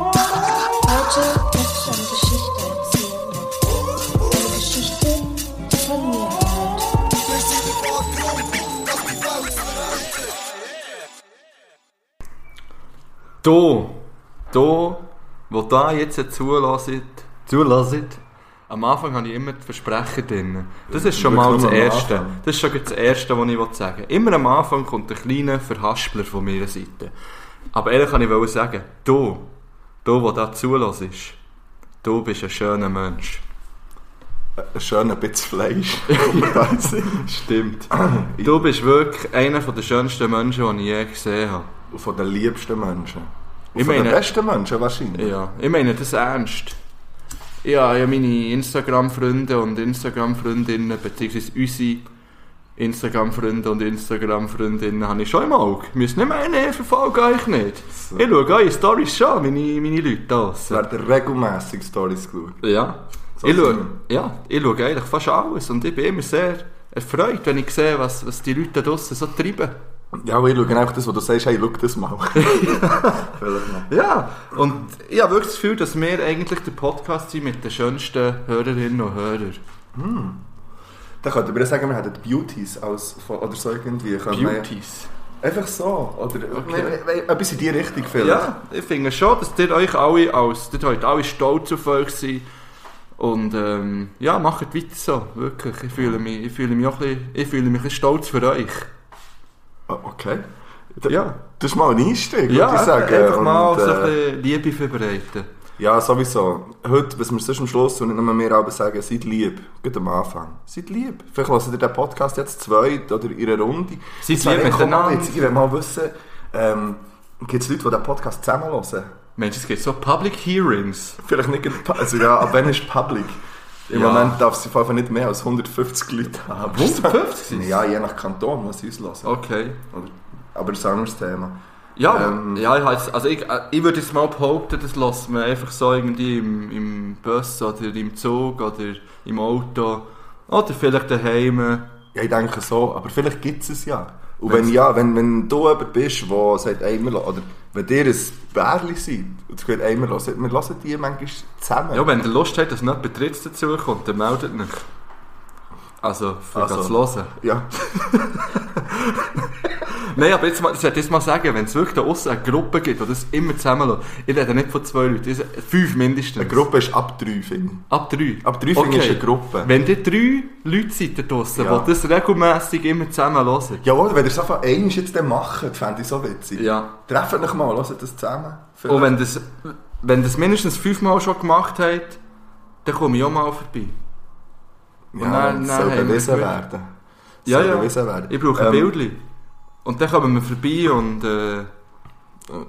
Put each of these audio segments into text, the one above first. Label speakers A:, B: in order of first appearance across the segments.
A: Heute möchte ich eine Geschichte erzählen. Eine Geschichte, die von mir handelt.
B: Du, du, wo da jetzt zulässt,
C: Zulasset.
B: am Anfang habe ich immer die Versprecher drin. Das ist schon mal
C: Wirklich
B: das
C: nur am
B: Erste.
C: Anfang?
B: Das ist schon das Erste, was ich sagen will. Immer am Anfang kommt ein kleiner Verhaspler von meiner Seite. Aber ehrlich kann ich sagen, du, du, wo da zulässt, du bist ein schöner Mensch.
C: Ein schöner Bitz Fleisch. Weiss ich.
B: Stimmt. Du bist wirklich einer der schönsten Menschen, die ich je gesehen habe.
C: Und Von den liebsten Menschen. Und
B: Ich
C: von den
B: meine-
C: besten Menschen wahrscheinlich.
B: Ja, ich meine das ernst. Ja, ja meine Instagram-Freunde und Instagram-Freundinnen, beziehungsweise unsere Instagram-Freunde und Instagram-Freundinnen habe ich schon im Auge. Müsst nicht meinen, ich verfolge euch nicht.
C: So.
B: Ich schaue eure Storys schon, meine, meine Leute da. draussen.
C: Werden regelmässig Stories geschaut.
B: Ja.
C: So
B: ich, schaue,
C: sind
B: ja, ich schaue eigentlich fast alles und ich bin immer sehr erfreut, wenn ich sehe, was, was die Leute da draussen so treiben.
C: Ja, aber ich schaue einfach das, wo du sagst, hey, schau das mal. Vielleicht nicht.
B: Ja, und ich habe wirklich das Gefühl, dass wir eigentlich der Podcast sind mit den schönsten Hörerinnen und Hörern.
C: Dann könnten wir ja sagen, wir hätten Beauties als, von- oder so irgendwie. können wir-
B: Beauties.
C: Einfach so. Oder
B: Okay.
C: wir- wir- etwas in die Richtung vielleicht.
B: Ja, ich finde schon, dass ihr euch alle als, ihr heute alle stolz auf euch sein und ähm, ja, macht weiter so, wirklich. Ich fühle mich, ich fühle mich auch ein bisschen, ich fühle mich ein bisschen stolz für euch.
C: Ah, Okay. D-
B: Ja.
C: Das ist mal ein Einstieg,
B: Ja,
C: würde ich sagen.
B: einfach mal
C: Und,
B: so ein
C: äh,
B: bisschen Liebe verbreiten.
C: Ja, sowieso. Heute, was wir sonst am Schluss tun, nicht nur mehr aber sagen, seid lieb. Gut am Anfang. Seid lieb. Vielleicht hört ihr den Podcast jetzt zweit oder in einer Runde.
B: Seid
C: Das wäre
B: lieb
C: eigentlich auch mal
B: miteinander.
C: witzig. Ich will mal wissen, ähm, gibt es Leute, die den Podcast zusammen hören?
B: Mensch, es gibt so Public Hearings.
C: Vielleicht nicht, gerade- also ja, ab wann ist Public? Im
B: Ja.
C: Moment darf es auf jeden Fall nicht mehr als 150 Leute haben.
B: 150?
C: Ja, je nach Kanton, was sie uns hören.
B: Okay.
C: Oder- Aber das ist ein anderes Thema.
B: Ja,
C: Ähm.
B: ja ich, heiss- also ich, äh, ich würde jetzt mal behaupten, das lässt man einfach so irgendwie im, im Bus oder im Zug oder im Auto oder vielleicht daheim.
C: Ja, ich denke so, aber vielleicht gibt es es ja. Und
B: Wenn's-
C: wenn ja, wenn, wenn du jemand bist, der sagt, ey, wir lo- oder wenn dir ein Bärli seid, und es geht, ey, wir hören, wir hören die manchmal zusammen.
B: Ja, wenn ihr Lust habt, dass nicht Betritt dazu kommt, dann meldet mich. Also, für
C: Also.
B: das Hören.
C: ja.
B: Nein, aber jetzt mal, ich sollte jetzt mal sagen, wenn es wirklich da aussen eine Gruppe gibt, die das immer zusammen lässt, ich rede nicht von zwei Leuten, ich se- fünf mindestens.
C: Eine Gruppe ist ab drei, finde ich.
B: Ab drei.
C: Ab drei finde ich ist eine Gruppe.
B: Wenn ihr drei Leute seid da draussen,
C: Ja.
B: die das regelmässig immer zusammen hören,
C: Ja, oder wenn ihr es einfach einmal jetzt dann macht, fände ich so witzig.
B: Ja.
C: Treffen euch mal, hört das zusammen. Vielleicht.
B: und wenn das, wenn das mindestens fünfmal schon gemacht habt, dann komme ich auch mal vorbei.
C: ja,
B: und dann-
C: es
B: dann
C: soll
B: haben wir
C: bewiesen
B: gut.
C: werden. Es
B: Ja,
C: soll
B: ja.
C: bewiesen werden.
B: Ich brauche ein
C: Ähm,
B: Bildli. Und dann kommen wir vorbei und, äh, und,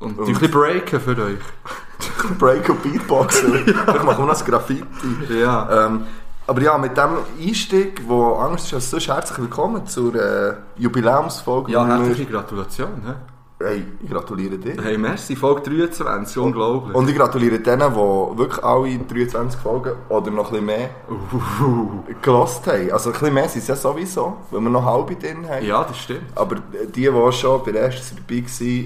B: und ein
C: und-
B: bisschen breaken für euch.
C: Break und Beatboxen. Vielleicht machen wir noch ein Graffiti.
B: Ja.
C: Ähm, aber ja, mit dem Einstieg, wo anders ist als sonst, herzlich willkommen zur äh, Jubiläumsfolge.
B: Ja,
C: Nummer-
B: herzliche Gratulation. hä?
C: Hey, ich gratuliere dir.
B: Hey, merci, Folge 23, unglaublich.
C: Und ich gratuliere denen, die wirklich alle 23 Folgen oder noch ein bisschen mehr gelost haben. Also ein bisschen mehr sind es ja sowieso, weil wir noch halbe drin haben.
B: ja, das stimmt.
C: Aber äh, die, die schon bei der ersten dabei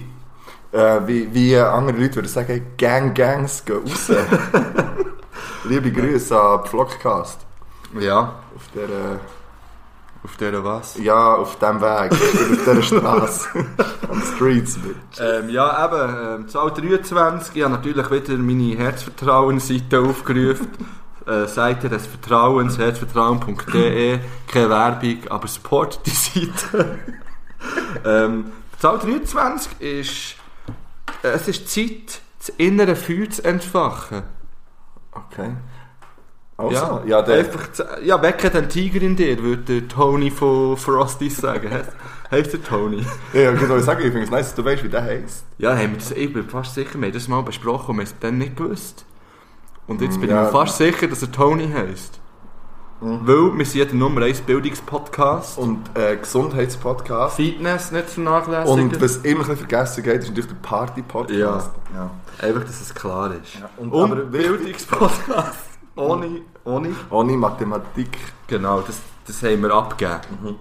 C: waren, äh, wie, wie andere Leute würden sagen, Gang Gangs gehen raus. Liebe Grüße an Vlogcast.
B: Ja,
C: Auf der... Äh,
B: auf dieser was?
C: Ja, auf dem Weg, auf dieser Straße. Am Streets, bitch.
B: Ähm, ja, eben, ähm, Zahl 23, ich habe natürlich wieder meine Herzvertrauen-Seite aufgerufen. äh, Seite des Vertrauens, herzvertrauen.de. E? Keine Werbung, aber support die Seite. ähm, Zahl 23 ist... Äh, es ist Zeit, das innere Feuer zu entfachen.
C: Okay. Also, ja, der.
B: einfach zu, ja, wecke den Tiger in dir, würde der Tony von Frosty sagen. Heißt- Heißt der Tony?
C: Ja, ich wollte sagen, ich finde es nice, dass du weißt, wie der heisst.
B: Ja, haben wir das, ich bin fast sicher, wir haben das mal besprochen und wir haben es dann nicht gewusst. Und jetzt bin
C: Mm, Ja. Mm.
B: ich mir fast sicher, dass er Tony heisst. Weil wir sind ja der Nummer 1 Bildungspodcast.
C: Und äh, Gesundheitspodcast.
B: Fitness nicht vernachlässigen.
C: Und was immer ein bisschen vergessen geht, ist natürlich der Party-Podcast. Ja.
B: Einfach, dass es klar ist.
C: und-
B: und
C: aber-
B: Bildungspodcast. ohne, ohne.
C: Ohne Mathematik. Mhm.
B: Genau, das, das haben wir abgegeben.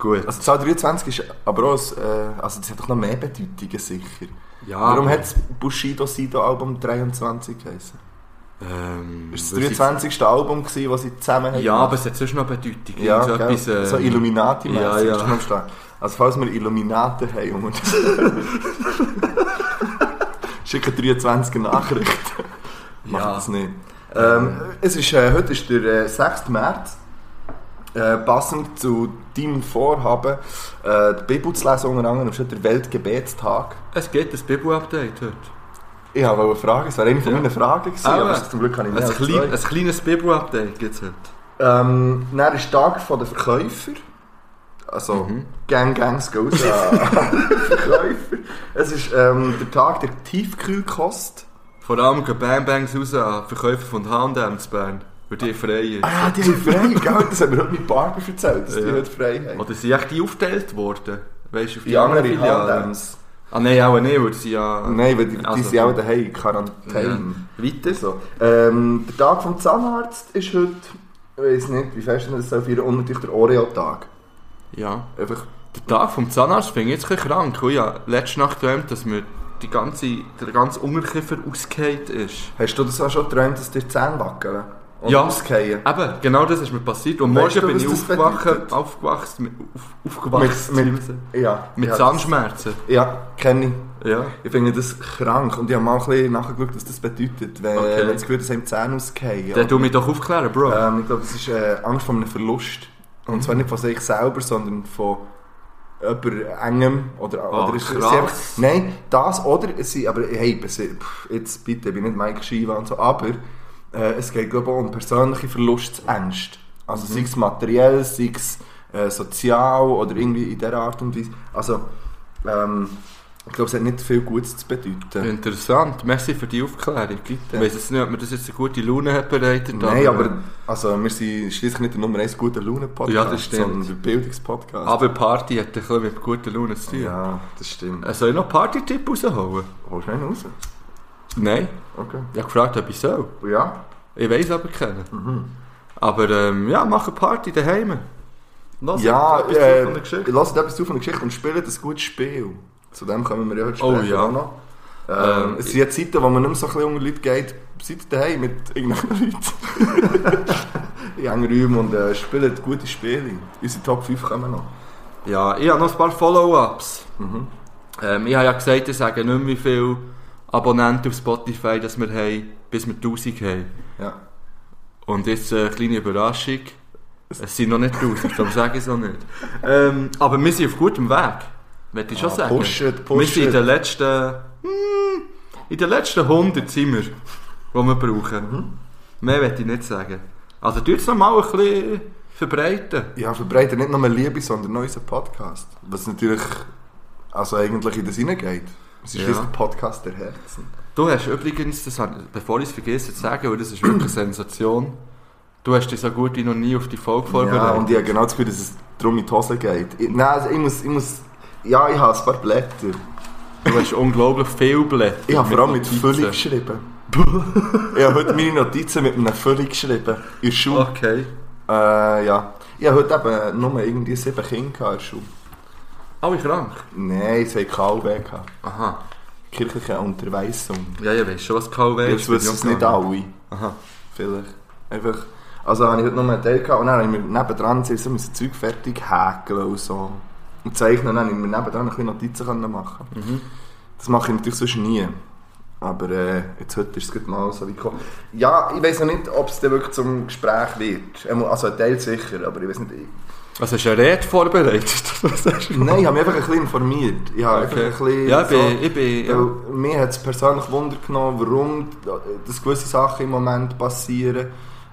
B: Gut.
C: Also die Zahl 23 ist aber auch, ein, äh, also das hat doch noch mehr Bedeutungen sicher.
B: Ja,
C: Warum hat das Bushido Sido Album 23 geheißen?
B: ähm,
C: Ist das
B: weil sie-
C: 23. Album gewesen, das sie zusammen
B: Ja, aber es hat sonst noch Bedeutung.
C: ja,
B: so
C: so,
B: etwas, äh,
C: so illuminati
B: ja, ja.
C: Also falls wir Illuminaten haben und schicken 23 Nachrichten. Macht
B: Ja.
C: das nicht. Ähm, es ist, äh, heute ist der äh, 6. März. Äh, passend zu deinem Vorhaben, äh, die Bibel zu lesen, unter anderem, ist heute der Weltgebetstag.
B: Es gibt ein Bibu-Update heute.
C: Ich habe eine Frage, es war eine von
B: Ja.
C: meinen Fragen, gewesen,
B: Ah,
C: aber
B: ja.
C: es- zum Glück kann ich nicht.
B: Ein,
C: als
B: klein,
C: zwei.
B: ein kleines Bibu-Update gibt es heute.
C: Ähm, dann ist Tag von der Verkäufer. Also,
B: Mhm.
C: Gang Gangs go raus an Verkäufer. Es ist ähm, der Tag der Tiefkühlkost.
B: Vor allem gehen Bang-Bangs raus an Verkäufer von H&M zu Bern. Weil die frei ist.
C: Ah, die haben frei, gell? Das haben wir heute mit Barber erzählt, dass die
B: Ja.
C: heute frei haben.
B: Oder sind echt die aufgeteilt worden? Weißt du, auf die,
C: Die
B: anderen
C: anderen
B: Filialen?
C: Handams.
B: Ah nein, auch nicht, weil sie ja...
C: Nein, weil die, die
B: Also-
C: sind auch daheim in Quarantäne.
B: Weiter?
C: So. Ähm, der Tag vom Zahnarzt ist heute, ich weiß nicht, wie fest man das so feiern, und natürlich der Oreo-Tag.
B: Ja.
C: Einfach
B: Der Tag vom Zahnarzt finde ich jetzt ein bisschen krank. weil Ich habe letzte Nacht geträumt, dass mir die ganze, der ganze Unterkiefer ausgehakt ist.
C: Hast du das auch schon geträumt, dass dir die Zähne wackeln? Und
B: Ja.
C: ausfallen?
B: Eben, genau das ist mir passiert. Und
C: Weißt
B: morgen
C: du,
B: bin
C: was
B: ich
C: das
B: aufgewacht,
C: bedeutet?
B: aufgewachsen, mit- auf, aufgewachsen,
C: Mit-
B: mit,
C: Ja.
B: mit
C: ja,
B: Zahnschmerzen.
C: das- Ja, kenne ich.
B: Ja.
C: Ich finde das krank und ich habe mal ein bisschen nachgeschaut, was das bedeutet, wenn,
B: Okay.
C: wenn das Gefühl dass einem die Zähne ausgehen.
B: Dann tu mich doch aufklären, Bro.
C: Ähm, ich glaube, es ist äh, Angst vor einem Verlust. Und zwar nicht von sich selber, sondern von jemand engem oder,
B: Ah,
C: oder ist-
B: krass.
C: sie einfach- Nein, das oder es sind, aber hey, bis- pff, jetzt bitte, ich bin nicht Mike Shiva und so, aber äh, es geht glaube ich auch um persönliche Verlustängste. Also
B: Mhm.
C: sei es materiell, sei es äh, sozial oder irgendwie in dieser Art und Weise. Also ähm, ich glaube, es hat nicht viel Gutes zu bedeuten.
B: Interessant, merci für die Aufklärung. Ich weiss jetzt nicht, ob mir das jetzt eine gute Laune hat bereitet.
C: Nein, aber also, wir sind schliesslich nicht der Nummer 1 gute Laune-Podcast,
B: Ja, das stimmt.
C: sondern der Bildungspodcast.
B: Aber äh, Party hat ein bisschen mit guter Laune zu tun.
C: Ja, das stimmt.
B: Äh, Soll ich noch Party-Tipp rausholen?
C: Holst du einen raus?
B: Nein.
C: Okay.
B: Ich habe gefragt, ob ich soll.
C: Ja.
B: Ich weiß aber keinen.
C: Mhm.
B: Aber ähm, ja, mach eine Party daheim. Lass
C: ja,
B: Also, etwas
C: äh,
B: zu von der Geschichte.
C: lasst etwas zu von der Geschichte und spielt ein gutes Spiel. Zu dem kommen wir ja heute
B: Oh
C: später
B: ja.
C: auch noch. Ähm,
B: Ähm,
C: es sind ja Zeiten, wo man nicht mehr so ein bisschen unter Leute geht. Seid daheim mit irgendwelchen Leuten. In engen Räumen und äh, spielt gute Spiele. Unsere Top 5 kommen noch. Mhm.
B: Ja, ich habe noch ein paar Follow-ups. Ähm, ich habe ja gesagt, ich sage nicht mehr, wie viele Abonnenten auf Spotify dass wir haben, bis wir 1000 haben.
C: Ja.
B: Und jetzt äh, eine kleine Überraschung. Es sind noch nicht 1000, darum sage ich es noch nicht. Ähm, aber wir sind auf gutem Weg. Möchte ich schon
C: Ah,
B: sagen.
C: pusht,
B: Wir
C: pusht.
B: sind in den letzten... hm, in den letzten 100 sind wir, die wir brauchen.
C: Mhm.
B: Mehr möchte ich nicht sagen. Also tut es noch mal ein bisschen verbreiten.
C: Ja, verbreitet nicht nur Liebe, sondern auch unseren Podcast. Was natürlich also eigentlich in das hineingeht. Es ist
B: Ja.
C: schließlich der Podcast der Herzen.
B: Du hast übrigens, das, hab- bevor ich es vergesse zu sagen, weil das ist wirklich eine Sensation, du hast dich so gut wie noch nie auf die Folge vorbereitet.
C: Ja, und ich habe genau das Gefühl, dass es darum in die Hose geht. Ich, nein, also ich muss, ich muss... Ja, ich habe ein paar Blätter.
B: Du hast unglaublich viel Blätter.
C: Ich habe vor allem mit
B: Notizen.
C: Fülle geschrieben. ich habe heute meine Notizen mit einer Fülle geschrieben. In der Schule.
B: Okay.
C: Äh, ja. Ich habe heute eben nur irgendwie sieben Kinder gehabt in der Schule.
B: Alle krank?
C: Nein, es hat KLW gehabt.
B: Aha.
C: Kirchliche Unterweisung.
B: Ja, ja, weißt schon, was KW ist.
C: Jetzt wissen es nicht alle.
B: Aha.
C: Vielleicht. Einfach... Also habe ich heute nur einen Teil gehabt und dann habe ich mir nebendran so mein Zeug fertig häkeln und so. Und zeichnen und dann habe ich mir nebendran ein bisschen Notizen können machen
B: Mhm.
C: Das mache ich natürlich sonst nie. Aber äh, jetzt heute ist es gerade mal so wie gekommen. Ja, ich weiß noch nicht, ob es dann wirklich zum Gespräch wird. Ähm, Also ein Teil sicher, aber ich weiß nicht. Ich-
B: Also hast du eine Rede vorbereitet? Was hast du-
C: Nein, ich habe mich einfach ein bisschen informiert. Ich habe
B: Okay.
C: einfach ein bisschen...
B: Ja, ich
C: so,
B: bin... Ich bin ja.
C: weil mir hat es persönlich Wunder genommen, warum dass gewisse Sachen im Moment passieren.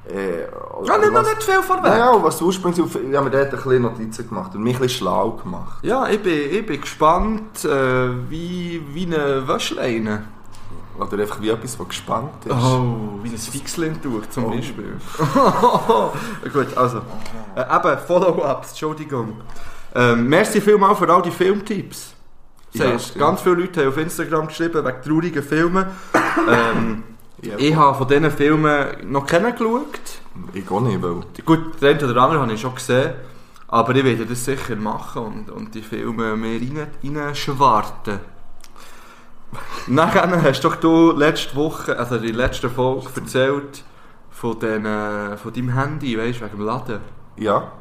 C: Äh, oder
B: Ja, nicht noch
C: was-
B: nicht viel
C: Ja,
B: vorweg.
C: ja, und was ursprünglich auf... Ich habe mir dort ein bisschen Notizen gemacht und mich ein bisschen schlau gemacht.
B: Ja, ich bin, ich bin gespannt, äh, wie, wie eine Wäschleine.
C: Oder einfach wie etwas, was gespannt ist.
B: Oh, wie ein Fixlentuch zum
C: Oh.
B: Beispiel. Gut, also. Äh, eben, Follow-ups, Entschuldigung. Ähm, merci vielmals für all die Filmtipps. Das
C: Ja,
B: heisst,
C: stimmt.
B: ganz viele Leute haben auf Instagram geschrieben wegen traurigen Filmen. ähm,
C: Ja.
B: ich habe von diesen Filmen noch keinen geschaut.
C: Ich auch nicht, weil...
B: Gut, den einen oder anderen habe ich schon gesehen. Aber ich werde das sicher machen und, und die Filme mir rein, reinschwarten. Nachher hast doch du letzte Woche, also in der letzten Folge, erzählt von, den, äh, von deinem Handy, weißt du, wegen dem Laden.
C: Ja.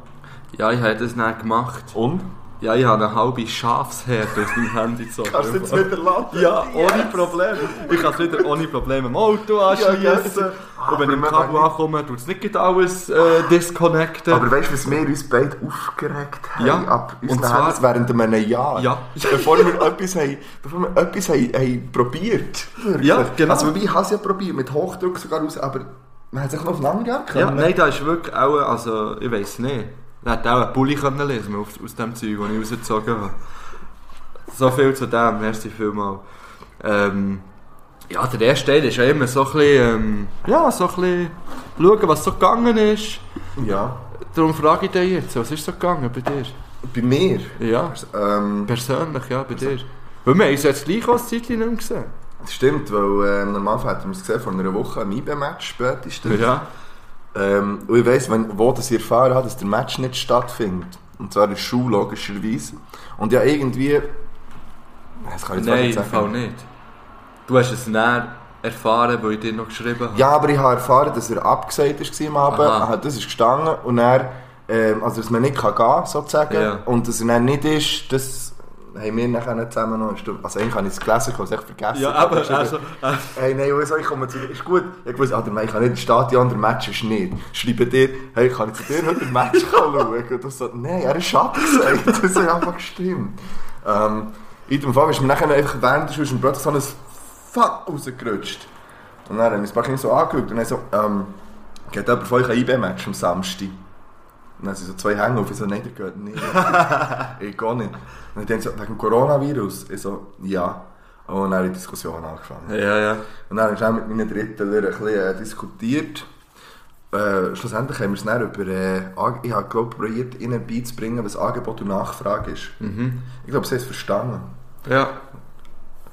B: Ja, ich habe das nicht gemacht.
C: Und?
B: Ja, ich habe eine halbe Schafsherde aus meinem Handy gezogen.
C: Kannst du jetzt wieder laden?
B: Ja, ohne Probleme. Ich kann es wieder ohne Probleme am Auto anschließen.
C: yes.
B: Und wenn ich im
C: Aber
B: Kabel
C: wir-
B: ankomme, tut es nicht gleich alles äh, disconnecten.
C: Aber weißt du, was wir uns beide aufgeregt haben?
B: Ja,
C: Ab
B: und
C: unseren
B: zwar-
C: Handys während einem Jahr.
B: Ja.
C: Bevor wir etwas haben, bevor wir etwas haben, haben probiert. Wirklich.
B: Ja, genau.
C: Also, wobei, ich habe es ja probiert, mit Hochdruck sogar raus, aber man hat sich noch auf lange Jahre
B: ja,
C: können.
B: nein, da ist wirklich auch, also ich weiß nicht. Da hätte auch einen Pulli können lesen aus, aus dem Zeug, das ich rausgezogen habe. So viel zu dem, merci vielmal. Ähm, ja, der erste Teil ist ja immer so ein bisschen, ähm, ja, so ein bisschen schauen, was so gegangen ist.
C: ja.
B: Darum frage ich dich jetzt, was ist so gegangen bei dir?
C: Bei mir.
B: Ja,
C: Ähm,
B: persönlich, ja, bei dir. Weil wir haben uns jetzt gleich auch ein Zeitchen nicht mehr gesehen.
C: das stimmt, weil äh, normal hätten wir es gesehen vor einer Woche, ein E IBE-Match spätestens.
B: Ja.
C: Ähm, und ich weiss, wenn, wo das ich erfahren habe, dass der Match nicht stattfindet. Und zwar in der Schule, logischerweise. Und ja, irgendwie. Das kann ich jetzt
B: Nein,
C: nicht
B: im
C: sagen.
B: Fall nicht. Du hast es näher erfahren, weil ich dir noch geschrieben habe.
C: Ja, aber ich habe erfahren, dass er abgesagt ist am Abend.
B: Aha.
C: Aha. Das ist gestanden. Und er, ähm, also dass man nicht kann gehen kann, sozusagen.
B: Ja.
C: Und dass er dann nicht ist, das haben wir nachher nicht zusammen noch. Also eigentlich habe ich es gelesen, ich habe es echt vergessen.
B: Ja, aber also, äh,
C: Hey, nein, also, ich komme zu dir. Ist gut. Ich wusste, ah, der Mann, ich kann nicht ins Stadion, der Match ist nicht. Schreibe dir, hey, kann ich zu dir heute den Match schauen? Und du so, nein, er ist abgesagt. Das hat einfach gestimmt. Ähm, in dem Fall ist mir nachher einfach während der Schule im Brot so ein Fuck rausgerutscht. Und dann haben wir uns ein paar Kinder so angeschaut und dann so, ähm, geht jemand von euch ein E IB-Match am Samstag? Und dann sind so zwei Hänge auf, ich so, nein, der geht nicht. ich gehe nicht. Und dann so, wegen dem Coronavirus? Ich so, ja. Und dann hat die Diskussion angefangen.
B: ja, ja.
C: Und dann haben wir mit meinen Drittelern ein bisschen äh, diskutiert. Äh, schlussendlich haben wir es dann über... Äh, Ange- ich habe glaub, probiert, ihnen beizubringen, was Angebot und Nachfrage ist. Ich glaube, sie haben es verstanden.
B: Ja.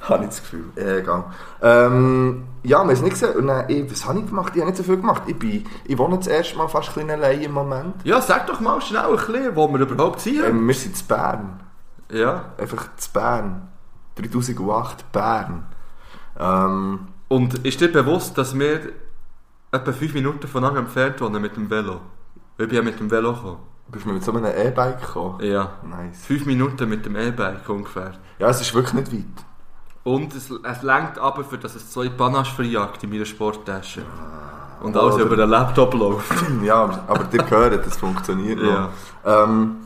C: Habe ich das Gefühl. Äh, egal. Ähm, ja, wir haben es nicht gesehen. Und dann, ich, was habe ich gemacht? Ich habe nicht so viel gemacht. Ich, bin, ich wohne das erste Mal fast ein bisschen allein im Moment.
B: Ja, sag doch mal schnell ein bisschen, wo wir überhaupt sind.
C: Ähm, wir sind zu Bern.
B: Ja.
C: Einfach zu Bern. 3008 Bern. Ähm,
B: Und ist dir bewusst, dass wir etwa fünf Minuten von einem entfernt wohnen mit dem Velo? Ich bin ja mit dem Velo gekommen.
C: bist du mit so einem E-Bike gekommen?
B: Ja.
C: Nice.
B: Fünf Minuten mit dem E-Bike ungefähr.
C: Ja, es ist wirklich nicht weit.
B: Und es, es lenkt aber, für dass es zwei Panache verjagt in meiner Sporttasche. Und
C: Ah,
B: alles
C: oder-
B: über den Laptop läuft.
C: Ja, aber- aber ihr hört, das funktioniert noch.
B: Ja.
C: Ähm,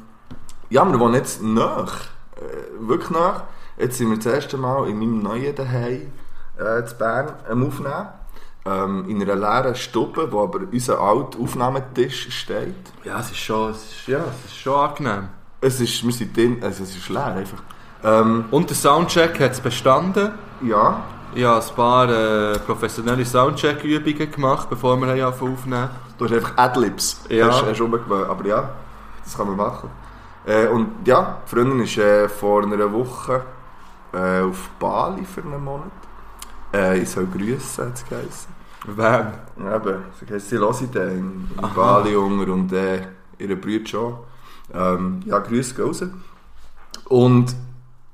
C: ja, wir wohnen jetzt nach. Äh, wirklich nach. Jetzt sind wir das erste Mal in meinem neuen Daheim äh, zu Bern am Aufnehmen. Ähm, in einer leeren Stube, wo aber unser alter Aufnahmetisch steht.
B: Ja, es ist schon, es ist, ja, es ist schon angenehm.
C: Es ist, wir sind drin, also es ist leer einfach. Ähm,
B: Und der Soundcheck hat es bestanden.
C: ja,
B: Ich habe ein paar äh, professionelle Soundcheck-Übungen gemacht, bevor wir haben angefangen aufnehmen.
C: du hast einfach Adlibs.
B: Ja.
C: Hast, hast rumgewöhnt, aber ja, das kann man machen. Äh, und ja, die Freundin ist äh, vor einer Woche äh, auf Bali für einen Monat. Äh, ich soll grüßen, hat es geheißen.
B: Wem?
C: Ja, eben, sie heisst, sie hören den in, in
B: Aha.
C: Bali unter und äh, ihre Brüder schon. Ähm, ja, grüße gehen raus. Und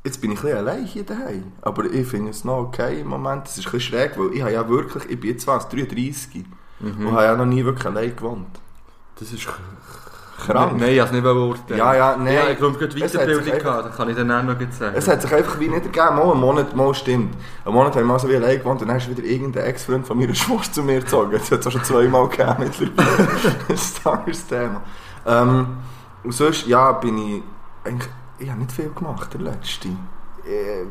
C: jetzt bin ich ein bisschen allein hier daheim. Aber ich finde es noch okay im Moment. Es ist ein bisschen schräg, weil ich habe ja wirklich, ich bin jetzt was, 33
B: Mhm.
C: und habe ja noch nie wirklich allein gewohnt.
B: Das ist
C: Krank.
B: Nein, ich habe es nicht beurteilt.
C: Ja, ja, nein.
B: Ich habe gerade gerade
C: Es hat sich
B: Weiterbildung
C: einfach-
B: gehabt, das kann ich dann auch noch gleich sagen.
C: Es hat sich einfach wie nicht ergeben. Mal einen Monat, mal stimmt. Einen Monat haben wir also wie allein gewohnt und dann ist wieder irgendein Ex-Freund von meiner Schwester zu mir gezogen. Das hat es auch schon zweimal gegeben mittlerweile. das ist ein anderes Thema. Ähm, und sonst, ja, bin ich eigentlich, ich habe nicht viel gemacht, der letzte. Äh,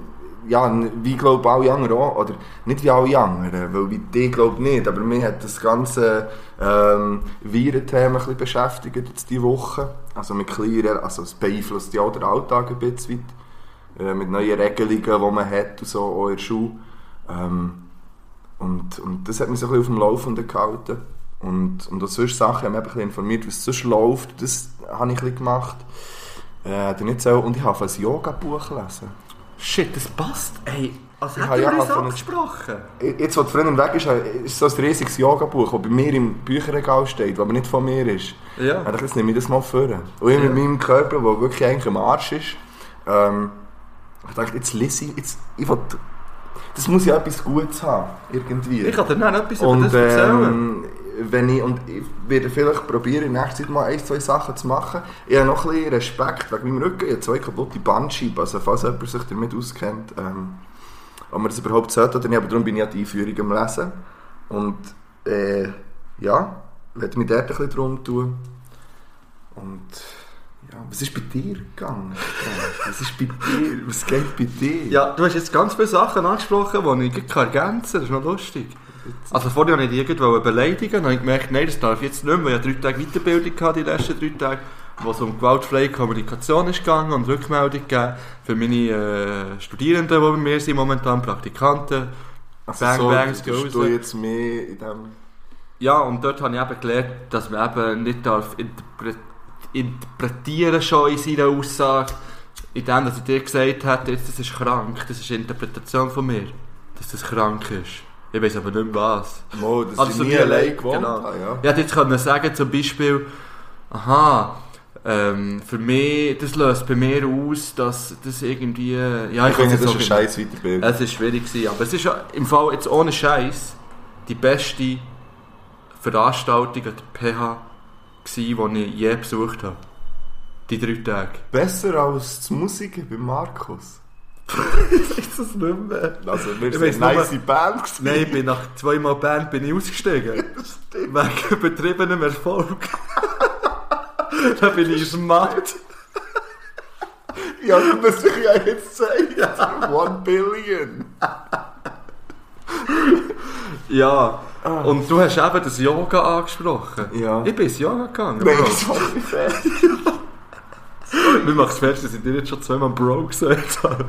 C: ja, n- wie glaube alle anderen auch, oder nicht wie alle anderen, äh, weil wie die glaube nicht, aber mir hat das ganze ähm, Virenthema ein bisschen beschäftigt jetzt diese Woche. Also mit Clearen, also es beeinflusst ja auch den Alltag ein bisschen weit äh, mit neuen Regelungen, die man hat und so, auch in der Schule. Ähm, und, und das hat mich so ein bisschen auf dem Laufenden gehalten. Und, und auch sonst Sachen haben mich ein bisschen informiert, was sonst läuft. Das habe ich ein bisschen gemacht. Äh, dann nicht so. Und ich habe ein Yoga-Buch gelesen.
B: Shit, das passt. Ey, Als
C: habe
B: hätten wir
C: ja
B: uns
C: so ein-
B: abgesprochen.
C: Jetzt, wo die Freundin weg ist, ist so ein riesiges Yoga-Buch, das bei mir im Bücherregal steht, das aber nicht von mir ist.
B: Ja.
C: Ich dachte, jetzt nehme ich das mal vor. Und ich mit meinem Körper, der wirklich eigentlich am Arsch ist, ähm, ich dachte, jetzt lese ich, jetzt, ich will, das muss ja etwas Gutes haben, irgendwie.
B: Ich kann dir dann etwas über das
C: Und,
B: erzählen.
C: ähm, wenn ich, und ich werde vielleicht probieren, in nächster Zeit mal ein, zwei Sachen zu machen. Ich habe noch ein bisschen Respekt wegen meinem Rücken. Ich habe zwei kaputte Bandscheiben. Also, falls jemand sich damit auskennt, ähm, ob man das überhaupt sollte oder nicht. Aber darum bin ich ja die Einführung am Lesen. Und äh, ja, ich werde mich dort ein bisschen drum tun. Und ja, was ist bei dir gegangen? Ja, Was ist bei dir? Was geht bei dir?
B: Ja, du hast jetzt ganz viele Sachen angesprochen, die ich gleich ergänzen kann. Das ist noch lustig. Also vorher wollte ich dich irgendwo beleidigen, dann habe ich gemerkt, nein, das darf ich jetzt nicht mehr. Ich hatte drei Tage Weiterbildung, gehabt, die letzten drei Tage, wo es um gewaltfreie Kommunikation ist gegangen und Rückmeldung gegeben für meine äh, Studierenden, die bei mir sind momentan, Praktikanten.
C: also,
B: Bang,
C: so,
B: bang,
C: bist
B: geh
C: du
B: raus.
C: jetzt mehr in dem...
B: Ja, und dort habe ich eben gelernt, dass man eben nicht darf interpre interpretieren schon in seiner Aussage, in dem, dass ich dir gesagt habe, jetzt, das ist krank, das ist eine Interpretation von mir, dass das krank ist. Ich weiß aber nicht mehr was.
C: Mo, dass
B: Also
C: ich nie
B: die-
C: allein gewohnt
B: genau.
C: habe, ja.
B: Ich hätte jetzt können sagen, zum Beispiel, aha, ähm, für mich, das löst bei mir aus, dass das irgendwie, ja,
C: Ich finde, das ist ein
B: so- genau.
C: scheiß Weiterbild.
B: Es war schwierig, gewesen, aber es ist ja im Fall jetzt ohne Scheiß die beste Veranstaltung an der PH, gewesen, die ich je besucht habe. Die drei Tage.
C: Besser als das Musiken bei Markus.
B: Ist das nicht mehr?
C: Also, wir
B: Ich
C: sind
B: weiss
C: eine
B: nur-
C: nice Band gewesen.
B: Nein, ich bin nach zweimal Band bin ich ausgestiegen. Wegen übertriebenem Erfolg. da bin ich schmatt.
C: Ja, das muss ich ja jetzt sagen. One Billion.
B: Ja. Und du hast eben das Yoga angesprochen.
C: Ja.
B: Ich bin ins Yoga gegangen.
C: Nein,
B: Bro.
C: das war nicht fair.
B: Mir macht es fest, dass ich dir jetzt schon zweimal Bro gesagt habe.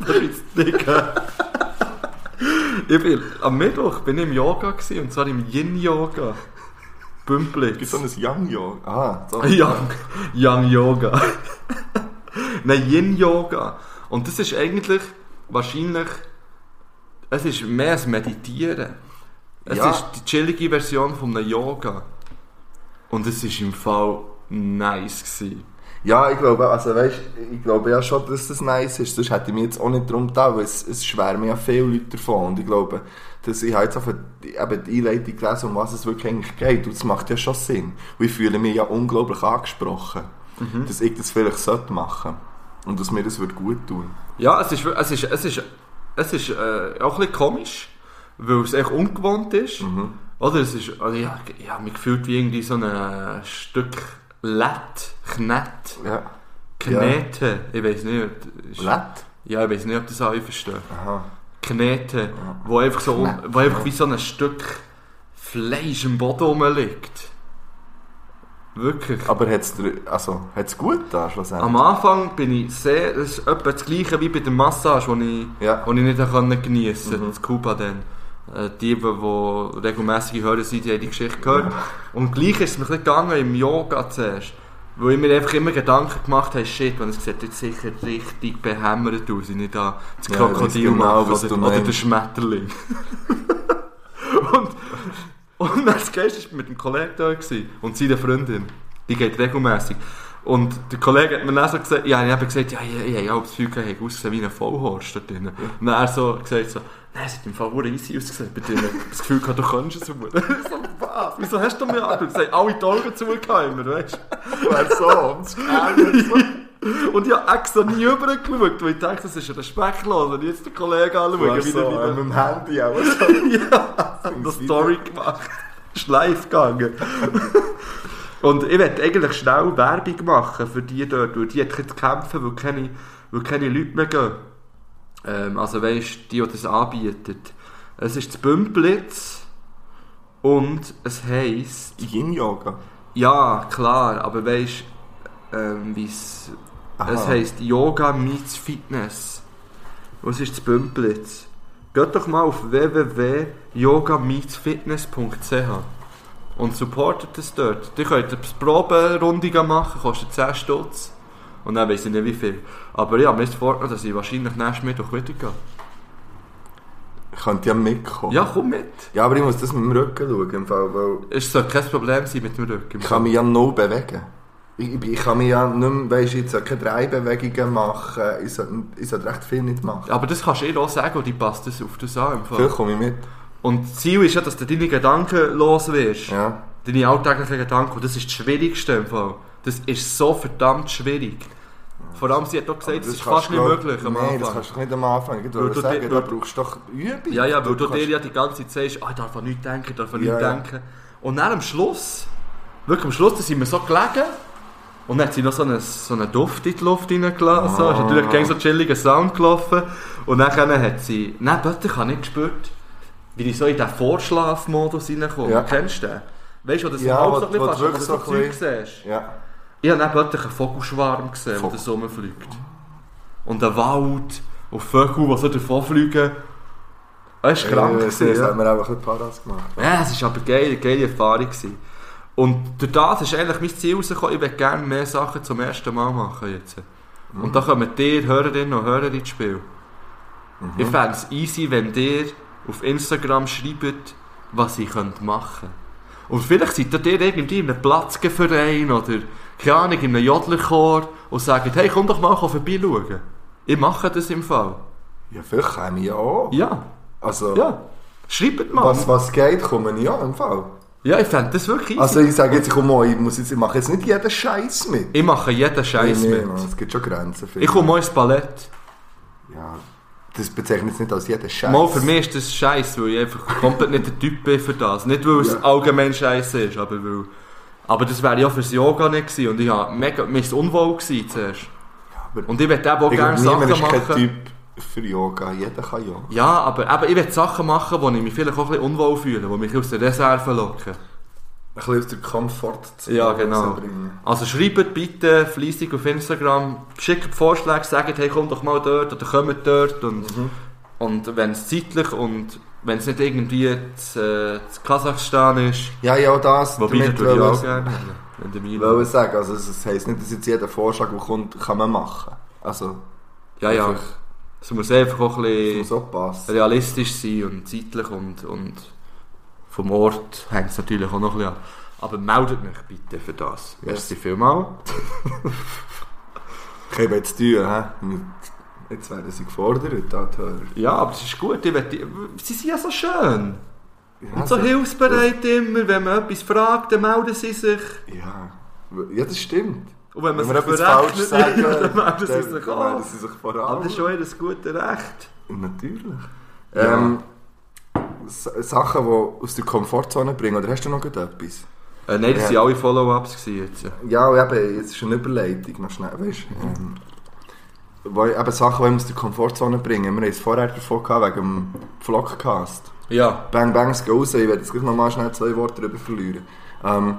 B: Das ist dick. ich bin, am Mittwoch bin ich im Yoga gewesen, und zwar im Yin-Yoga.
C: Gibt
B: Bümplitz.
C: so ein Young Young? Ah, so.
B: Young, Young Yoga. Nein, Yin Yoga. Und das ist eigentlich wahrscheinlich. Es ist mehr als Meditieren. Es
C: Ja.
B: ist die chillige Version von einem Yoga. Und es ist im Fall nice. Gewesen.
C: Ja, ich glaube, also weißt, ich glaube ja schon, dass das nice ist. Sonst hätte ich mich jetzt auch nicht drum getan, weil es, es schwärmen ja viele Leute davon. Und ich glaube, dass ich habe jetzt einfach die, eben die Einleitung gelesen, um was es wirklich eigentlich geht. Und das macht ja schon Sinn. Und ich fühle mich ja unglaublich angesprochen,
B: Mhm.
C: dass ich das vielleicht sollte machen und dass mir das würde gut tun.
B: Ja, es ist, wir- es ist, es ist, es ist äh, auch ein bisschen komisch, weil es echt ungewohnt ist.
C: Mhm.
B: Oder es ist, also ja, ich habe mich gefühlt wie irgendwie so ein äh, Stück Lett, Knett,
C: Ja.
B: Knete. Ich weiß nicht. ob- ist-
C: Lett?
B: Ja, ich weiß nicht, ob das alle verstehen.
C: Aha.
B: Knete, wo einfach so, um-
C: Knete.
B: wo einfach wie so ein Stück Fleisch im Boden rumliegt. Wirklich.
C: Aber hat es also, hat's gut da schlussendlich?
B: Am Anfang bin ich sehr, das ist etwa das gleiche wie bei der Massage, die ich
C: Ja.
B: die ich nicht konnte geniessen konnte, das Kuba dann. Äh, Die, die regelmäßige Hörer sind, die haben die Geschichte gehört. Und gleich ist es mir ein bisschen gegangen im Yoga zuerst. Weil ich mir einfach immer Gedanken gemacht habe, shit, wenn es sieht jetzt sicher richtig behämmert aus, wenn ich da das
C: Ja, ich weiss
B: Krokodil
C: genau,
B: mache
C: was
B: oder,
C: du
B: oder den
C: meinst.
B: Schmetterling. und, und das Geist war mit dem Kollegen da gewesen und seiner Freundin. Die geht regelmäßig. Und der Kollege hat mir dann so gesagt, ja, ich habe gesagt, ja, ja, ja, ja, das Zeug hat ausgesehen wie ein Vollhorst da drin. Und er so gesagt so, nein, es hat im Fall verdammt easy ausgesehen bei dir. Ich hab das Gefühl gehabt, du kannst es immer. Ich so, was? Wieso hast du mir angeschaut? Sie haben alle die Augen zugehalten, weißt du?
C: Wäre so, ums Gehirn.
B: Und ich habe extra nie rübergeschaut, weil ich dachte, das ist respektlos. Und jetzt den Kollegen anschauen,
C: Wäre
B: wie der
C: so, äh,
B: wieder...
C: mit dem Handy auch.
B: ja, eine Story gemacht. Ist live gegangen. Und ich werde eigentlich schnell Werbung machen für die dort, weil die hat ein bisschen zu kämpfen, weil keine, weil keine Leute mehr gehen. Ähm, also weisst die, die das anbietet. Es ist das Bümplitz und es heisst...
C: Yin-Yoga.
B: Ja, klar, aber weisst ähm, wie es... Es heisst Yoga meets Fitness. Was ist das Bümplitz? Geht doch mal auf www.yogameetsfitness.ch und supportet es dort. Ihr könnt eine Proberunde machen, kostet 10 Stutz. Und dann weiss ich nicht wie viel. Aber ja, mir ist vorgenommen, dass ich wahrscheinlich nächsten Mittwoch wieder gehe.
C: Könnte ja mitkommen.
B: Ja, komm mit.
C: Ja, aber ich muss das mit dem Rücken schauen, im Fall, weil
B: Es soll kein Problem sein mit dem Rücken.
C: ich kann mich ja null bewegen. Ich, ich- ich kann mich ja nicht mehr, weißt, ich sollte keine drei Bewegungen machen, ich sollte, ich sollte recht viel nicht machen.
B: Aber das kannst du ihr auch sagen und die passt das auf das an. im Fall.
C: Vielleicht komme ich mit.
B: Und das Ziel ist ja, dass du deine Gedanken los wirst.
C: Ja.
B: Deine alltäglichen Gedanken. Und das ist das Schwierigste im Fall. Das ist so verdammt schwierig. Vor allem, sie hat auch gesagt,
C: Aber
B: es ist
C: kannst
B: fast
C: du,
B: nicht
C: glaub-
B: möglich am
C: Nein, das
B: Anfang.
C: kannst du nicht am Anfang. Ich
B: Weil
C: würde
B: du
C: sagen,
B: dir-
C: da
B: weil-
C: brauchst du doch Übung.
B: Ja, ja, weil du
C: kannst-
B: dir ja die ganze Zeit sagst, ah, ich darf an nichts denken, ich darf an
C: Ja,
B: nichts
C: ja.
B: denken. Und dann am Schluss, wirklich am Schluss, da sind wir so gelegen. Und dann hat sie noch so einen, so einen Duft in die Luft reingelassen.
C: Ah.
B: So, ist natürlich gegen so einen chilligen Sound gelaufen. Und dann hat sie, nein, plötzlich habe ich gespürt, wie ich so in diesen Vorschlafmodus reinkomme.
C: Ja.
B: Kennst du den? Weißt du, wo du so
C: Ja,
B: halb
C: wo-
B: so ein bisschen
C: wo du
B: fast, wo du
C: wirklich
B: so
C: so
B: Zeug
C: ein
B: siehst.
C: Ja.
B: Ich habe dann plötzlich einen Vogelschwarm gesehen, der
C: Vogel.
B: so rumfliegt. Und einen Wald und Vögel, die so davonfliegen. Das ist krank.
C: Äh,
B: gewesen,
C: Das
B: ja.
C: haben wir auch ein bisschen Paras gemacht.
B: Ja, es war aber geil, eine geile Erfahrung. Gewesen. Und durch das ist eigentlich mein Ziel rausgekommen, ich würde gerne mehr Sachen zum ersten Mal machen jetzt. Und da kommen dir, Hörerinnen und Hörer ins Spiel. Ich fände es easy, wenn dir auf Instagram schreibt, was ich könnt machen könnte. Und vielleicht seid ihr irgendwie in einem Platzgeverein oder, keine Ahnung, in einem Jodlerchor und sagt, hey, komm doch mal vorbeischauen. Ich mache das im Fall.
C: Ja, vielleicht komme ich ja auch.
B: Ja,
C: Also,
B: ja. Schreibt mal.
C: was, was geht, komme ich ja im Fall.
B: Ja, ich fände das wirklich easy.
C: Also ich sage jetzt, ich komme auch, ich, muss jetzt, ich mache jetzt nicht jeden Scheiß mit.
B: Ich mache jeden Scheiß
C: Nee, nee,
B: mit.
C: Mann, Es gibt schon Grenzen. finde
B: Ich komme auch ins Ballett.
C: Ja, das bezeichnet es nicht als jeden Scheiß.
B: Mal für mich ist das Scheiß, weil ich einfach komplett nicht der Typ bin für das. Nicht weil es
C: Ja.
B: allgemein Scheiß ist, aber weil. Aber das wäre ja fürs Yoga nicht gewesen und ich war mega mir ist unwohl gewesen zuerst.
C: aber-
B: Und ich würde eben auch
C: Ich
B: gerne
C: glaube, niemand
B: Sachen
C: ist kein
B: machen.
C: Typ für Yoga. Jeder kann Yoga.
B: Ja, aber, aber ich will Sachen machen, wo ich mich vielleicht auch ein bisschen unwohl fühle, die mich aus der Reserve locken.
C: Ein bisschen aus der Komfortzone
B: Ja, genau.
C: rausbringen.
B: Also schreibt bitte fleissig auf Instagram, schickt Vorschläge, sagt, hey, komm doch mal dort oder kommt dort. Und,
C: Mhm.
B: und wenn es zeitlich und wenn es nicht irgendwie zu, äh, zu Kasachstan ist,
C: Ja, ja, das.
B: wobei ich
C: damit
B: natürlich auch
C: wollte
B: gerne haben, wenn der
C: ich-
B: Milo-
C: wollte ich sagen. Also, das heisst nicht, dass jetzt jeder Vorschlag, der kommt, kann man machen. Also,
B: Ja, ja.
C: einfach,
B: Es muss einfach auch ein
C: es
B: bisschen
C: muss auch passen.
B: realistisch sein und zeitlich und, und vom Ort hängt es natürlich auch noch ein bisschen ab. Aber meldet mich bitte für das.
C: Yes.
B: Merci vielmals.
C: Ich habe jetzt die Tür, hä? Mit- Jetzt werden sie gefordert, da die Hörer.
B: Ja, aber es ist gut. Ich möchte, sie sind ja so schön.
C: Ja,
B: Und so
C: also-
B: hilfsbereit immer, wenn man etwas fragt, dann melden sie sich.
C: Ja. ja, das stimmt.
B: Und wenn man
C: Wenn wir
B: sich
C: etwas
B: verrechnet,
C: falsch sagen,
B: dann melden sie
C: dann
B: sich
C: melden
B: auch.
C: sie sich vor
B: Aber das
C: allem.
B: ist schon ihr gutes Recht.
C: Natürlich.
B: Ja.
C: Ähm, S Sachen, die aus der Komfortzone bringen, oder hast du noch gut etwas?
B: Äh, nein, das
C: Ja.
B: waren alle Follow-ups gewesen jetzt.
C: Ja, und eben, jetzt ist eine Überleitung, noch schnell, weißt du? Ähm, wo, eben Sachen, die uns aus der Komfortzone bringen. Wir haben es vorher davon gehabt, wegen dem Vlogcast.
B: Ja.
C: Bang Bangs gehen raus, ich werde jetzt gleich nochmal schnell zwei Worte darüber verlieren. Ähm,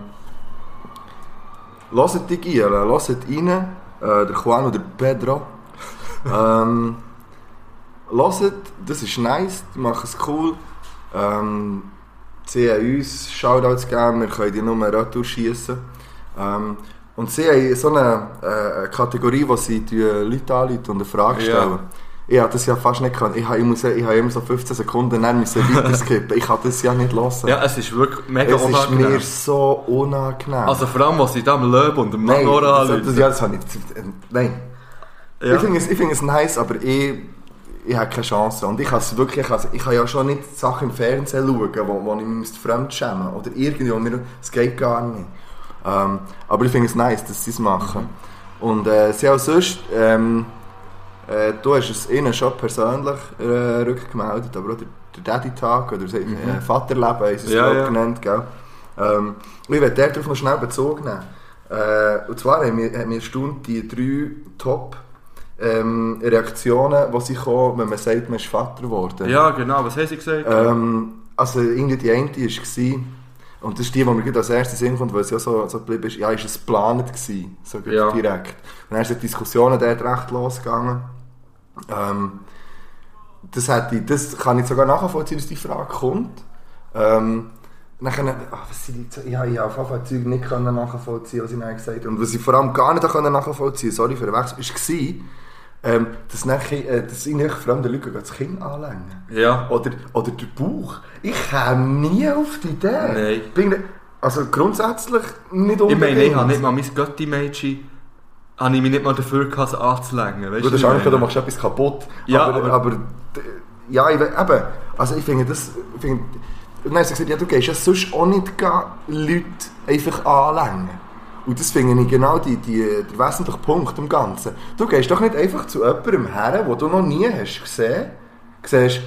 C: hört die rein, hört rein, äh, der Juan oder Pedro. ähm, hört, das ist nice, die machen es cool. Ähm, sie haben uns Shoutouts gegeben, wir können die Nummer retour schiessen. Ähm, und sie haben so eine, äh, eine Kategorie, wo sie die Leute anrufen und eine Frage
B: Ja.
C: stellen. Ich habe das ja fast nicht können. Ich habe, ich muss, ich habe immer so 15 Sekunden dann müssen weiterskippen. Ich kann das ja nicht hören.
B: Ja, es ist wirklich mega
C: es ist mir
B: unangenehm.
C: so unangenehm.
B: Also vor allem, was sie da am Löb und am
C: nein,
B: Manora
C: das, das,
B: anrufen.
C: ja, das habe ich, äh, nein.
B: Ja.
C: Ich finde es, ich find es nice, aber ich, ich habe keine Chance. Und ich kann es wirklich, ich kann es- ich kann ja schon nicht Sachen im Fernsehen schauen, wo, wo ich mich müsste fremdschämen müsste. Oder irgendwie, wo mir, es geht gar nicht. Ähm, aber ich finde es nice, dass sie es machen.
B: Mhm.
C: Und äh, sie auch sonst, ähm, äh, du hast es ihnen schon persönlich äh, rückgemeldet, aber auch der, der Daddy Tag oder sie- äh, Vaterleben ist es
B: Mhm. Ja,
C: ja,
B: ja.
C: genannt, gell? Ähm, und ich werde darauf noch schnell Bezug nehmen. Äh, und zwar haben wir, haben wir stund die drei Top ähm, Reaktionen, die sie kommen, wenn man sagt, man ist Vater geworden.
B: ja, genau. Was haben sie gesagt?
C: Ähm, also irgendwie die eine war, und das ist die, die mir gerade als erstes hinkommt, weil es ja so, so geblieben ist, ja, ist es geplant gewesen, so gerade
B: Ja.
C: direkt. Und dann sind die Diskussionen dort recht losgegangen. Ähm, das, hätte, ich- das kann ich sogar nachvollziehen, dass die Frage kommt. Ähm, dann, ah, was sind die, Ze- ja, ich habe auf jeden Fall Zeug nicht können nachvollziehen, was ich dann gesagt habe. Und was ich vor allem gar nicht konnte nachvollziehen sorry für den Wechsel, ist, war, ähm, dass, nachher, äh, dass ich nachher fremden Leuten das Kind anlängen.
B: Ja.
C: Oder, oder der Bauch. Ich käme nie auf die Idee.
B: Nein.
C: Bin, ich- also grundsätzlich nicht
B: Ich
C: unbedingt.
B: meine, ich habe nicht mal mein Götti-Mädchen, habe ich mich nicht mal dafür gehabt, es anzulängen. Weißt
C: Du, das ist
B: wie ich
C: einfach, du
B: meine?
C: machst etwas kaputt.
B: Ja,
C: aber, aber,
B: aber-
C: d- ja, ich, we- eben. Also ich finde das... ich Finde, und dann hat sie gesagt, ja, du gehst ja sonst auch nicht gar Leute einfach anlängen. Und das finde ich genau die, die, der wesentliche Punkt im Ganzen. Du gehst doch nicht einfach zu jemandem her, den du noch nie hast gesehen hast. Siehst,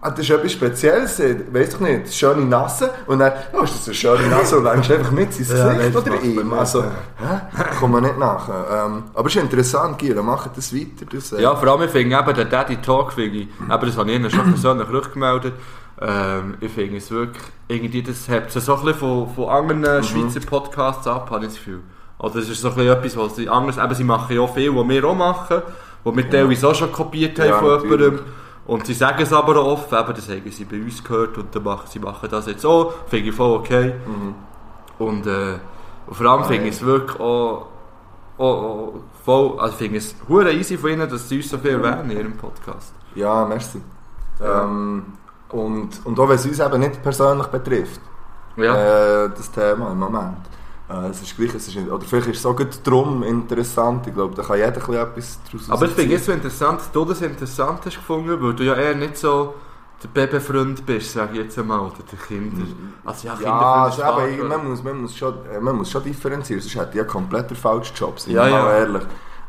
C: ah, das ist etwas Spezielles, weißt doch nicht, schöne Nase. Und dann, oh, ist das eine schöne Nase und längst einfach mit sein
B: Ja,
C: Gesicht
B: nein, das
C: oder
B: macht man
C: ihm.
B: nicht.
C: Also, hä? kommen wir nicht nach. Ähm, aber es ist interessant, Gila, macht das weiter. Das, äh,
B: Ja, vor allem, ich finde eben, der Daddy Talk, finde ich, aber das habe ich ihnen schon persönlich rückgemeldet. Ähm, ich finde es wirklich, irgendwie, das hebt es so ein bisschen von, von anderen
C: Mhm.
B: Schweizer Podcasts ab, habe ich das Gefühl. Also, das ist so ein bisschen etwas, was sie anders, eben, sie machen ja auch viel, was wir auch machen, was wir teilweise auch schon kopiert haben
C: Ja,
B: von
C: natürlich.
B: jemandem. Und sie sagen es aber auch offen, eben, das haben sie bei uns gehört und dann machen, sie machen das jetzt auch, finde ich voll okay. Und, äh, und vor allem finde
C: Äh.
B: ich es wirklich auch, auch, auch voll, also ich finde es hure easy von ihnen, dass sie uns so viel
C: Mhm.
B: erwähnen in ihrem Podcast.
C: Ja, merci. Ähm, und, und auch wenn es uns eben nicht persönlich betrifft,
B: Ja,
C: äh, das Thema im Moment. Äh, es ist gleich, es ist, oder vielleicht ist es auch gerade drum interessant. Ich glaube, da kann jeder ein bisschen etwas draus
B: aber ich
C: rausziehen.
B: finde es so interessant, dass du das interessant hast gefunden, weil du ja eher nicht so der Babyfreund bist, sage ich jetzt einmal, oder der Kinder. Also ja,
C: Mhm. Ja,
B: Kinderfreund
C: also
B: ist
C: eben,
B: Vater.
C: man, muss, man, muss schon, äh, man muss schon differenzieren, sonst hätte ich ja komplett den falschen Job, sind
B: Ja,
C: wir mal
B: ja.
C: ehrlich.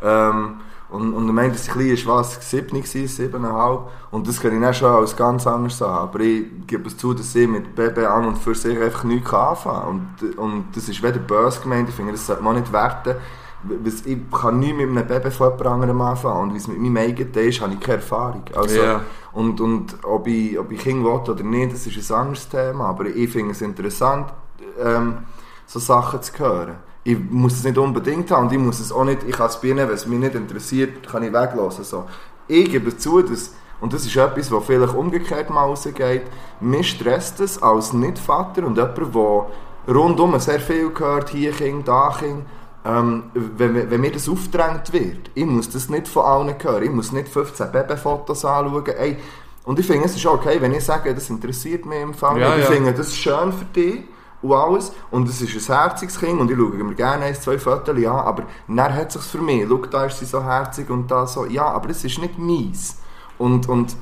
C: Ähm, und, und ich meine, das Kleine ist was, 7 gewesen, 7,5 und das kann ich dann schon als ganz anders sagen, aber ich gebe es zu, dass ich mit Baby an und für sich einfach nichts anfangen kann. und, und das ist weder böse gemeint, ich finde, das sollte man nicht werten, weil ich kann nichts mit einem Baby von jemand anderem anfangen und wie es mit meinem eigenen ist, habe ich keine Erfahrung. Also,
B: Ja.
C: und, und ob ich, ob ich Kinder will oder nicht, das ist ein anderes Thema. Aber ich finde es interessant, ähm, so Sachen zu hören. Ich muss es nicht unbedingt haben und ich muss es auch nicht, ich kann es bienen, wenn es mich nicht interessiert, kann ich weglassen. So. Ich gebe zu, dass, und das ist etwas, was vielleicht umgekehrt mal rausgeht, mich stresst es als Nicht-Vater und jemand, der rundum sehr viel gehört, hier Kind, da Kind, ähm, wenn, wenn mir das aufgedrängt wird, ich muss das nicht von allen hören, ich muss nicht 15 Babyfotos anschauen. Ey, und ich finde, es ist okay, wenn ich sage, das interessiert mich im Fall.
B: Ja,
C: nicht. ich
B: ja.
C: finde, das ist schön für dich und alles. Und es ist ein herziges Kind und ich schaue mir gerne ein, zwei Fotos an, aber dann hat es sich für mich. Schau, da ist sie so herzig und da so. Ja, aber es ist nicht meins. Und, und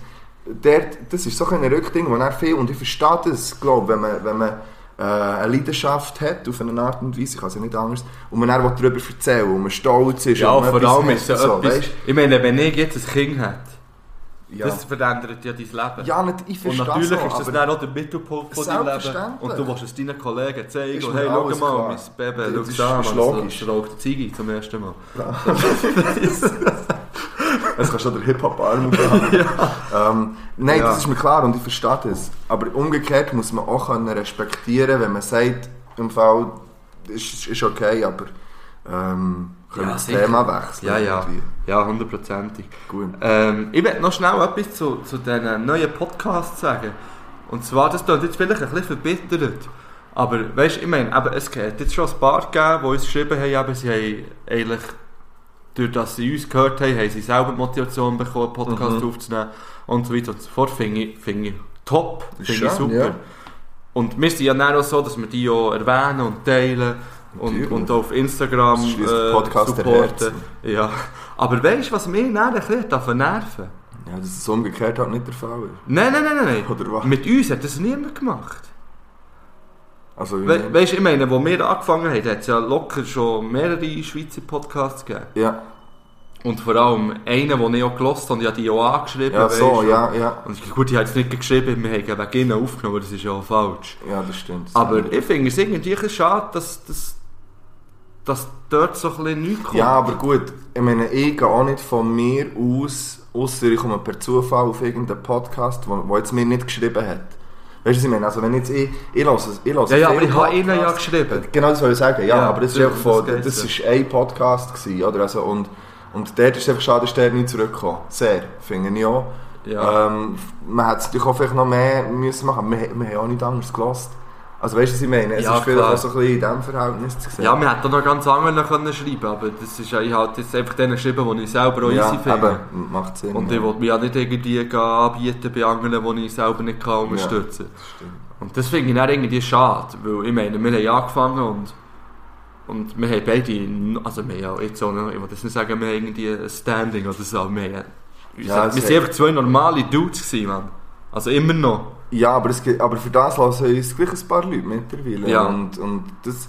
C: der, das ist so ein Rückding, wo er viel, und ich verstehe das, glaube wenn man, wenn man äh, eine Leidenschaft hat, auf eine Art und Weise, ich kann es ja nicht anders, und man dann darüber erzählen will, und man stolz ist.
B: Ja,
C: und man
B: vor
C: etwas
B: allem
C: hat,
B: ist es
C: so,
B: so etwas,
C: weisst
B: ich meine, wenn ich jetzt ein Kind hätte,
C: du? ja.
B: das verändert ja dein Leben.
C: ja, nicht, ich
B: Und
C: verstehe
B: natürlich
C: es
B: ist
C: noch,
B: das
C: aber-
B: dann auch der Mittelpunkt von deinem Leben.
C: Selbstverständlich.
B: Und du musst es deinen Kollegen zeigen.
C: Ist
B: Und
C: mir
B: hey, schau mal,
C: alles klar.
B: mein Baby, schau
C: Das ist-
B: da, Mann,
C: ist
B: das
C: logisch.
B: Das raucht der Ziege zum ersten Mal.
C: Es kannst du auch den Hip-Hop-Arm haben. ähm, nein,
B: Ja.
C: das ist mir klar und ich verstehe das. Aber umgekehrt muss man auch können respektieren, wenn man sagt, im Fall ist, ist okay, aber ähm, können
B: Ja,
C: wir das
B: sicher.
C: Thema wechseln.
B: Ja, ja.
C: irgendwie.
B: Ja, hundertprozentig.
C: Gut.
B: Ähm, ich möchte noch schnell etwas zu, zu diesen neuen Podcasts sagen. Und zwar, das klingt jetzt vielleicht ein bisschen verbittert. Aber weißt du, ich meine, eben, es hat jetzt schon ein paar gegeben, die uns geschrieben haben, eben, sie haben eigentlich, durch das sie uns gehört haben, haben sie selber die Motivation bekommen, Podcasts
C: Mhm.
B: aufzunehmen und so weiter und so fort. Finde ich, finde ich top, finde
C: Ist
B: ich
C: schön,
B: super.
C: ja.
B: Und wir sind ja dann auch so, dass wir die auch erwähnen und teilen und,
C: Natürlich.
B: und auch auf Instagram
C: Das ist
B: äh,
C: schliesslich Podcast der
B: supporten. Ja. Aber weißt du, was mich dann ein bisschen hat nerven?
C: Ja, dass es umgekehrt halt nicht der Fall ist.
B: Nein, nein, nein, nein, nein.
C: Oder was?
B: Mit uns hat das niemand gemacht.
C: Also, wie
B: We
C: man-
B: weißt du, ich meine, wo wir angefangen haben, hat es ja locker schon mehrere Schweizer Podcasts gegeben.
C: ja,
B: Und vor allem einen, den ich auch gelost habe, ich habe die auch angeschrieben.
C: ja
B: weisst
C: so,
B: du.
C: ja, ja.
B: Und ich, gut, ich habe jetzt nicht geschrieben, wir haben wegen ihnen aufgenommen, das ist ja auch falsch.
C: Ja, das stimmt. Das
B: Aber
C: stimmt.
B: ich finde es irgendwie ein bisschen schade, dass, dass, dass dort so ein bisschen nichts kommt.
C: Ja, aber gut, ich meine, ich gehe auch nicht von mir aus, außer ich komme per Zufall auf irgendeinen Podcast, wo, wo jetzt mir nicht geschrieben hat. Weißt du, was ich meine? Also, wenn jetzt ich, ich lasse es, ich lasse
B: ja, ja, aber
C: viele
B: ich habe ihnen
C: Podcasts.
B: ja geschrieben.
C: Genau, das soll ich sagen, ja,
B: Ja,
C: aber das,
B: das-
C: ist einfach von,
B: das geht
C: das
B: so.
C: ist ein Podcast gewesen, oder? Also, und, und dort ist es einfach schade, dass der nicht zurückgekommen Sehr, finde ich auch.
B: Ja.
C: Ähm, man hätte es natürlich auch vielleicht noch mehr müssen machen, aber wir, wir haben auch nicht anders gelost. Also weißt du, was ich meine? Es
B: Ja,
C: ist vielleicht
B: klar.
C: auch so ein bisschen in diesem Verhältnis zu sehen.
B: Ja, man hätte auch noch ganz anderen können schreiben aber das ist ja, ich halt jetzt einfach denen geschrieben, die ich selber auch easy finde.
C: eben, macht Sinn.
B: Und
C: ja.
B: ich will mich ja nicht irgendwie gehen anbieten bei anderen, die ich selber nicht kann unterstützen kann. Und das finde ich dann irgendwie schade, weil ich meine, wir haben ja angefangen und, und wir haben beide, n- also wir haben ja jetzt auch noch, ich will das nicht sagen, wir haben irgendwie ein Standing oder so, wir, haben,
C: Ja,
B: wir
C: es
B: sind
C: hat-
B: einfach zwei normale Dudes gewesen, Mann. Also immer noch.
C: Ja, aber, es, gibt- aber für das lassen uns gleich ein paar Leute mittlerweile.
B: Ja.
C: Und, und das,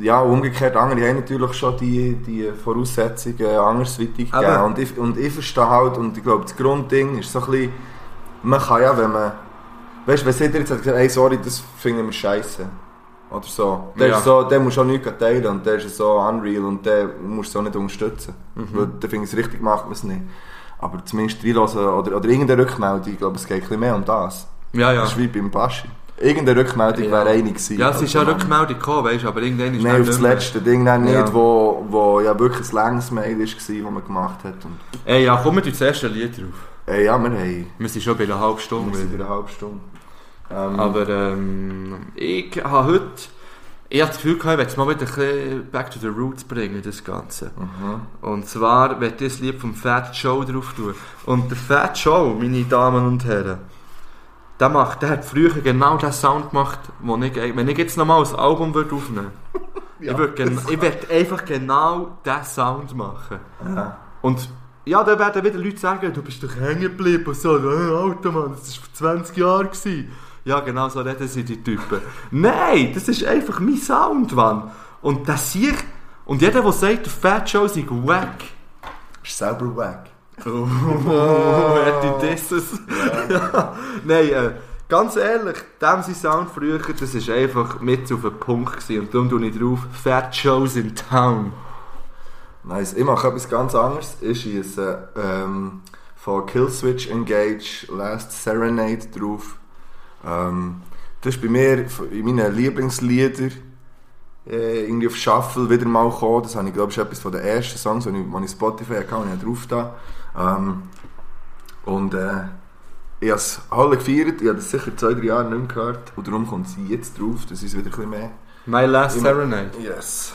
C: ja, umgekehrt, andere haben natürlich schon die, die Voraussetzungen andersweitig
B: Aber-
C: gegeben. Und ich, und ich verstehe halt, und ich glaube, das Grundding ist so ein bisschen, man kann ja, wenn man, weißt du, wenn jeder jetzt hat gesagt, hey, sorry, das finden wir scheiße. Oder so. Der,
B: Ja.
C: ist so, der muss auch nichts teilen und der ist so unreal und der musst du auch nicht unterstützen.
B: Mhm.
C: Weil der finde ich es richtig, macht man es nicht. Aber zumindest reinlassen oder, oder irgendeine Rückmeldung, ich glaube, es geht ein bisschen mehr um das.
B: Ja, ja.
C: Das ist wie beim Baschi. Irgendeine Rückmeldung
B: Ja.
C: wäre eine gewesen.
B: Ja, es ist ja
C: Also,
B: Rückmeldung gekommen, weißt du, aber irgendwann ist
C: Nein,
B: dann
C: auf das
B: nicht mehr-
C: letzte Ding dann nicht,
B: Ja.
C: wo, wo ja wirklich ein langes Mail war, das man gemacht hat. Und,
B: Ey, ja, komm mit uns das erste Lied drauf.
C: ey, ja, wir haben
B: Wir sind schon bei einer halben Stunde.
C: wir
B: wieder.
C: sind wieder eine halbe Stunde. Ähm,
B: Aber ähm, ich habe heute ich hab das Gefühl gehabt, ich will es mal wieder ein bisschen back to the roots bringen, das Ganze.
C: mhm.
B: Und zwar wird das Lied vom Fat Joe drauf tun. Und der Fat Joe, meine Damen und Herren, der, macht, der hat früher genau den Sound gemacht, wo ich, wenn ich jetzt nochmal ein Album würde aufnehmen würde. ich würde gen- ich würde einfach genau diesen Sound machen.
C: ja.
B: Und ja, dann werden wieder Leute sagen, du bist doch hängen geblieben. Und so, äh, Alter Mann, das war vor 20 Jahren. Gewesen. Ja, genau so reden sind die Typen. Nein, das ist einfach mein Sound, Mann. Und das sehe ich. Und jeder, der sagt, der Fat Show sei wack.
C: Ist selber weg.
B: Oh, hätte ich dieses. Nein, äh, ganz ehrlich, dem sein Sound früher, das war einfach mit auf den Punkt. Gewesen. Und darum tue ich drauf, Fat Shows in Town.
C: Nice. Ich mache etwas ganz anderes. Ich schiesse ähm, von Killswitch Engage Last Serenade drauf. Ähm, das ist bei mir f- in meinen Lieblingslieder äh, irgendwie auf Shuffle wieder mal gekommen. Das habe ich, glaube ich, ist etwas von den ersten Songs, die ich, die ich Spotify hatte, und ich habe drauf da. Ähm, und äh, ich habe es alle gefeiert. Ich habe das sicher zwei, drei Jahre nicht mehr gehört. Und darum kommt sie jetzt drauf. Das ist wieder ein bisschen mehr.
B: My Last
C: Immer-
B: Serenade.
C: Yes.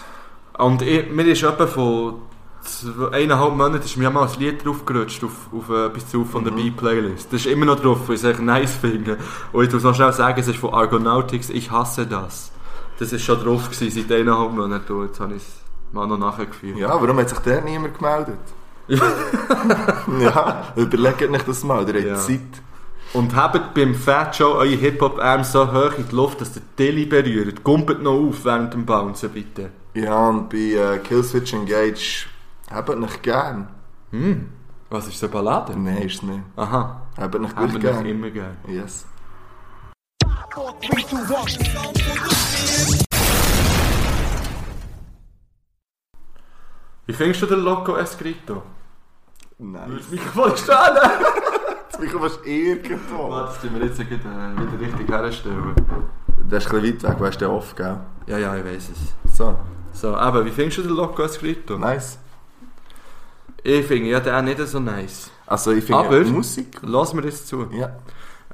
B: Und ich, mir ist etwa von zwei- eineinhalb Monaten ist mir mal ein Lied draufgerutscht auf, auf äh, etwas drauf von der
C: Mhm.
B: B-Playlist. Das ist immer noch drauf, weil ich es echt nice finde. Und ich muss noch schnell sagen, es ist von Argonautics, ich hasse das. Das ist schon drauf gewesen seit eineinhalb Monaten und jetzt habe ich es mal noch nachgefühlt.
C: Ja, warum hat sich der niemand gemeldet? ja, überlegt euch das mal, ihr habt
B: Ja.
C: Zeit.
B: Und habt beim Fat Show eure Hip-Hop-Arme so hoch in die Luft, dass der Tilly berührt. Gumpet noch auf während dem Bouncen, bitte.
C: Ja, und bei äh, Killswitch Engage habt euch gern.
B: Hm, was ist so eine Ballade?
C: Nein, ist nicht.
B: Aha,
C: Habt euch
B: haben wir
C: wirklich
B: noch
C: gern.
B: immer gern.
C: Yes.
B: Wie findest du den Loco Escrito?
C: Nein,
B: Das Mikrofon ist da, ne?
C: jetzt mich was irgendwo.
B: Warte, das wir jetzt gleich, äh, wieder richtig herstellen.
C: Das ist ein bisschen weit weg, weißt du, off, gell?
B: Ja, ja, ich weiß es.
C: So,
B: So, aber wie findest du den Loco Escrito?
C: nice.
B: Ich finde ja den nicht so nice.
C: Also, ich finde
B: Aber-
C: Musik.
B: Lass mir jetzt zu.
C: Ja.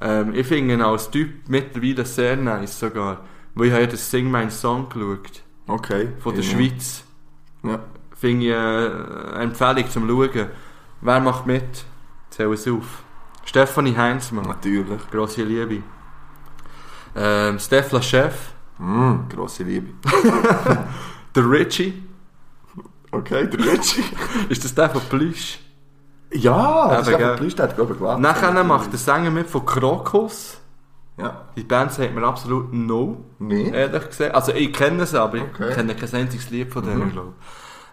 B: Ähm, ich finde ihn als Typ mittlerweile sehr nice sogar. Weil ich habe ja das Sing Mein Song geschaut.
C: Okay.
B: Von der
C: Ja.
B: Schweiz.
C: Ja.
B: Finde ich äh, eine Empfehlung zum Schauen. Wer macht mit? Zähl es auf. Stefanie Heinzmann.
C: Natürlich.
B: Grosse Liebe. Ähm, Steph Lachef.
C: Mm, grosse Liebe.
B: Der Richie.
C: Okay, der Richie.
B: Ist das der von Plüsch?
C: ja, das ist
B: Eben,
C: einfach
B: gell?
C: Plüsch, der hat, glaube ich, gelacht.
B: Nachher macht der Sänger mit von Krokus.
C: Ja.
B: Die Band sagt mir absolut no,
C: Nee.
B: ehrlich gesagt. Also ich kenne sie, aber ich
C: Okay. Mhm.
B: kenne kein einziges Lied von denen, glaube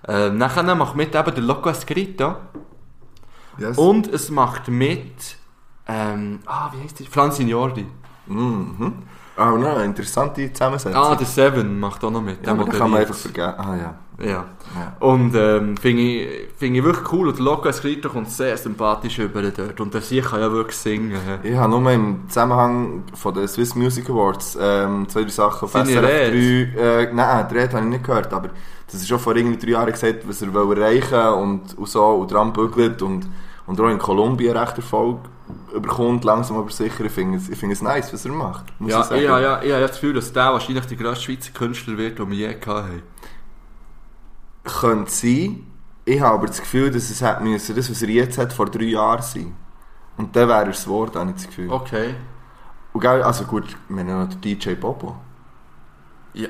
B: ich. Ähm, nachher macht mit eben der Loco Escrito.
C: Yes.
B: Und es macht mit... Ähm, ah, wie heisst die? Franzin Jordi.
C: Mhm. Ah, ne, interessante Zusammensetzung.
B: Ah, der Seven macht auch noch mit.
C: ja, aber
B: der
C: das kann man einfach
B: moderiert.
C: vergessen. Ah, ja.
B: Ja.
C: ja.
B: Und ähm, finde ich, find ich wirklich cool. Und der Loco Escrito kommt sehr sympathisch über dort. Und der Sieg kann ja wirklich singen. hä?
C: Ich habe nur im Zusammenhang von den Swiss Music Awards ähm, zwei, drei Sachen auf
B: Seine
C: SRF 3...
B: Rede?
C: Äh, nein, die Rede habe ich nicht gehört, aber das ist schon vor irgendwie drei Jahren gesagt, was er will erreichen und, und so, und dran bügelt und, und auch in Kolumbien recht Erfolg überkommt, langsam aber sicher. Ich finde es, ich finde es nice, was er macht. muss
B: Ja,
C: ich sagen.
B: ja, ja, ich habe das Gefühl, dass der wahrscheinlich der grösste Schweizer Künstler wird, den wir je gehabt haben.
C: Könnte sein. Ich habe aber das Gefühl, dass es hat müssen, das, was er jetzt hat, vor drei Jahren sein. Und dann wäre er es geworden, habe ich das Gefühl.
B: Okay.
C: Und gell, also gut, wir haben ja noch den DJ Bobo.
B: Ja.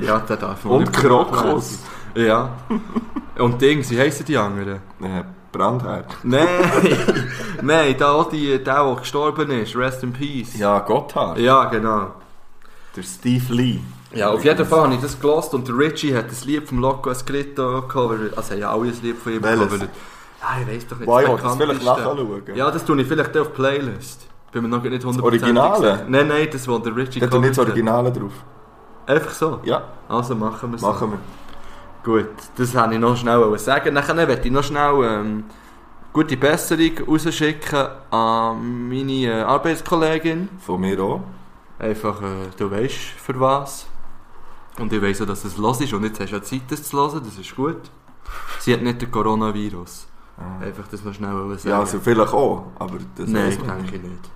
B: ja, der darf man
C: Und
B: nicht
C: Krokos.
B: Ja. Und Dings, wie heissen die anderen?
C: Äh, Brandherd.
B: Nein, nein, der, auch die, der, der gestorben ist, Rest in Peace.
C: Ja, Gotthard.
B: ja genau.
C: Der Steve Lee.
B: Ja, auf jeden Fall habe ich das gelost und der Richie hat das Lied vom Loco Escrito gecovert. Also, ja, alles Lied von ihm
C: Welches?
B: gecovert. Ja, ich weiß doch nicht.
C: Wow, ich
B: das
C: wollte das vielleicht
B: bekannteste.
C: nachschauen.
B: Ja, das tue ich vielleicht auf die Playlist. Bin mir noch nicht 100%
C: Originale?
B: sicher. Nein, nein, das, was der Richie
C: Da tun jetzt
B: gecovert hat.
C: Originale drauf.
B: Einfach so.
C: Ja,
B: Also machen wir es.
C: machen wir.
B: Gut, das wollte ich noch schnell wollen sagen. Nachher möchte ich noch schnell ähm, gute Besserung rausschicken an meine äh, Arbeitskollegin.
C: Von mir auch.
B: Einfach, äh, du weißt für was. Und ich weiss auch, dass es los ist. Und jetzt hast du ja Zeit, das zu hören. Das ist gut. Sie hat nicht den Coronavirus.
C: Ah.
B: Einfach das noch schnell wollen sagen.
C: Ja, also vielleicht auch, aber das
B: Nein,
C: weiss
B: ich
C: man nicht.
B: denke ich nicht.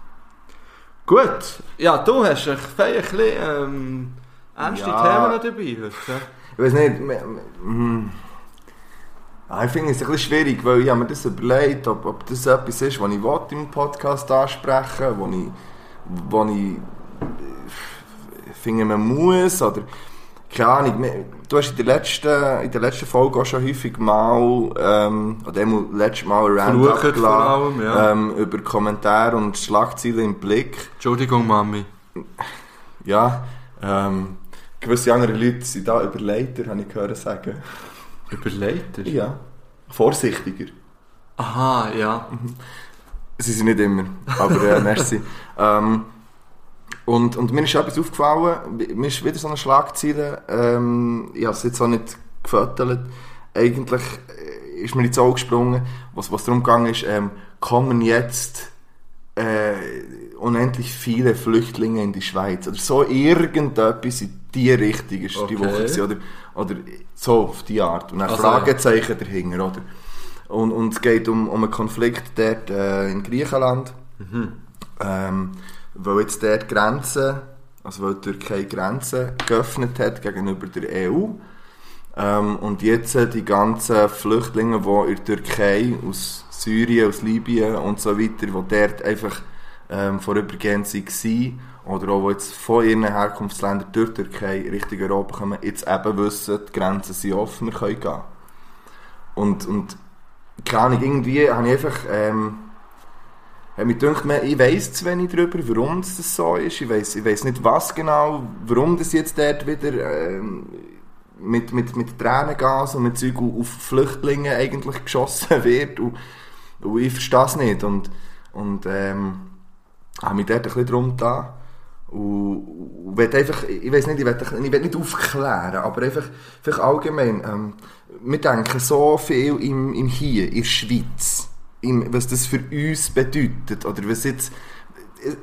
B: Gut. Ja, du hast ein bisschen ähm, ernste
C: Ja.
B: Themen noch dabei heute.
C: Ich weiß nicht, m- m- mm. Ah, ich finde es ein bisschen schwierig, weil ich habe mir das überlegt, ob, ob das etwas ist, was ich will, im Podcast ansprechen wo ich, wo ich äh, finde, man muss, oder keine Ahnung. mir- Du hast in der letzten, in der letzten Folge auch schon häufig mal, ähm, oder einmal letztes Mal einen Rant
B: Verrucht vor
C: abgelassen,
B: allem, ja.
C: ähm, über Kommentare und Schlagzeilen im Blick.
B: Entschuldigung, Mami.
C: Ja, ähm, gewisse andere Leute sind da Überleiter, habe ich gehört sagen.
B: Überleiter?
C: Ja. Vorsichtiger.
B: Aha, ja.
C: Sie sind nicht immer, aber äh, merci. Ähm, und, und mir ist etwas aufgefallen, mir ist wieder so eine Schlagzeile, ähm, ich habe es jetzt auch nicht gefüttert, eigentlich äh, ist mir ins Auge gesprungen, was, was darum gegangen ist, ähm, kommen jetzt äh, unendlich viele Flüchtlinge in die Schweiz oder so irgendetwas in die Richtung ist
B: Okay.
C: die Woche gewesen, oder, oder so auf die Art. Und dann
B: Also,
C: Fragezeichen dahinter, oder? Und, und es geht um, um einen Konflikt dort äh, in Griechenland, ähm, weil jetzt dort Grenzen, also weil die Türkei Grenzen geöffnet hat gegenüber der EU. Ähm, und jetzt äh, die ganzen Flüchtlinge, die in der Türkei, aus Syrien, aus Libyen und so weiter, die dort einfach ähm, vorübergehend waren, oder auch die jetzt von ihren Herkunftsländern durch die Türkei Richtung Europa kommen, jetzt eben wissen, die Grenzen sind offen, wir können gehen. Und, und keine Ahnung, irgendwie habe ich einfach... Ähm, hat mich gedacht, man, ich weiss zu wenig darüber, warum es das so ist. Ich weiss, ich weiss nicht, was genau, warum das jetzt dort wieder... Ähm, mit, mit, mit Tränengas und mit Zeug auf auf Flüchtlinge eigentlich geschossen wird. Und, und ich verstehe es nicht. Und, und ähm, habe mich dort ein bisschen drum getan. Und, und will einfach, ich weiß nicht, ich will, ich will nicht aufklären, aber einfach vielleicht allgemein. Ähm, wir denken so viel im, im Hier, in der Schweiz, im, was das für uns bedeutet. Oder was jetzt,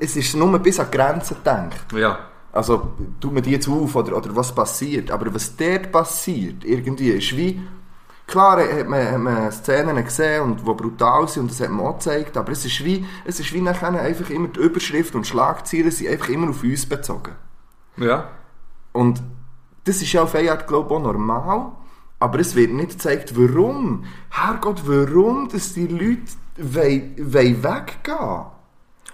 C: es ist nur bis an die Grenzen gedacht.
B: Ja.
C: Also, tut man die jetzt auf oder, oder was passiert? Aber was dort passiert, irgendwie, ist wie... Klar hat man, hat man Szenen gesehen, und die brutal sind und das hat man auch gezeigt, aber es ist wie, es ist wie nachher einfach immer die Überschrift und Schlagzeilen sind einfach immer auf uns bezogen.
B: Ja.
C: Und das ist ja auf eine Art, glaube ich, auch normal. Aber es wird nicht gezeigt, warum. Herrgott, warum, dass die Leute wollen, wollen weggehen?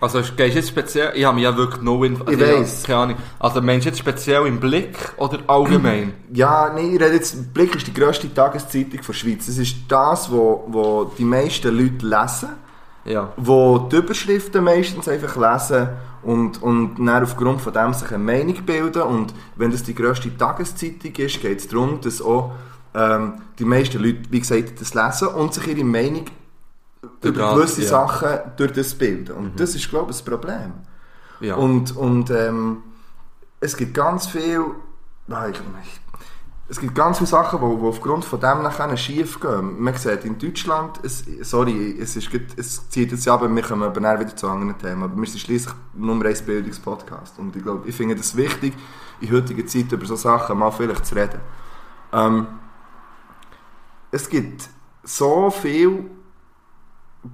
B: Also gehst du jetzt speziell, ich habe mich ja wirklich no in, also
C: Ich
B: habe
C: weiss.
B: keine Ahnung. Also meinst du jetzt speziell im Blick oder allgemein?
C: Ja, nee, ich rede jetzt, Blick ist die grösste Tageszeitung der Schweiz. Es ist das, wo, wo die meisten Leute lesen,
B: ja.
C: wo die Überschriften meistens einfach lesen und, und dann aufgrund von dem sich eine Meinung bilden. Und wenn das die grösste Tageszeitung ist, geht es darum, dass auch ähm, die meisten Leute, wie gesagt, das lesen und sich ihre Meinung über
B: Überall,
C: gewisse
B: ja.
C: Sachen durch das bilden. Und das ist, glaube ich, ein Problem.
B: Ja.
C: Und, und ähm, es gibt ganz viel, nein, ich, ich- es gibt ganz viele Sachen, die aufgrund von dem nachher schief gehen. Man sieht in Deutschland, es, sorry, es, ist, gut- es zieht jetzt ab, aber wir kommen aber nachher wieder zu anderen Themen. Aber wir sind schließlich Nummer 1 Bildungspodcast. Und ich glaube, ich finde es wichtig, in heutiger Zeit über so Sachen mal vielleicht zu reden. Ähm, es gibt so viel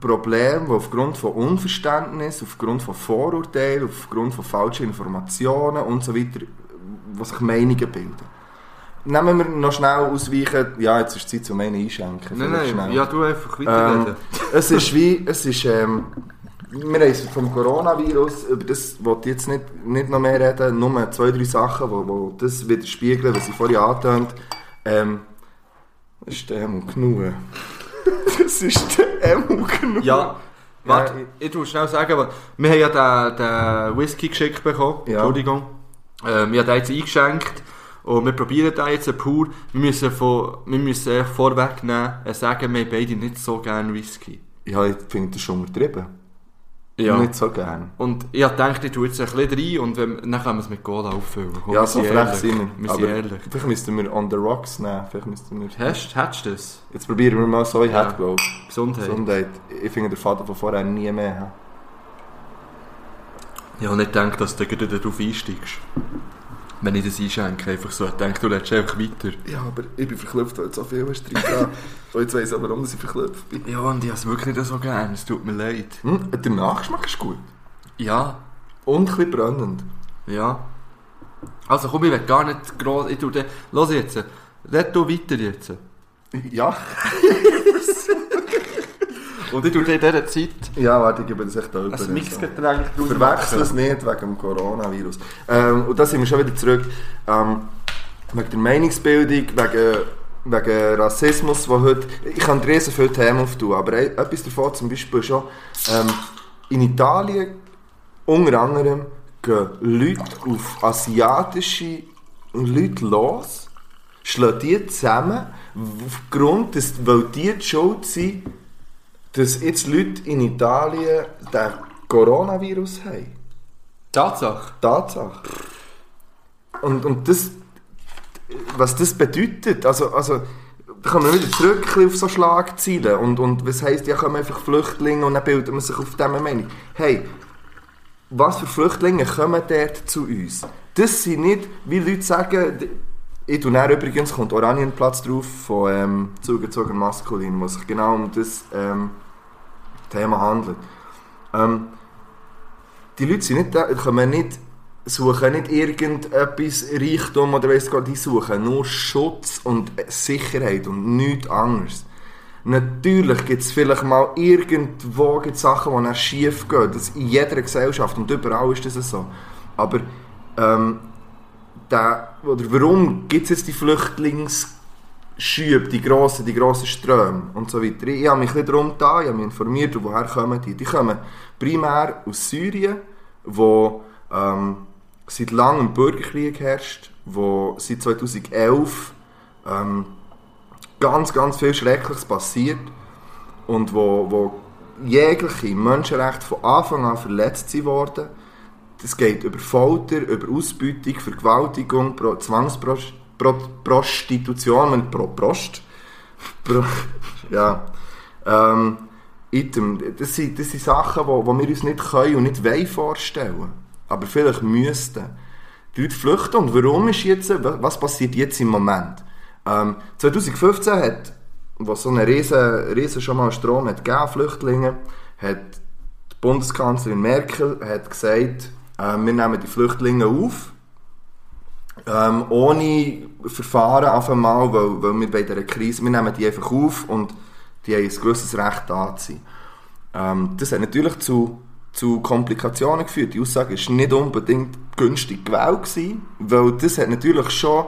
C: Probleme, die aufgrund von Unverständnis, aufgrund von Vorurteilen, aufgrund von falschen Informationen und so weiter, die sich Meinungen bilden. Nehmen wir noch schnell ausweichen. Ja, jetzt ist die Zeit zum einen einschenken.
B: Nein,
C: Vielleicht
B: nein,
C: schnell.
B: ja, du einfach
C: Ähm,
B: weiterreden.
C: es ist wie, es ist, ähm, wir haben es vom Coronavirus, über das wollte ich jetzt nicht, nicht noch mehr reden, nur zwei, drei Sachen, die wo, wo das widerspiegeln, was ich vorhin angetönt ähm, Das ist der Emu genug. Das ist der Emu genug.
B: Ja, warte,
C: Ja,
B: ich, ich muss schnell sagen, weil wir haben ja den, den Whisky geschickt bekommen,
C: Ja.
B: Entschuldigung. Ähm, wir haben den jetzt eingeschenkt und wir probieren den jetzt äh, pur. Wir müssen, von, wir müssen echt vorwegnehmen, äh, sagen, wir haben beide nicht so gerne Whisky.
C: Ja, ich finde das schon übertrieben. Nicht so gern.
B: Und ich hab gedacht, ich tue jetzt ein bisschen rein und wenn, dann können wir es mit Cola auffüllen. Komm,
C: Ja,
B: wir
C: so
B: sind
C: frech
B: ehrlich.
C: sind wir.
B: Wir sind
C: Aber
B: ehrlich.
C: Vielleicht müssten wir on the rocks nehmen. Vielleicht müssten wir...
B: Hast, hättest du das?
C: Jetzt probieren wir mal so, ich
B: Ja.
C: hätte, glaube ich.
B: Gesundheit.
C: Gesundheit. Ich finde den Vater von vorher nie mehr. haben.
B: Ich habe nicht gedacht, dass du gerade darauf einsteigst. Wenn ich das einschenke, einfach so. Ich denke, du lädst einfach weiter.
C: Ja, aber ich bin verklüpft, weil so viel hast drin Und jetzt weiss ich aber, warum ich verklüpft bin.
B: Ja, und ich habe es wirklich nicht so gern. Es tut mir leid.
C: Hm, der Nachgeschmack ist gut.
B: Ja,
C: Und ein bisschen brennend.
B: ja. Also komm, ich will gar nicht gross... Ich tue den... Los jetzt. Red du weiter jetzt.
C: Ja.
B: Und ich tue dir in dieser Zeit
C: Ja, warte, ich gebe das echt auch
B: ein Mixgetränk draus
C: Verwechsel es
B: machen.
C: nicht wegen dem Coronavirus. Ähm, und da sind wir schon wieder zurück. Ähm, wegen der Meinungsbildung, wegen, wegen Rassismus, wo heute... Ich kann riesen viele Themen auftun, aber e- etwas davon zum Beispiel schon... Ähm, in Italien unter anderem gehen Leute auf asiatische Leute los, schlagen die zusammen, aufgrund, dass, weil die die schuld sind, dass jetzt Leute in Italien den Coronavirus haben.
B: Tatsache.
C: Tatsache. Und, und das, was das bedeutet, also, also da kommen wir wieder zurück ein bisschen auf so Schlagzeilen und, und was heisst, ja kommen einfach Flüchtlinge und dann bildet man sich auf diese Meinung. Hey, was für Flüchtlinge kommen dort zu uns? Das sind nicht, wie Leute sagen, d- ich tue dann übrigens, kommt Oranienplatz drauf von ähm, zugezogen maskulin, was sich genau um das ähm, Thema handelt. Ähm, die Leute sind nicht da, die kommen nicht, suchen nicht irgendetwas Reichtum oder weiss Gott, die suchen nur Schutz und Sicherheit und nichts anderes. Natürlich gibt es vielleicht mal irgendwo gibt's Sachen, die dann schief gehen. Das in jeder Gesellschaft und überall ist das so. Aber ähm, der, oder warum gibt es jetzt die Flüchtlingsschübe, die grossen, die grossen Ströme und so weiter? Ich, ich habe mich ein bisschen darum getan, ich habe mich informiert, woher kommen die. Die kommen primär aus Syrien, wo ähm, seit langem Bürgerkrieg herrscht, wo seit 2011 ähm, ganz, ganz viel Schreckliches passiert und wo, wo jegliche Menschenrechte von Anfang an verletzt sind worden. Es geht über Folter, über Ausbeutung, Vergewaltigung, Pro Zwangsprostitution, Pro Prostitution, wenn- Pro Prost. Pro ja. Ähm, item. Das, sind, das sind Sachen, die wo, wo wir uns nicht können und nicht wollen vorstellen. Aber vielleicht müssten. Die Leute flüchten. Und warum ist jetzt, was passiert jetzt im Moment? Ähm, 2015 hat, was so eine riesen, riesen schon mal Strom hat gegeben, Flüchtlinge, hat die Bundeskanzlerin Merkel hat gesagt, äh, wir nehmen die Flüchtlinge auf, ähm, ohne Verfahren auf einmal, weil, weil wir bei dieser Krise, wir nehmen die einfach auf und die haben ein gewisses Recht da zu sein. Ähm, das hat natürlich zu, zu Komplikationen geführt. Die Aussage war nicht unbedingt günstig gewählt, gewesen, weil das hat natürlich schon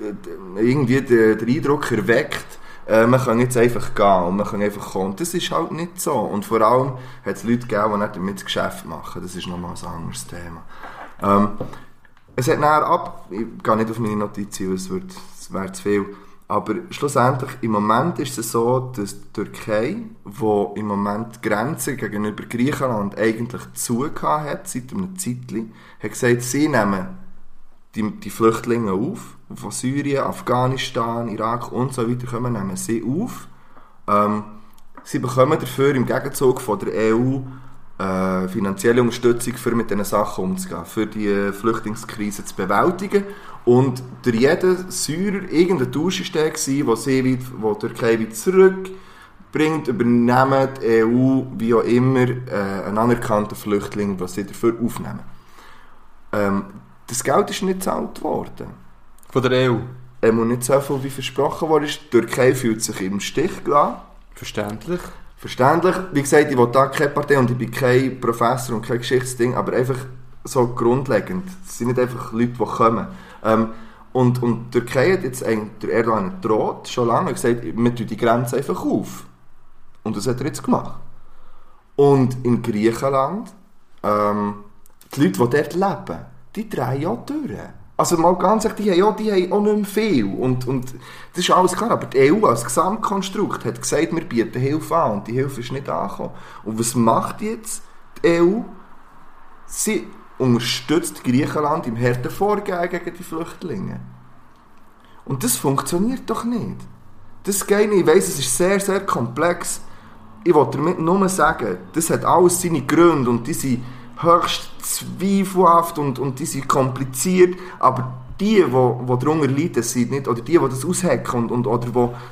C: d- d- irgendwie den, den Eindruck erweckt, äh, man kann jetzt einfach gehen und man kann einfach kommen. Das ist halt nicht so. Und vor allem hat es Leute gegeben, die nicht damit das Geschäft machen. Das ist nochmal ein anderes Thema. Ähm, es hat nachher ab, ich gehe nicht auf meine Notizen, weil es, wird, es wäre zu viel. Aber schlussendlich, im Moment ist es so, dass die Türkei, wo im Moment die Grenze gegenüber Griechenland eigentlich zugehört hat, seit einem Zeitchen, hat gesagt, sie nehmen die, die Flüchtlinge auf, die von Syrien, Afghanistan, Irak und so weiter kommen, nehmen sie auf. Ähm, sie bekommen dafür im Gegenzug von der EU äh, finanzielle Unterstützung, für mit diesen Sachen umzugehen, für die äh, Flüchtlingskrise zu bewältigen. Und durch jeden Syrer irgendein Tausch war der, gewesen, wo, sie weit, wo die Türkei wieder zurück bringt, übernehmen die EU, wie auch immer, äh, einen anerkannten Flüchtling, was sie dafür aufnehmen. Ähm, das Geld ist nicht gezahlt worden.
B: Von der E EU.
C: Er muss nicht so viel wie versprochen worden ist. Die Türkei fühlt sich im Stich gelassen.
B: Verständlich.
C: Verständlich. Wie gesagt, ich will da keine Partei und ich bin kein Professor und kein Geschichtsding, aber einfach so grundlegend. Es sind nicht einfach Leute, die kommen. Ähm, und, und die Türkei hat jetzt eigentlich, der Erdogan hat droht schon lange gesagt, wir tun die Grenze einfach auf. Und das hat er jetzt gemacht. Und in Griechenland, ähm, die Leute, die dort leben, die drehen ja durch. Also mal ganz ehrlich, die haben, ja, die haben auch nicht mehr viel. Und, und das ist alles klar. Aber die EU als Gesamtkonstrukt hat gesagt, wir bieten Hilfe an. Und die Hilfe ist nicht angekommen. Und was macht jetzt die EU? Sie unterstützt Griechenland im harten Vorgehen gegen die Flüchtlinge. Und das funktioniert doch nicht. Das geht nicht. Ich weiss, es ist sehr, sehr komplex. Ich wollte damit nur sagen, das hat alles seine Gründe und die sind höchst zweifelhaft und, und die sind kompliziert, aber die, die, die darunter leiden, sind nicht, oder die, die das aushacken und, und, oder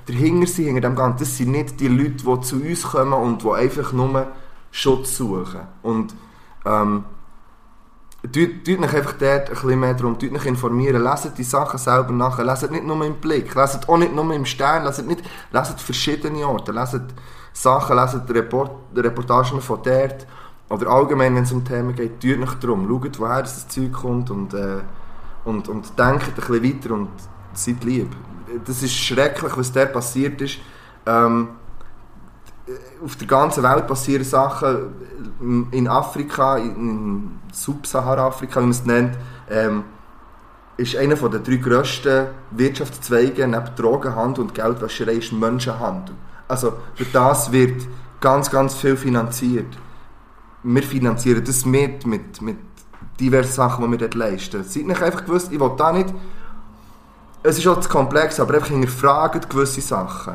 C: die dahinter sind, hinter dem Ganzen, das sind nicht die Leute, die zu uns kommen und die einfach nur Schutz suchen. Und, ähm, Tut, tut euch einfach dort ein bisschen mehr darum, tut euch informieren, leset die Sachen selber nachher, leset nicht nur im Blick, leset auch nicht nur im Stern, leset, nicht, leset verschiedene Orte, leset Sachen, leset Report, Reportagen von dort oder allgemein, wenn es um Themen geht, tut euch darum, schaut, woher das Zeug kommt und, äh, und, und denkt ein bisschen weiter und seid lieb. Das ist schrecklich, was dort passiert ist. Ähm, auf der ganzen Welt passieren Sachen ähm, in Afrika, in Sub-Sahara-Afrika, wie man es nennt, ähm, ist einer von den drei grössten Wirtschaftszweige neben Drogenhandel und Geldwäscherei ist Menschenhandel. Also durch das wird ganz, ganz viel finanziert. Wir finanzieren das mit, mit, mit diversen Sachen, die wir dort leisten. Seid nicht einfach gewusst, ich will da nicht... Es ist auch zu komplex, aber einfach hinterfragt gewisse Sachen.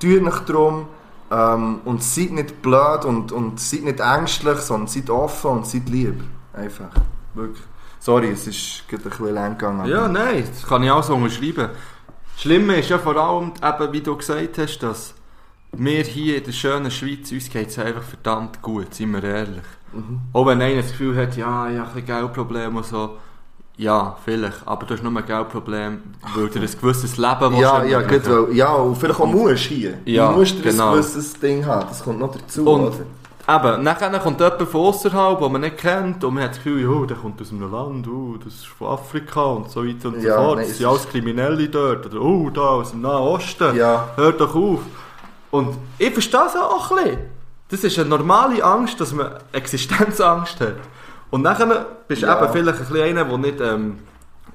C: Tut nicht darum, ähm, und seid nicht blöd und, und seid nicht ängstlich, sondern seid offen und seid lieb. Einfach. Wirklich. Sorry, es ist gerade ein bisschen lang gegangen. aber-
B: Ja, nein, das kann ich auch so unterschreiben. Schlimmer ist ja vor allem, eben, wie du gesagt hast, dass wir hier in der schönen Schweiz, uns geht es einfach verdammt gut, sind wir ehrlich.
C: Mhm.
B: Auch wenn einer das Gefühl hat, ja, ich habe ein bisschen Geldprobleme und so. Ja, vielleicht, aber du hast nur ein Geldproblem, weil du ein gewisses Leben
C: Ja,
B: willst
C: ja,
B: ermöglichen.
C: gut, weil, ja, und vielleicht auch musst hier.
B: Ja,
C: du musst dir
B: genau.
C: ein gewisses Ding haben, das kommt noch dazu.
B: Und-
C: oder?
B: Eben, nachher kommt jemand von außerhalb, den man nicht kennt, und man hat das Gefühl, oh, der kommt aus einem Land, oh, das ist von Afrika und so weiter und
C: Ja,
B: so fort.
C: nein,
B: das
C: es
B: sind alles Kriminelle dort, oder oh, da aus dem Nahen Osten,
C: Ja.
B: hör doch auf. Und ich verstehe es auch ein bisschen. Das ist eine normale Angst, dass man Existenzangst hat. Und nachher bist du
C: Ja.
B: eben vielleicht ein bisschen einer, der nicht... Ähm,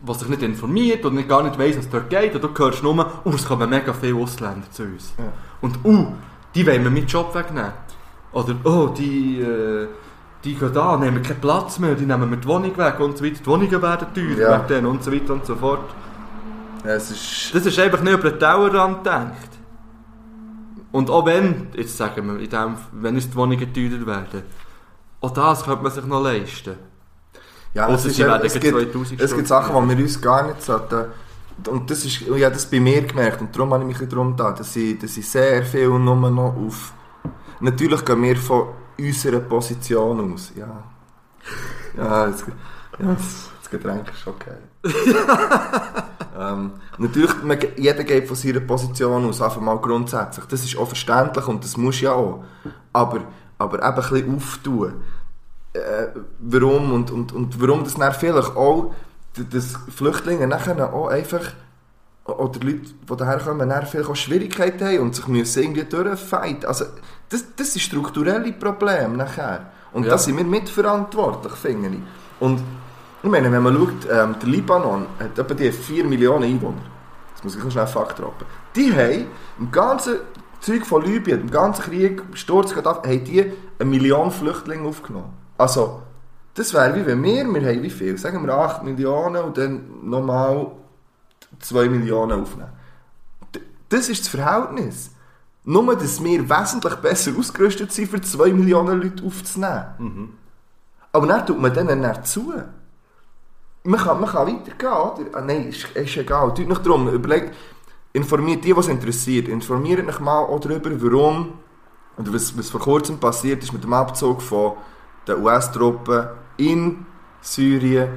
B: was sich nicht informiert und nicht, gar nicht weiss, was dort geht. Und du hörst nur, oh, es kommen mega viele Ausländer zu uns.
C: Ja.
B: Und uh, die wollen mir meinen Job wegnehmen. Oder oh, die, äh, die gehen da, nehmen keinen Platz mehr, die nehmen mir die Wohnung weg und so weiter. Die Wohnungen werden teurer
C: Ja.
B: mit denen und so weiter und so fort.
C: Ja, es ist...
B: Das ist einfach nicht über den Tellerrand gedacht. Und auch wenn, jetzt sagen wir, in dem, wenn uns die Wohnungen teurer werden, auch das könnte man sich noch leisten.
C: Ja, es
B: Ausser
C: ist
B: sie werden
C: eben- es
B: gegen
C: gibt,
B: 2000
C: es gibt Sachen, die wir uns gar nicht sollten... Und das ist... Ich habe das bei mir gemerkt und darum habe ich mich ein bisschen darum getan, dass ich, dass ich sehr viel nur noch auf... Natürlich gehen wir von unserer Position aus, ja. Ja, das, ja, das, das Getränk ist okay. Ähm, natürlich, man, ge- jeder geht von seiner Position aus, einfach mal grundsätzlich. Das ist auch verständlich und das muss ja auch. Aber, aber eben ein bisschen auftun. Äh, warum und, und, und warum das dann vielleicht auch, d- dass Flüchtlinge nachher auch einfach, oder Leute, die daherkommen, dann vielleicht auch Schwierigkeiten haben und sich müssen irgendwie durchfighten. Also, das, das sind strukturelle Probleme nachher. Und
B: Ja.
C: das sind wir mitverantwortlich, finde ich. Und ich meine, wenn man schaut, ähm, der Libanon hat etwa die 4 Millionen Einwohner. Das muss ich noch schnell Fakt droppen. Die haben im ganzen Zeug von Libyen, im ganzen Krieg, Sturz Gaddafi, haben die eine Million Flüchtlinge aufgenommen. Also, das wäre wie wenn wir, wir haben wie viel? Sagen wir 8 Millionen und dann nochmal 2 Millionen aufnehmen. D- Das ist das Verhältnis. Nur, dass wir wesentlich besser ausgerüstet sind, für 2 Millionen Leute aufzunehmen. Aber dann tut man denen dann zu. Man kann, man kann weitergehen, oder? Ah, nein, ist, ist egal. Tut nicht drum. Überlegt, informiert die, was interessiert. Informiert euch mal auch darüber, warum Und was, was vor kurzem passiert ist mit dem Abzug von den US-Truppen in Syrien,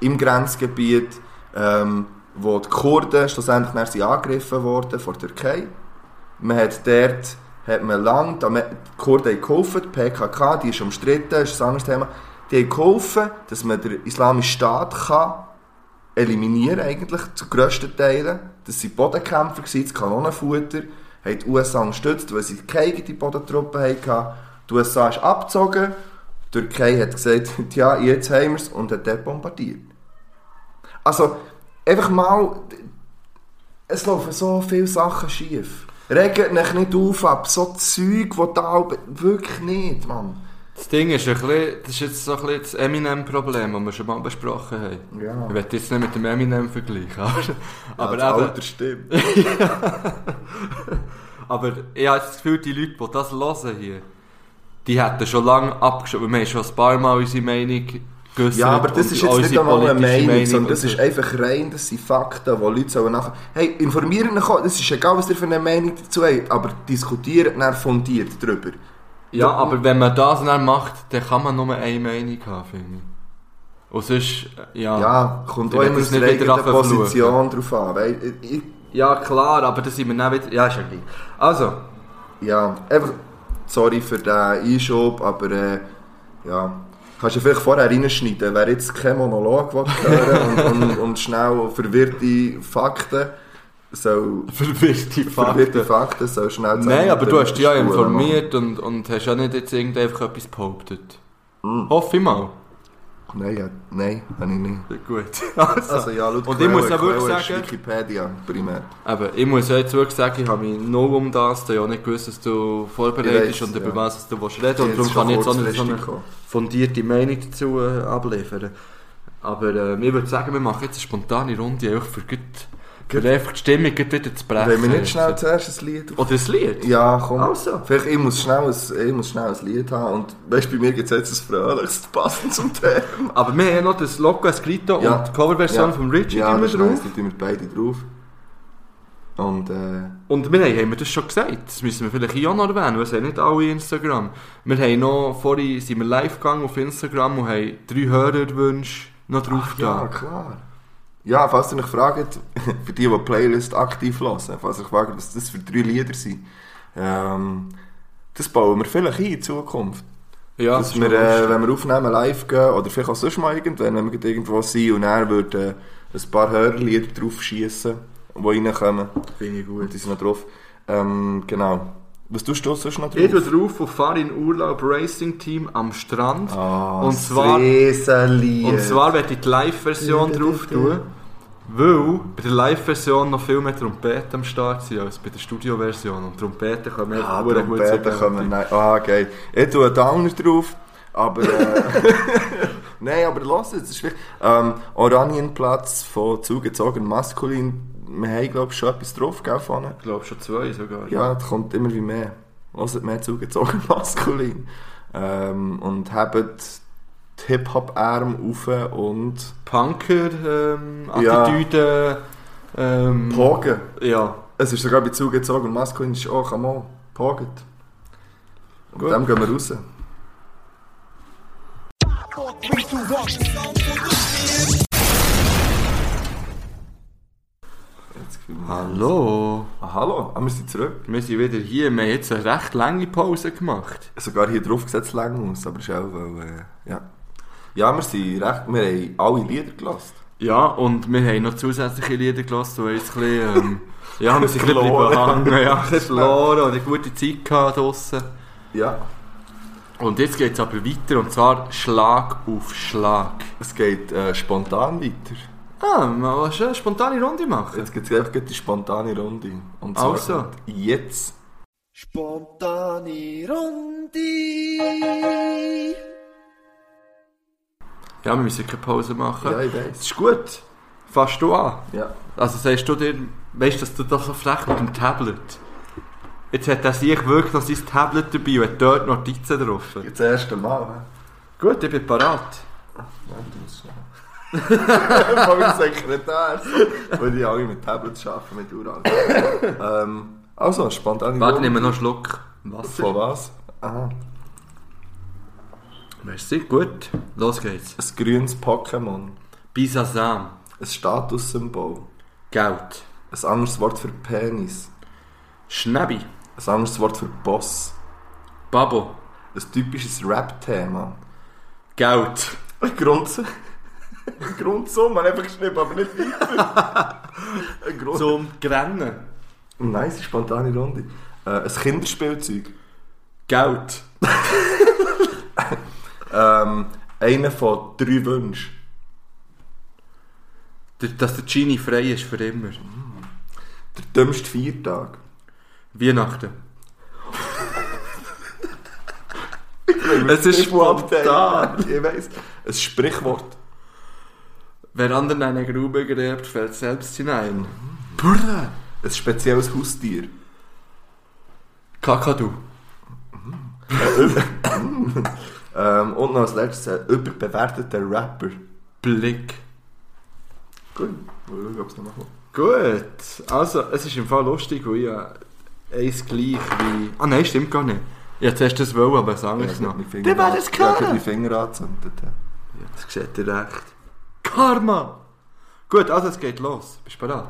C: im Grenzgebiet, ähm, wo die Kurden schlussendlich dann sind angegriffen wurden von der Türkei. Man hat dort hat man lang, da man, die Kurden haben geholfen, die PKK, die ist umstritten, ist ein anderes Thema, die haben geholfen, dass man den Islamischen Staat kann eliminieren eigentlich, zu grössten Teilen. Das waren Bodenkämpfer, gewesen, das Kanonenfutter, haben die USA unterstützt, weil sie keine eigene Bodentruppe hatten. Die USA ist abgezogen, die Türkei hat gesagt, ja, jetzt haben wir es und hat dort bombardiert. Also, einfach mal, es laufen so viele Sachen schief. Regt euch nicht auf, ab so Zeug, die da oben- wirklich nicht, Mann.
B: Das Ding ist, ein bisschen, das ist jetzt so ein bisschen das Eminem-Problem, das wir schon mal besprochen haben.
C: Ja.
B: Ich werde jetzt nicht mit dem Eminem vergleichen, aber,
C: ja, das
B: aber, eben,
C: Alter stimmt.
B: aber ich habe jetzt das Gefühl, die Leute, die das hören hier, die hätten schon lange abgeschoben. Wir haben schon ein paar Mal unsere Meinung geäußert.
C: Ja, aber das
B: und
C: ist jetzt nicht
B: unsere
C: einmal eine
B: politische
C: Meinung, sondern das
B: und
C: ist
B: so.
C: einfach rein, das sind Fakten, die Leute sollen nachher... Hey, informieren euch, auch, das ist egal, was ihr für eine Meinung dazu habt, aber diskutieren dann fundiert darüber.
B: Ja, aber wenn man das dann macht, dann kann man nur eine Meinung haben, finde ich. Und sonst, ja.
C: Ja, kommt
B: Ich
C: auch
B: will
C: immer
B: das
C: auf die
B: nicht wieder
C: eigene
B: anfangen
C: Position drauf an. Weil, ich, ich,
B: Ja, klar, aber das sind wir dann wieder... Ja, ist ja gleich. Also,
C: ja, einfach... Sorry für den Einschub, aber... Äh, ja... Kannst du vielleicht vorher reinschneiden, wer jetzt kein Monolog will hören und, und, und schnell verwirrte Fakten soll...
B: verwirrte
C: Verwirrte Fakten soll schnell...
B: Nein, aber du hast dich ja
C: Spuren machen.
B: informiert und, und hast ja nicht jetzt irgendwie einfach etwas behauptet.
C: Hm.
B: Hoffe ich mal.
C: Nein, ja, nein, habe ich nicht.
B: Gut. Also,
C: Also ja, laut
B: Und ich muss ja
C: Quelle
B: wirklich
C: ist
B: sagen-
C: Wikipedia primär.
B: Aber ich muss ja jetzt wirklich sagen, ich habe mich null um das, da ja nicht gewusst, dass du vorbereitet
C: Ich
B: bist
C: weiß,
B: und über
C: ja.
B: was du willst reden
C: Ich
B: und
C: hätte
B: darum
C: schon
B: kann ich jetzt auch nicht so
C: kurzfristig
B: eine
C: gekommen.
B: fundierte Meinung dazu äh, abliefern. Aber ähm, ich würde sagen, wir machen jetzt eine spontane Runde, einfach für, gut, für einfach die Stimmung gut wieder zu brechen.
C: Wollen wir nicht schnell zuerst ein Lied
B: Oder das Lied?
C: Ja, komm.
B: Also.
C: Vielleicht, ich muss schnell ein, ich muss schnell ein Lied haben. Und weißt du, bei mir gibt es jetzt ein fröhliches, passend zum Thema.
B: Aber wir haben ja noch das Loco Escrito
C: Ja.
B: und die Coverversion
C: Ja.
B: von Richie
C: ja,
B: immer
C: das ist
B: drauf.
C: nice, die tun wir beide drauf. Und äh,
B: Und wir haben, haben wir das schon gesagt, das müssen wir vielleicht hier auch noch erwähnen, weil es haben nicht alle Instagram. Wir haben noch, vorhin sind wir live gegangen auf Instagram und haben drei Hörerwünsche noch drauf
C: ja,
B: da.
C: klar. Ja, falls ihr euch fragt, für die, die die Playlist aktiv hören, falls ihr euch fragt, was das für drei Lieder sind, ähm, das bauen wir vielleicht ein in Zukunft.
B: Ja,
C: dass wir, äh, wenn wir aufnehmen, live gehen, oder vielleicht auch sonst mal irgendwann, wenn wir gerade irgendwo sind, und er würde äh, ein paar Hörerlieder drauf schießen, die reinkommen.
B: finde ich
C: Und die sind noch drauf. Ähm, genau. Was tust du sonst noch drauf?
B: Ich tue drauf auf Fahr in Urlaub Racing Team am Strand.
C: Ah,
B: Und zwar-
C: Seseli.
B: Und zwar werde ich die Live-Version drauf tun, weil bei der Live-Version noch viel mehr Trompeten am Start sind als bei der Studio-Version. Und Trompeten kommen echt
C: Ah,
B: verdammt gut
C: Trompeten
B: zur
C: kommen. Nein. Ah, geil. Ich tue einen Downer drauf, aber... Äh, Nein, aber lass es, es ist wichtig. Ähm, Oranienplatz von zugezogen maskulin. Wir haben, glaube ich, schon etwas drauf, gell, vorne?
B: Ich glaube schon zwei sogar.
C: Ja, es kommt immer wie mehr. Hört mehr zugezogen maskulin. Ähm, und habt die Hip-Hop-Arme auf und
B: Punker-Attitüden. ähm,
C: Pogen.
B: ja.
C: Es ist sogar bei zugezogen maskulin, ist auch einmal Poget. Und
B: Gut.
C: mit dem gehen wir raus.
B: Hallo.
C: Ah, hallo, ah, wir sind zurück.
B: Wir sind wieder hier. Wir haben jetzt eine recht lange Pause gemacht.
C: Sogar hier drauf gesetzt lang muss, aber ist auch, weil, äh, ja. Ja, wir sind recht, wir haben alle Lieder gelassen.
B: Ja, und wir haben noch zusätzliche Lieder gelassen, die jetzt ein bisschen... Ähm, ja, wir sind ein bisschen bleiben
C: Verloren.
B: hängen. Ja, ein bisschen verloren und eine gute Zeit gehabt draussen.
C: Ja,
B: Und jetzt geht es aber weiter, und zwar Schlag auf Schlag.
C: es geht äh, spontan weiter.
B: Ah, mal eine schöne spontane Runde machen.
C: Jetzt gibt es einfach die spontane Runde. Und
B: Also.
C: jetzt.
D: Spontane Runde.
B: Ja, wir müssen keine Pause machen.
C: Ja, ich weiß.
B: Das ist gut. Fass du an.
C: Ja.
B: Also sagst du dir, weißt du, dass du das so frech mit dem Tablet? Jetzt hat er sich wirklich noch sein Tablet dabei und hat dort Notizen drauf.
C: Jetzt das erste Mal.
B: Gut, ich bin parat.
C: Von meinem Sekretär. Weil die alle mit Tablets arbeiten, mit Uran. ähm, also, spontane
B: Warte, nehmen wir noch einen Schluck. Wasser.
C: Von was? Ah,
B: Merci, gut. Los geht's.
C: ein grünes Pokémon.
B: Bisasam.
C: Ein Statussymbol.
B: Geld.
C: Ein anderes Wort für Penis.
B: Schnäbi.
C: Ein anderes Wort für Boss.
B: Babo.
C: Ein typisches Rap-Thema.
B: Geld.
C: Eine Grundsumme. Eine Grundsumme, um, einfach geschrieben, aber nicht weiter. Eine Grund-
B: Zum Grennen.
C: Nice, spontane Runde. Äh, ein Kinderspielzeug.
B: Geld.
C: Ähm, einer von drei Wünschen.
B: Der- Dass der Genie frei ist für immer.
C: Der dümmste Feiertag.
B: Weihnachten. Es ist
C: da.
B: spontan.
C: Ich weiss. Ein Sprichwort.
B: Wer anderen eine Grube gräbt, fällt selbst hinein.
C: Ein spezielles Haustier.
B: Kakadu.
C: Ähm, und noch als letztes ein überbewerteter Rapper.
B: Blick.
C: Gut. Mal schauen, ob es noch machen.
B: Gut. Also, es ist im Fall lustig, weil ich ja eins gleich wie... Ah nein, stimmt gar nicht. Ich wollte zuerst das wollen, aber sage ich es noch.
C: Der war das klar. Ich habe die Finger angezündet. ja.
B: Ja, das seht ihr recht. Karma! Gut, also es geht los. Bist du bereit?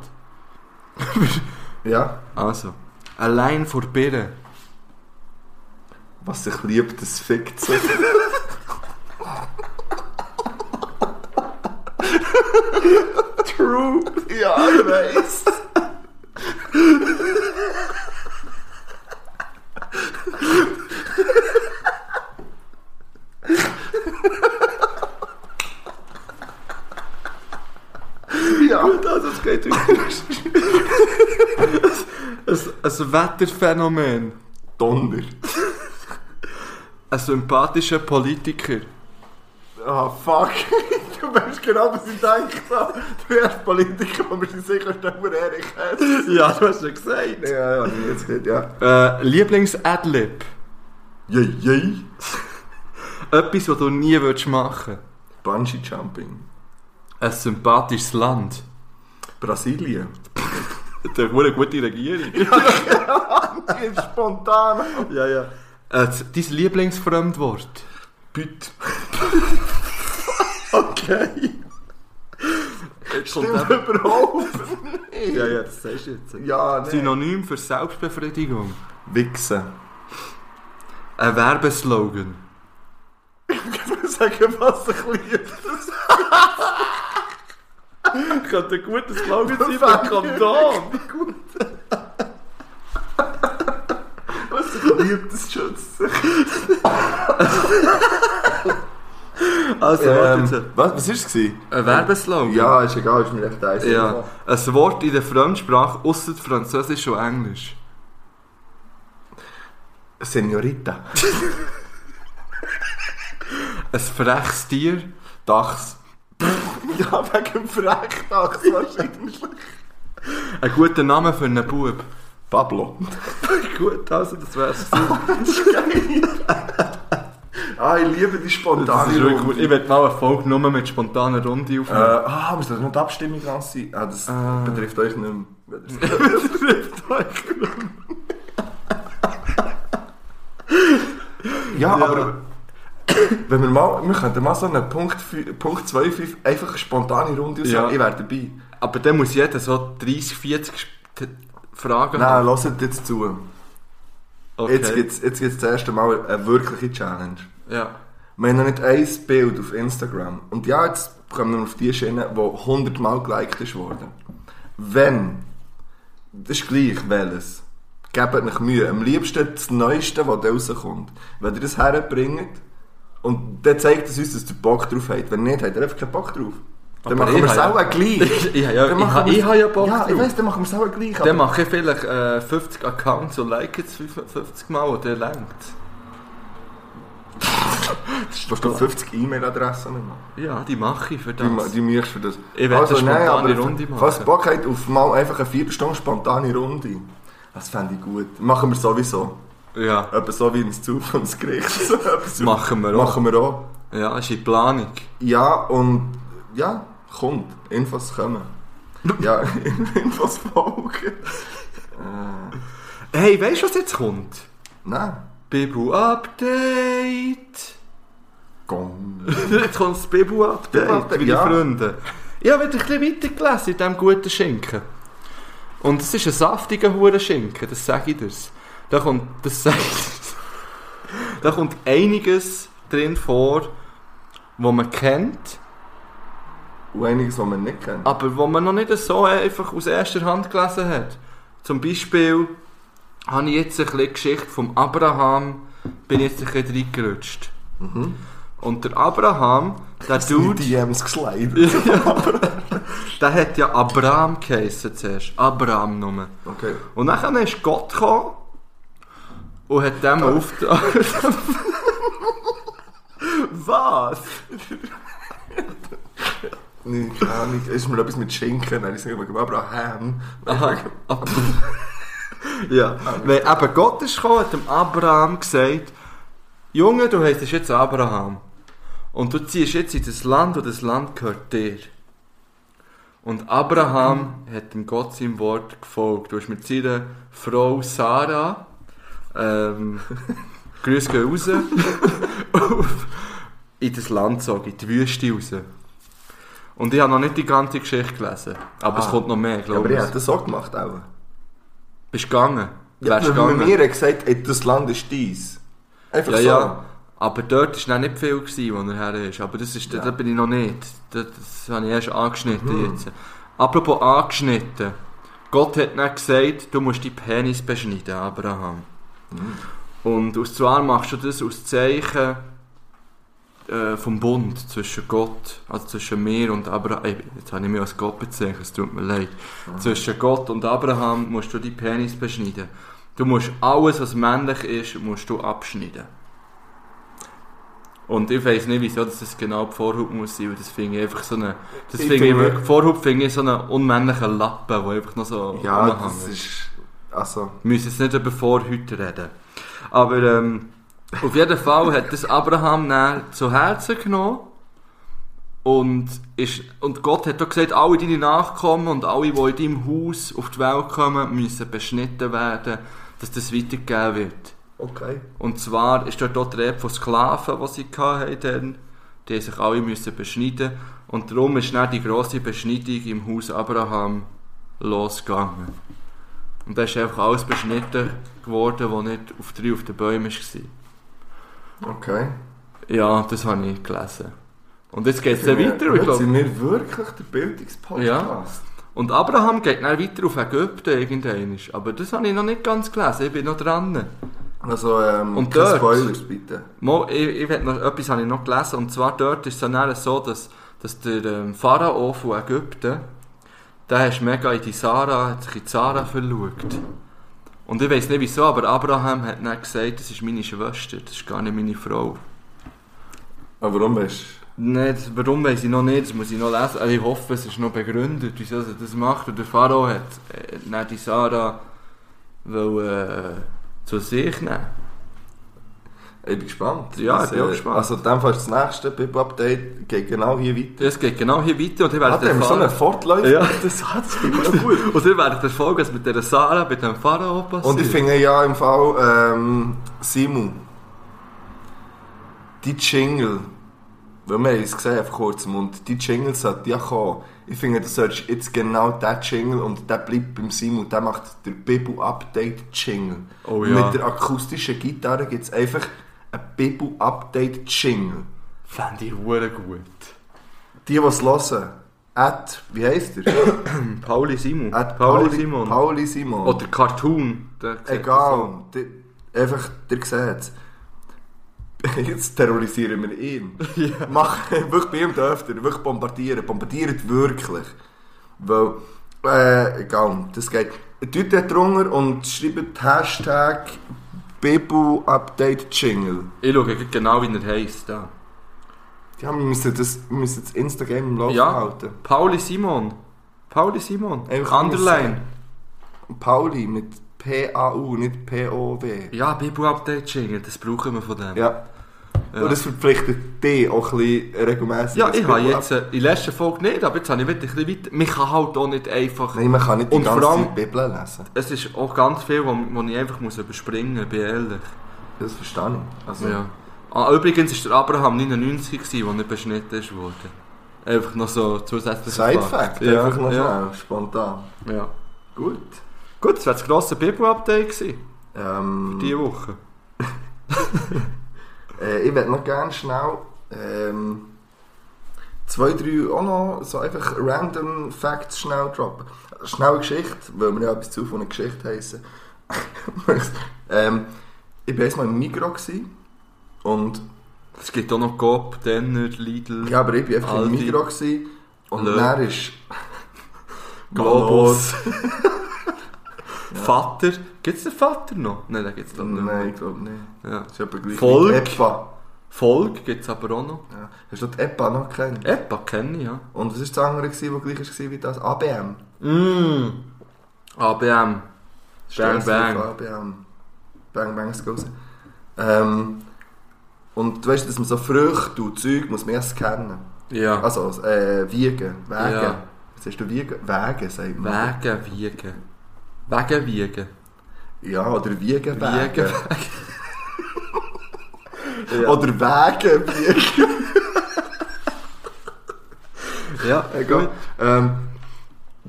C: Ja.
B: Also. Allein vor Birnen.
C: Was sich liebt, das fickt sich. True. Ja, ich weiß. ja. Gut, also es geht
B: Ein Wetterphänomen.
C: Donner.
B: Ein sympathischer Politiker.
C: Ah, fuck. Du weißt genau, was ich denke. Du hast Politiker, aber sie sicher nicht mehr ehrlich hast.
B: Ja, du hast ja gesagt.
C: Ja, ja, nee, jetzt geht, ja.
B: Äh, Lieblings-Adlib.
C: Yay, yay.
B: Etwas, was du nie würdest machen
C: Bungee Jumping.
B: Ein sympathisches Land.
C: Brasilien.
B: Der eine gute Regierung.
C: Ist spontan.
B: ja, ja. Äh, das- dein Lieblingsfremdwort.
C: Büt.
B: Okay. Jetzt kommt
C: Stimmt
B: eben-
C: überhaupt nicht.
B: ja, ja, das sagst du jetzt.
C: Ja, nee.
B: Synonym für Selbstbefriedigung.
C: Wichsen.
B: Ein Werbeslogan.
C: Sagen, was ich liebe.
B: Könnte ein guter Slogan
C: sein für einen Kondom. Was ich liebe, das schützt sich.
B: Also,
C: Ähm,
B: warte jetzt.
C: was, was ist es? gewesen?
B: Ein Werbeslogan?
C: Ja, ist egal, ist mir echt eins.
B: ja. Ein Wort in der Fremdsprache, außer Französisch und Englisch.
C: Senorita.
B: Ein freches Tier.
C: Dachs. ja, wegen dem Frechdachs wahrscheinlich.
B: Ein guter Name für einen Bub.
C: Pablo.
B: Gut, also das wär's.
C: ah, ich liebe die
B: Das ist
C: spontane
B: wirklich gut.
C: Runde.
B: Ich werde mal eine Folge nur mit spontaner Runde
C: Äh,
B: aufnehmen.
C: ah, muss das nicht die Abstimmung lassen sein? Ah, das
B: Ah.
C: betrifft euch nicht mehr. Das betrifft euch nicht mehr. ja,
B: Ja.
C: aber wenn wir mal, wir könnten mal so einen Punkt, fü- Punkt 25 einfach eine spontane Runde aussagen.
B: Ja.
C: Ich wäre dabei.
B: Aber dann muss jeder so 30, 40 Sp- t- Fragen
C: Nein, hört jetzt zu.
B: Okay.
C: Jetzt gibt es jetzt gibt's das erste Mal eine wirkliche Challenge.
B: Ja.
C: Wir haben noch nicht ein Bild auf Instagram. Und ja, jetzt kommen wir auf die Schiene, die 100 Mal geliked ist worden. Wenn, das ist gleich welches, gebt euch Mühe. Am liebsten das Neueste, was da rauskommt. Wenn ihr das herbringt, und dann zeigt es uns, dass ihr Bock drauf habt. Wenn nicht, habt ihr einfach keinen Bock drauf. Dann
B: Aber
C: machen wir
B: ich
C: es
B: habe
C: auch
B: ja-
C: gleich.
B: Ich- ich habe ja-
C: Dann
B: ich
C: machen
B: habe-
C: wir es-
B: ich habe ja Bock
C: Ja, ich
B: drauf.
C: weiss, dann machen wir es auch gleich.
B: Dann
C: aber-
B: mache ich vielleicht äh, 50 Accounts und like es 50 Mal und der lenkt.
C: Du hast doch 50 E-Mail-Adressen mehr.
B: Ja, die mache ich für das.
C: Du, du machst für das. Also,
B: Ich will eine spontane Runde machen.
C: Falls ihr Bock habt, auf mal einfach eine Viertelstunde spontane Runde. Das fände ich gut. Machen wir sowieso.
B: Ja,
C: Etwa so wie ins Zug und ins Gericht. So etwas.
B: machen wir auch.
C: Machen wir auch.
B: Ja, ist in Planung.
C: Ja, und ja, kommt. Infos kommen. Ja, Infos folgen.
B: Hey, weißt du, was jetzt kommt?
C: Nein.
B: Bibu-Update.
C: Gong.
B: Jetzt kommt das Bibu-Update,
C: Bibu-Update,
B: meine
C: ja.
B: Freunde. Ich habe wieder ein bisschen weitergelesen in diesem guten Schinken. Und es ist ein saftiger Hurenschinken, das sage ich dir. Da kommt, das sag ich- da kommt einiges drin vor, wo man kennt,
C: Und einiges, was man nicht kennt.
B: aber wo man noch nicht so einfach aus erster Hand gelesen hat. Zum Beispiel habe ich jetzt ein bisschen die Geschichte von Abraham, bin jetzt ein bisschen reingerutscht.
C: Mhm.
B: Und der Abraham, der
C: Du
B: Dude,
C: DMs geslidet.
B: der hat ja Abraham geheissen zuerst. Abraham nur.
C: Okay.
B: Und dann ist Gott gekommen und hat dem Auftrag. Was?
C: Nee, keine Ahnung. Ist mir etwas mit Schinken? Nein, ich sage immer Abraham.
B: Aha. ab- ja. Weil eben Gott ist gekommen, hat dem Abraham gesagt: Junge, du heisst jetzt Abraham. Und du ziehst jetzt in das Land und das Land gehört dir. Und Abraham hat dem Gott seinem Wort gefolgt. Du hast mit seiner Frau Sarah, ähm, Grüße gehen raus, auf- in das Land gezogen, in die Wüste raus. Und ich habe noch nicht die ganze Geschichte gelesen. Aber es
C: Ah.
B: kommt noch mehr,
C: Ja, aber
B: glaube
C: ich
B: ich.
C: hätte das auch gemacht. Auch.
B: Bist gegangen?
C: Ja,
B: Wärst
C: weil
B: gegangen?
C: mir hat gesagt, ey, das Land ist dies. Einfach
B: ja,
C: so.
B: ja. Aber dort war noch nicht viel, gewesen, wo er her ist. Aber das ist,
C: Ja. Mhm.
B: da bin ich noch nicht. Das, das habe ich erst angeschnitten jetzt. Apropos angeschnitten. Gott hat nicht gesagt, du musst deinen Penis beschneiden, Abraham.
C: Mhm.
B: Und aus zwar machst du das aus Zeichen äh, vom Bund zwischen Gott, also zwischen mir und Abraham. Ey, Jetzt habe ich mich als Gott bezeichnet, es tut mir leid. Zwischen Gott und Abraham musst du deinen Penis beschneiden. Du musst alles, was männlich ist, musst du abschneiden. Und ich weiß nicht, wieso dass das genau die Vorhaut muss sein, weil das finde ich einfach so eine... Das
C: Ich
B: finde ich,
C: finde-
B: wirklich- Vorhaut finde ich so einen unmännlichen Lappen, der einfach noch so
C: Ja, das
B: rumhängt.
C: ist. Also.
B: Wir müssen jetzt nicht über Vorhüter reden. Aber ähm, auf jeden Fall hat das Abraham dann zu Herzen genommen. Und, ist, und Gott hat auch gesagt, alle deine Nachkommen und alle, die in deinem Haus auf die Welt kommen, müssen beschnitten werden, dass das weitergegeben wird.
C: Okay.
B: Und zwar ist dort auch die Rede von Sklaven, die sie hatten. dann. Die haben sich alle müssen beschneiden. Und darum ist dann die grosse Beschneidung im Haus Abraham losgegangen. Und da ist einfach alles beschnitten geworden, was nicht auf drei auf den Bäumen war.
C: Okay.
B: Ja, das habe ich gelesen. Und jetzt geht es
C: Sind
B: dann
C: wir-
B: weiter, ich
C: jetzt
B: glaube.
C: sind wir wirklich der Bildungspodcast?
B: Und Abraham geht dann weiter auf Ägypten irgendwann. Aber das habe ich noch nicht ganz gelesen, ich bin noch dran.
C: Also, ähm,
B: Und
C: keine
B: dort?
C: Spoilers bitte.
B: Mo, ich, ich will noch, etwas habe ich noch gelesen, und zwar dort ist es dann so, dass, dass der ähm, Pharao von Ägypten, der ist mega in die Sarah, hat sich in die Sarah verliebt. Und ich weiß nicht wieso, aber Abraham hat dann gesagt, das ist meine Schwester, das ist gar nicht meine Frau. Ah,
C: Aber warum bist
B: Nicht, warum weiß ich noch nicht, das muss ich noch lesen. Also ich hoffe, es ist noch begründet, wieso er das macht. Und der Pharao hat äh, dann die Sarah will, äh, zu sich nehmen.
C: Ich bin gespannt.
B: Ja, ich
C: Das,
B: bin auch
C: äh,
B: gespannt.
C: Also, in dem Fall ist das nächste Bib-Update geht genau hier weiter.
B: Es geht genau hier weiter und ich werde
C: Hat er
B: den
C: so
B: Pharao-
C: einen Fortläufer?
B: Ja.
C: Das hat es immer gut.
B: Und dann werden Folgen, was mit dieser Sarah, mit dem Pharao passiert.
C: Und ich finde ja im Fall, ähm, Simu, die Jingle, weil wir haben es gesehen haben vor kurzem, und die Jingle sollte ja kommen. Ich finde, du solltest jetzt genau diesen Jingle, und der bleibt beim Simu, der macht der Bibu-Update-Jingle.
B: Oh ja.
C: Mit der akustischen Gitarre gibt es einfach einen Bibu-Update-Jingle.
B: fände ich hure gut.
C: Die, die es hören, at, wie heisst der?
B: Pauli Simon.
C: At
B: Pauli, Simon.
C: Pauli Simon.
B: Oder Cartoon. Der sieht das
C: Egal, die, einfach, ihr seht Jetzt terrorisieren wir ihn. Mach, wirklich bei ihm dürft ihr, wirklich bombardieren. Bombardiert wirklich. Weil, äh, egal, das geht. Tut dort drunter und schreibt Hashtag Bibu-Update-Jingle.
B: so. Ich schaue genau, wie er heisst. Da.
C: Ja, wir müssen das, wir müssen das Instagram im Laufen
B: Ja.
C: halten.
B: Pauli Simon. Pauli Simon.
C: Einfach
B: Underline.
C: Pauli mit P-A-U, nicht P-O-W.
B: Ja, Bibu Update Jingle, das brauchen wir von dem.
C: Ja.
B: Ja.
C: Und das verpflichtet dich auch ein bisschen regelmässig.
B: Ja,
C: Das
B: ich habe
C: Gefühl,
B: jetzt äh, in der letzten Folge nicht, aber jetzt habe ich wieder ein bisschen weiter. Man kann halt auch nicht einfach.
C: Nein, man kann nicht die
B: Und
C: ganze
B: vor allem-
C: Zeit die Bibel lesen.
B: Es ist auch ganz viel, was ich einfach muss überspringen muss, bin ehrlich.
C: Das verstehe ich. Also,
B: Ja. Ah, übrigens war der Abraham 99, gewesen, als er beschnitten wurde. Einfach noch so zusätzlich.
C: Side-Fact,
B: Ja,
C: einfach noch
B: ja,
C: schnell, spontan.
B: ja.
C: Gut.
B: Gut, das war das grosse Bibel-Update gewesen,
C: Ähm,
B: diese Woche.
C: Äh, ich würde noch gerne schnell ähm, zwei, drei auch noch so einfach random Facts schnell droppen. Schnelle Geschichte, weil wir ja etwas zu von einer Geschichte heissen. ähm, ich war mal im Migros gewesen und
B: Es gibt auch noch Coop, Denner, Lidl,
C: ja, aber ich war einfach im
B: Aldi.
C: Migros gewesen und
B: Lö.
C: dann ist
B: Globus. Vater. Gibt es den Vater noch? Nein, den gibt es nicht mehr.
C: Nein, ich glaube nicht.
B: Ja.
C: Das ist aber gleich
B: Volk.
C: wie die Epa.
B: Volk gibt es aber auch noch.
C: Ja. Hast du die Epa noch gekannt?
B: Epa kenne ich, ja.
C: Und was war das andere, gewesen, das gleich war wie das? ABM.
B: Mm. ABM. Bang,
C: Stress
B: bang.
C: auf ABM. Bang, bang, es geht. Ähm, und du weißt, dass man so Früchte und Zeug muss man erst scannen.
B: Ja.
C: Also, äh, wiegen, wägen.
B: Ja.
C: Was hast du wiegen? Wägen, sagt man.
B: Wegen wiegen. Wegen wiegen.
C: Ja, oder
B: Wiegen.
C: wiegen, wägen. Oder wägen, wiegen.
B: Ja,
C: Egal.
B: gut.
C: Ähm,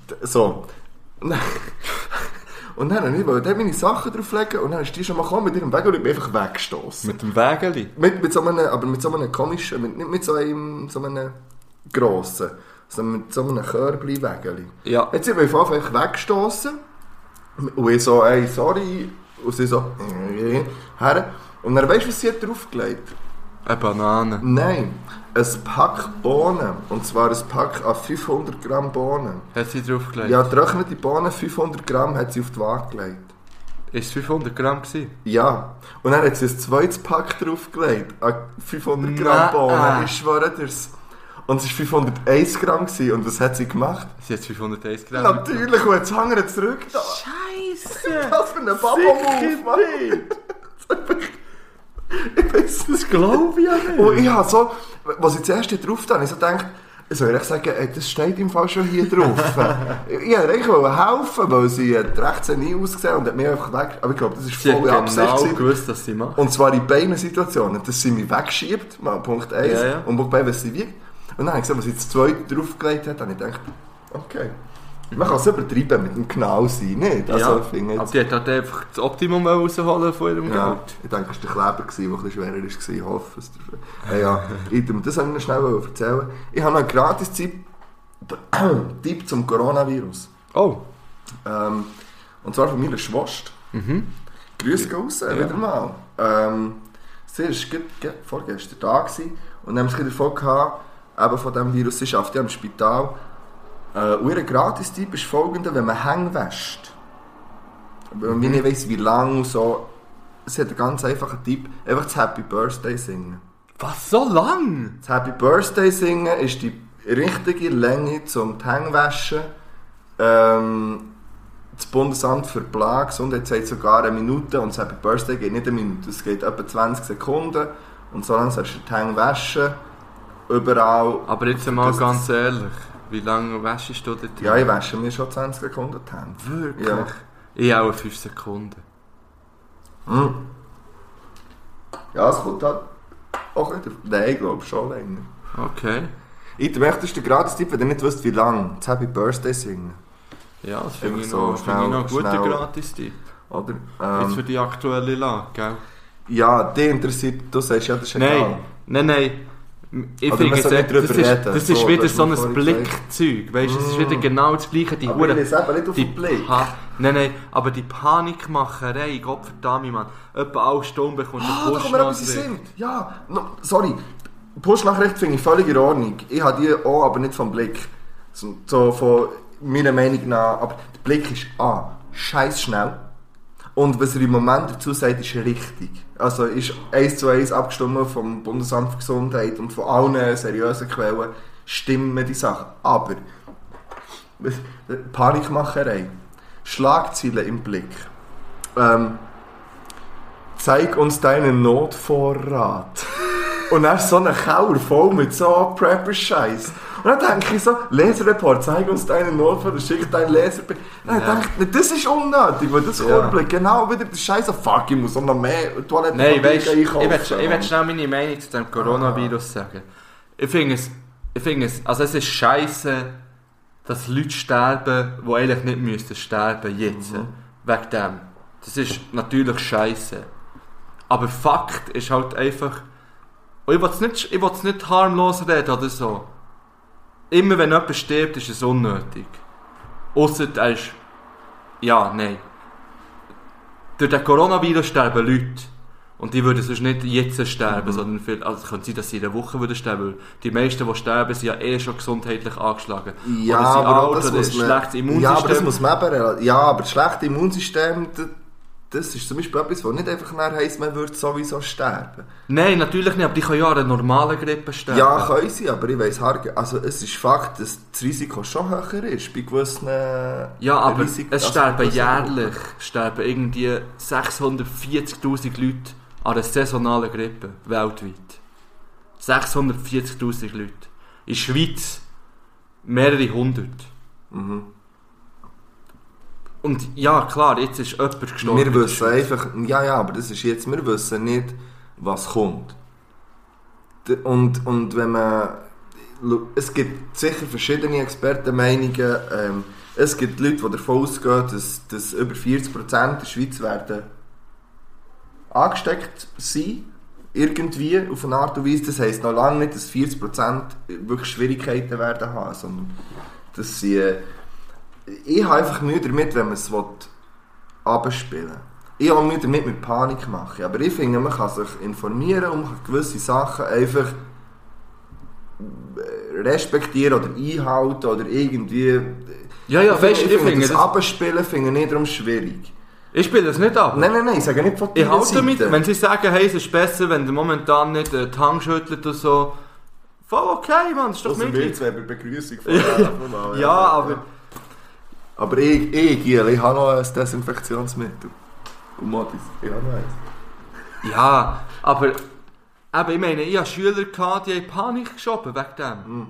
C: d- so. Und dann habe ich wollte dort meine Sachen drauflegen und dann ist die schon mal gekommen mit ihrem Wagen und hat mich einfach weggestoßen.
B: Mit dem Wägeli.
C: Mit, mit so einem, aber mit so einem komischen, mit, nicht mit so einem, so einem grossen, sondern mit so einem Körbli-Wägeli.
B: Ja.
C: Jetzt sind wir auf jeden Fall weggestossen und ich so, ey, sorry, und sie so, äh, her. Und dann weißt du, was sie hat draufgelegt?
B: Eine Banane.
C: Nein, ein Pack Bohnen, und zwar ein Pack an 500 Gramm Bohnen.
B: Hat sie draufgelegt?
C: Ja, getrocknete Bohnen, 500 Gramm, hat sie auf die Waage gelegt.
B: Ist es 500 Gramm gewesen?
C: Ja, und dann hat sie ein zweites Pack draufgelegt. an 500
B: Nein.
C: Gramm Bohnen, ich schwöre dir's. Und es war 501 Gramm gewesen. und was hat sie gemacht?
B: Sie hat 501 Gramm.
C: Natürlich, und jetzt hängen wir zurück da.
B: Scheiße!
C: Was für ein Babo-Move, Mann.
B: Sicher
C: Ich weiss
B: Das glaube ich ja nicht.
C: Und ich habe so, was ich zuerst hier drauf tat, ich so gedacht, soll ich sagen, ey, das steht im Fall schon hier drauf. ich ich wollte eigentlich helfen, weil sie hat recht nie ausgesehen und hat mir einfach weg... Aber ich glaube, das ist
B: Sie
C: voll
B: hat
C: Absicht.
B: genau
C: gewesen.
B: gewusst, dass sie macht.
C: Und zwar in beiden Situationen, dass sie mich wegschiebt, mal Punkt 1,
B: Ja, ja.
C: und Punkt 2, was sie wiegt. Und dann habe ich gesehen, was sie zu zweit draufgelegt hat, habe ich gedacht, okay. Man kann es übertreiben mit dem Knall sein, nicht? Also, ich finde
B: aber
C: jetzt,
B: die hat halt einfach das Optimum rausholen von ihrem
C: ja,
B: Geld.
C: ich denke, es war der Kleber, gewesen, der ein bisschen schwerer war. Ich hoffe es. dafür. Ja, ja. Item, das wollte ich noch schnell erzählen. Ich habe noch einen gratis Tipp, Tipp zum Coronavirus.
B: Oh,
C: Ähm, und zwar von meiner Schwester. Grüße gehen raus, wieder mal. Ähm, sie war gerade- gerade vorgestern da gewesen, und dann haben sie davon gehabt, eben von diesem Virus, sie arbeitet ja im Spital. Äh, und ihr Gratis-Tipp ist folgender, wenn man Hänge wäscht, wenn man nicht weiss, wie lange und so, sie hat einen ganz einfachen Tipp, einfach das Happy Birthday singen.
B: was so lang?
C: Das Happy Birthday singen ist die richtige Länge zum die Hände waschen. Ähm, das Bundesamt für Plage Gesundheit sagt sogar eine Minute und das Happy Birthday geht nicht eine Minute, es geht etwa 20 Sekunden und solange sollst du die Hände waschen, überall.
B: Aber jetzt mal
C: Das-
B: ganz ehrlich, wie lange wäschst du dort?
C: Ja, ich wasche mir schon 20 Sekunden die Hände.
B: Wirklich?
C: Ja.
B: Ich auch 5 Sekunden.
C: Ja, es kommt halt auch nicht auf... Nein, ich glaube schon länger.
B: Okay.
C: Ich möchtest du gratis Tipp, wenn du nicht wisst, wie lange, das Happy Birthday singen,
B: Ja, das finde
C: Einfach
B: ich,
C: so
B: noch- finde ich
C: schnell-
B: noch einen guten
C: schnell.
B: Gratis-Tipp.
C: oder?
B: Jetzt
C: Ähm,
B: für die aktuelle Lage, gell?
C: ja, dich interessiert, du sagst ja, das ist egal.
B: Nein, nein, nein. Ich
C: Also,
B: finde
C: wir
B: es
C: sollen
B: echt-
C: nicht drüber
B: das ist,
C: reden.
B: das ist
C: So,
B: wieder
C: das
B: so
C: hast du
B: ein
C: mir vorhin
B: Blickzeug, weißt du? Es ist wieder genau das gleiche, die
C: Aber ich
B: Hure-
C: lese eben nicht auf
B: die
C: den Blick.
B: Pa- nein, nein, aber Ah, die eh, Panikmacherei, Gott verdammt, Mann. Etwa alle Stunden bekommst
C: Ah,
B: du
C: da kommt mir etwas in den Sinn. Ja, no, sorry. Push-Nachricht finde ich völlig in Ordnung. Ich habe die auch, aber nicht vom Blick. So, so von meiner Meinung nach. Aber der Blick ist A, scheiß schnell. Und was er im Moment dazu sagt, ist richtig. Also ist eins zu eins abgestimmt vom Bundesamt für Gesundheit und von allen seriösen Quellen stimmen die Sachen. Aber Panikmacherei. Schlagzeilen im Blick. Ähm, Zeig uns deinen Notvorrat. Und dann so einen Keller voll mit so Prepper-Scheiß. Und dann denke ich so, Lesereport, zeig uns deinen Notfall oder schick deinen Leserbild. Dann
B: Ja.
C: denke ich, das ist unnötig, weil das
B: Ja.
C: kurbelt genau wieder den Scheiß an. Fuck, ich muss auch noch mehr Toiletten
B: Nein, weißt du, ich will ich will schnell meine Meinung zu dem Coronavirus sagen. Ich finde es, ich finde es, also es ist scheiße, dass Leute sterben, die eigentlich nicht müssten sterben, jetzt. Wegen dem. Das ist natürlich scheiße. Aber Fakt ist halt einfach, und ich will es nicht, ich will's nicht harmlos reden oder so. Immer wenn jemand stirbt, ist es unnötig. Ausser er ist, ja, nein. Durch den Coronavirus sterben Leute. Und die würden sonst nicht jetzt sterben,
C: Mhm.
B: sondern viel, also es könnte sein, dass sie in einer Woche würden sterben würden. Die meisten, die sterben, sind ja eh schon gesundheitlich angeschlagen.
C: Ja,
B: oder sind
C: aber
B: alt
C: auch das
B: oder
C: muss man,
B: schlechtes
C: Ja, aber das
B: Immunsystem.
C: muss man eben, rela- ja, aber das schlechte Immunsystem, das, das ist zum Beispiel etwas, was nicht einfach nachher heisst, man würde sowieso sterben.
B: Nein, natürlich nicht, aber die können ja an einer normalen Grippe sterben.
C: Ja, können sie, aber ich weiss hart, also es ist Fakt, dass das Risiko schon höher ist bei gewissen
B: Ja, aber
C: Risik-
B: es
C: also
B: sterben
C: gewissen
B: jährlich
C: Gruppen.
B: sterben irgendwie 640'000 Leute an einer saisonalen Grippe weltweit. 640'000 Leute. In der Schweiz mehrere hundert.
C: Mhm.
B: Und ja, klar, jetzt ist jemand gestorben.
C: Wir wissen einfach, ja, ja, aber das ist jetzt, wir wissen nicht, was kommt. D- Und, und wenn man, schau, es gibt sicher verschiedene Expertenmeinungen, ähm, es gibt Leute, die davon ausgehen, dass, dass über 40% der Schweiz werden angesteckt sein, irgendwie, auf eine Art und Weise. Das heisst noch lange nicht, dass 40% wirklich Schwierigkeiten werden haben, sondern dass sie... Äh, ich habe einfach Mühe damit, wenn man es will, abspielen. Ich habe Mühe damit mit Panik machen. Aber ich finde, man kann sich informieren und man kann gewisse Sachen einfach äh, respektieren oder einhalten oder irgendwie... äh,
B: Ja, ja,
C: ich
B: weißt du,
C: finde,
B: ich finde
C: das,
B: das-
C: Abspielen finde ich darum schwierig.
B: Ich spiele das nicht ab.
C: Nein, nein, nein, ich sage nicht von
B: Ich
C: deiner
B: halte damit,
C: Seite.
B: wenn sie sagen, hey, es ist besser, wenn der momentan nicht äh, die Hand schüttelt oder so. Voll okay, Mann, das ist doch
C: Ausser wir
B: möglich.
C: zwei bei Begrüßung von ja,
B: Ja, aber...
C: Aber ich, ich, Giel, ich habe noch ein Desinfektionsmittel. Und Matis, ich habe noch eins.
B: Ja, aber eben, ich meine, ich hatte Schüler, gehabt, die haben Panik geschoben wegen dem.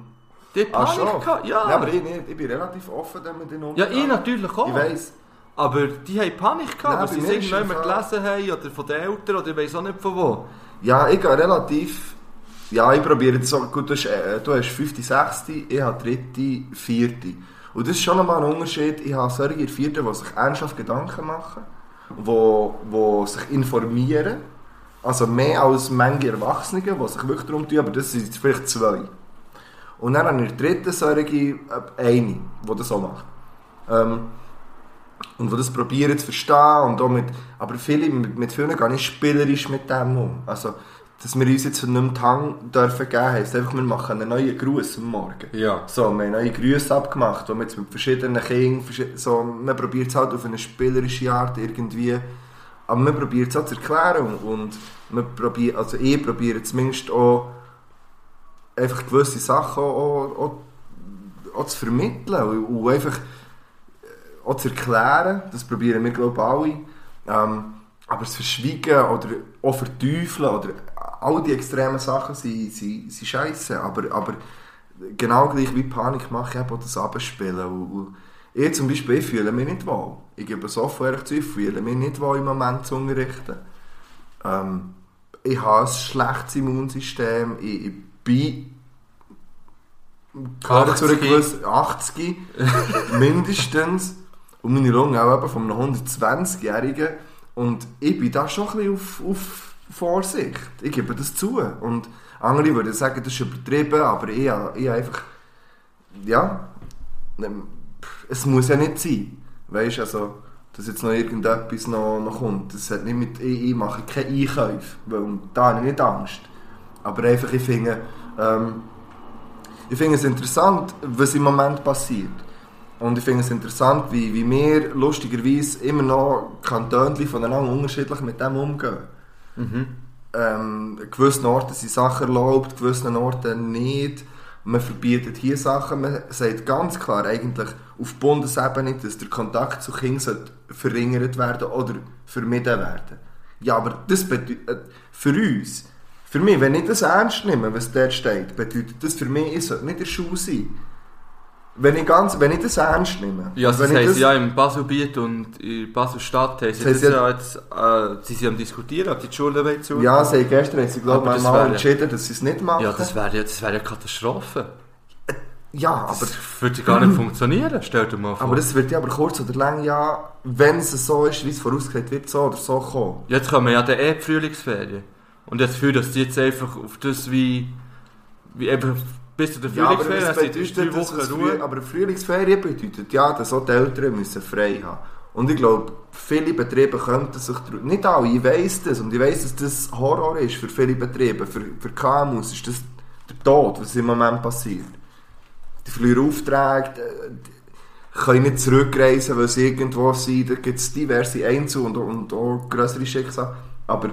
B: Die haben
C: Ah,
B: Panik
C: schon?
B: gehabt, ja.
C: Nein, aber ich nicht. Ich bin relativ offen damit in
B: ja, ich natürlich auch.
C: Ich weiss.
B: Aber die haben Panik gehabt, weil
C: Nein, bei
B: sie es
C: mir ist
B: irgendwann
C: im Fall-
B: gelesen haben oder von den Eltern oder ich weiss auch nicht von wo.
C: Ja, ich gehe relativ... Ja, ich probiere jetzt so... Gut, du hast, äh, du hast fünfte, sechste, ich habe dritte, vierte. Und das ist schon nochmal ein Unterschied. Ich habe solche in der vierten, die sich ernsthaft Gedanken machen, die sich informieren. Also mehr als manche Erwachsene, die sich wirklich darum tun, aber das sind jetzt vielleicht zwei. Und dann habe ich in der dritten solche äh, eine, die das auch macht. Ähm, und die das probieren zu verstehen und auch mit, aber viele, mit, mit vielen gar nicht spielerisch mit dem um. Also, dass wir uns jetzt nicht mehr die Hand dürfen geben, heisst einfach, wir machen einen neuen Gruß am Morgen.
B: Ja.
C: So, wir haben neue Grüße abgemacht, wo wir jetzt mit verschiedenen Kindern, verschi- so, man probiert es halt auf eine spielerische Art irgendwie, aber man probiert es auch zu erklären und, und man probiert, also ich probiere zumindest auch einfach gewisse Sachen auch, auch, auch, auch zu vermitteln und, und einfach äh, auch zu erklären, das probieren wir glaube ich alle, ähm, aber das Verschweigen oder auch verteufeln oder all die extremen Sachen sind, sind, sind scheisse, aber, aber genau gleich wie Panik mache ich eben auch das Abspielen. Und, und ich zum Beispiel ich fühle mich nicht wohl. Ich gebe so viel ehrlich zu, ich fühle mich nicht wohl im Moment zu unterrichten. Ähm, ich habe ein schlechtes Immunsystem, ich, ich bin gehöre zu einer
B: 80.
C: gewissen 80 mindestens und meine Lunge auch eben von einem 120-Jährigen und ich bin da schon ein bisschen auf, auf Vorsicht. Ich gebe das zu und andere würden sagen, das ist übertrieben, aber ich, habe- ich habe einfach ja, ähm, pff, es muss ja nicht sein. Weißt also, dass jetzt noch irgendetwas noch, noch kommt. Das hat nicht mit, E ich, ich mache keine Einkäufe, weil da habe ich nicht Angst. Aber einfach, ich finde, ähm, ich finde es interessant, was im Moment passiert. Und ich finde es interessant, wie, wie wir lustigerweise immer noch Kantönchen voneinander unterschiedlich mit dem umgehen. Ähm, an gewissen Orten sind Sachen erlaubt, an gewissen Orten nicht. Man verbietet hier Sachen. Man sagt ganz klar eigentlich auf Bundesebene, dass der Kontakt zu Kindern sollte verringert werden oder vermieden werden. Ja, aber das bedeutet äh, für uns, Für mich, wenn ich das ernst nehme, was dort steht, bedeutet das für mich, ich sollte nicht in der Schule sein. Wenn ich, ganz, wenn ich das ernst nehme.
B: Ja, das
C: wenn ich
B: haben
C: das-
B: sie ja im Baselbiet und in Basel-Stadt haben sie
C: Das
B: das
C: heisst
B: ja jetzt, äh, sie sind am diskutieren, ob die die Schulen wollen zu.
C: Ja, sie haben gestern haben sie, glaube
B: Aber
C: ich,
B: das
C: mal
B: wäre-
C: entschieden, dass sie es nicht machen.
B: ja das wäre ja, das wäre eine Katastrophe.
C: Ja,
B: Aber
C: aber,
B: das würde gar nicht funktionieren, stell dir mal vor.
C: aber das wird ja aber kurz oder lang ja, wenn es so ist, wie es vorausgesagt wird, so oder so kommen.
B: Jetzt kommen ja dann eh die Frühlingsferien. Und jetzt fühlt dass die jetzt einfach auf das wie. wie eben bis zu der Frühlingsferien
C: was
B: sind die drei
C: dass
B: Wochen
C: es früh-
B: Ruhe.
C: aber Frühlingsferien bedeutet ja, dass auch die Eltern müssen frei haben Und ich glaube, viele Betriebe könnten sich... dr- Nicht alle, ich weiss das. Und ich weiss, dass das Horror ist für viele Betriebe. Für, für KMUs ist das der Tod, was im Moment passiert. Die verlieren Aufträge, die- die können nicht zurückreisen, weil sie irgendwo sind. Da gibt es diverse Einzel- und, und auch größere Schicksale. Aber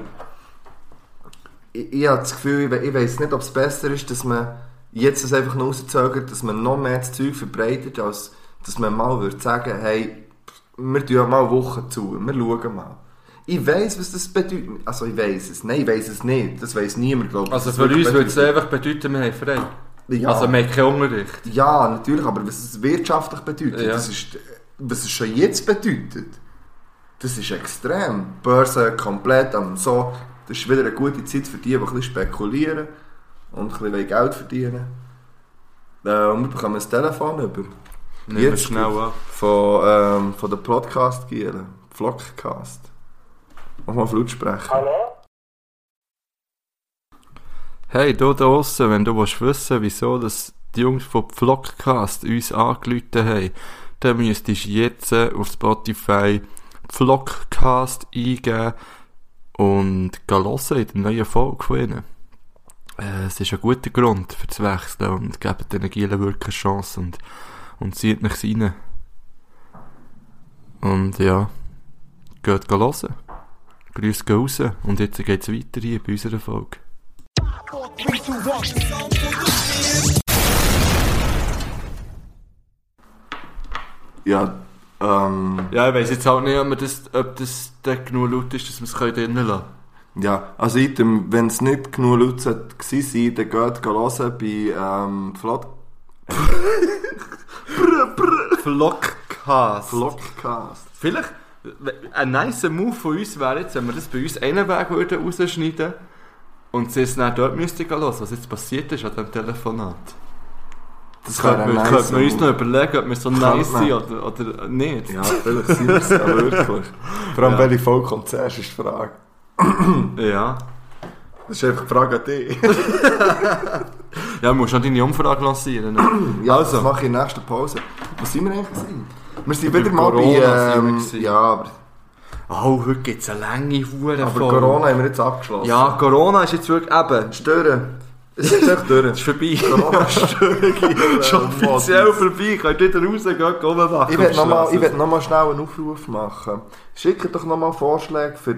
C: ich, ich habe das Gefühl, ich, we- ich weiß nicht, ob es besser ist, dass man jetzt es einfach noch rauszögert, dass man noch mehr das Zeug verbreitet, als dass man mal würde sagen, hey, wir tun mal Wochen zu, wir schauen mal. Ich weiß, was das bedeutet. Also ich weiß es. Nein, ich weiß es nicht. Das weiß niemand, glaube ich.
B: Also
C: was
B: für
C: das
B: uns
C: wirklich
B: würde es
C: bedeutet.
B: einfach bedeuten, wir haben frei.
C: Ja.
B: Also wir haben keinen Unterricht.
C: Ja, natürlich, aber was es wirtschaftlich bedeutet,
B: Ja.
C: das ist, was es schon jetzt bedeutet, das ist extrem. Die Börse komplett am so. Das ist wieder eine gute Zeit für die, die ein bisschen spekulieren und ein bisschen Geld verdienen. Äh, und wir bekommen ein Telefon über.
B: Nehmen wir
C: Jetzt
B: schnell ab.
C: Von, ähm, von der podcast gielen Vlogcast. Mach mal Flutsprecher.
D: Hallo?
B: Hey, du da draussen, wenn du willst wissen wieso dass die Jungs von Vlogcast uns angelüht haben, dann müsstest du jetzt äh, auf Spotify Vlogcast eingeben und gehen hören in der neuen Folge von ihnen. Äh, es ist ein guter Grund für das Wechseln und gebt den Gielen wirklich eine Chance und, und zieht mich rein. Und ja, geht gehen hören. Grüße gehen raus und jetzt geht's weiter hier bei unserer Folge.
C: Ja, ähm.
B: Ja, ich weiss jetzt halt nicht, ob, man das, ob das dann genug laut ist, dass wir es drinnen lassen können.
C: Ja, also item, wenn es nicht genug Leute sollte gewesen sein, dann geht hören bei ähm, Flot
B: Vlogcast.
C: Vlogcast.
B: Vielleicht w- ein nice Move von uns wäre jetzt, wenn wir das bei uns einen Weg würden rausschneiden und sie es dann dort müssten gehen hören, was jetzt passiert ist an diesem Telefonat.
C: Das
B: Könnten wir
C: wäre nice,
B: könnten wir uns
C: aber-
B: noch überlegen, ob wir so
C: Könnte
B: nice
C: man.
B: sind oder, oder nicht.
C: Ja, vielleicht sind wir es, aber wirklich. Vor allem,
B: Ja.
C: welche Folge kommt zuerst, ist die Frage.
B: Ja.
C: Das ist einfach die Frage an dich.
B: Ja, du musst noch deine Umfrage lancieren.
C: Ja,
B: Also.
C: das mache ich in der nächsten Pause. Wo sind wir eigentlich? Gewesen? Wir sind
B: Bei
C: wieder mal
B: Corona
C: bei...
B: sind wir
C: Ähm,
B: gewesen.
C: ja, aber,
B: Oh, heute gibt es eine lange Hure
C: aber Corona haben wir jetzt abgeschlossen.
B: Ja, Corona ist jetzt wirklich eben.
C: Stören. Es ist
B: Ist
C: echt durch.
B: vorbei.
C: Corona stören.
B: Schon offiziell vorbei, könnt wieder rausgehen, gehen oben
C: Äh, Ich will nochmal noch mal schnell einen Aufruf machen. Schickt doch nochmal Vorschläge für.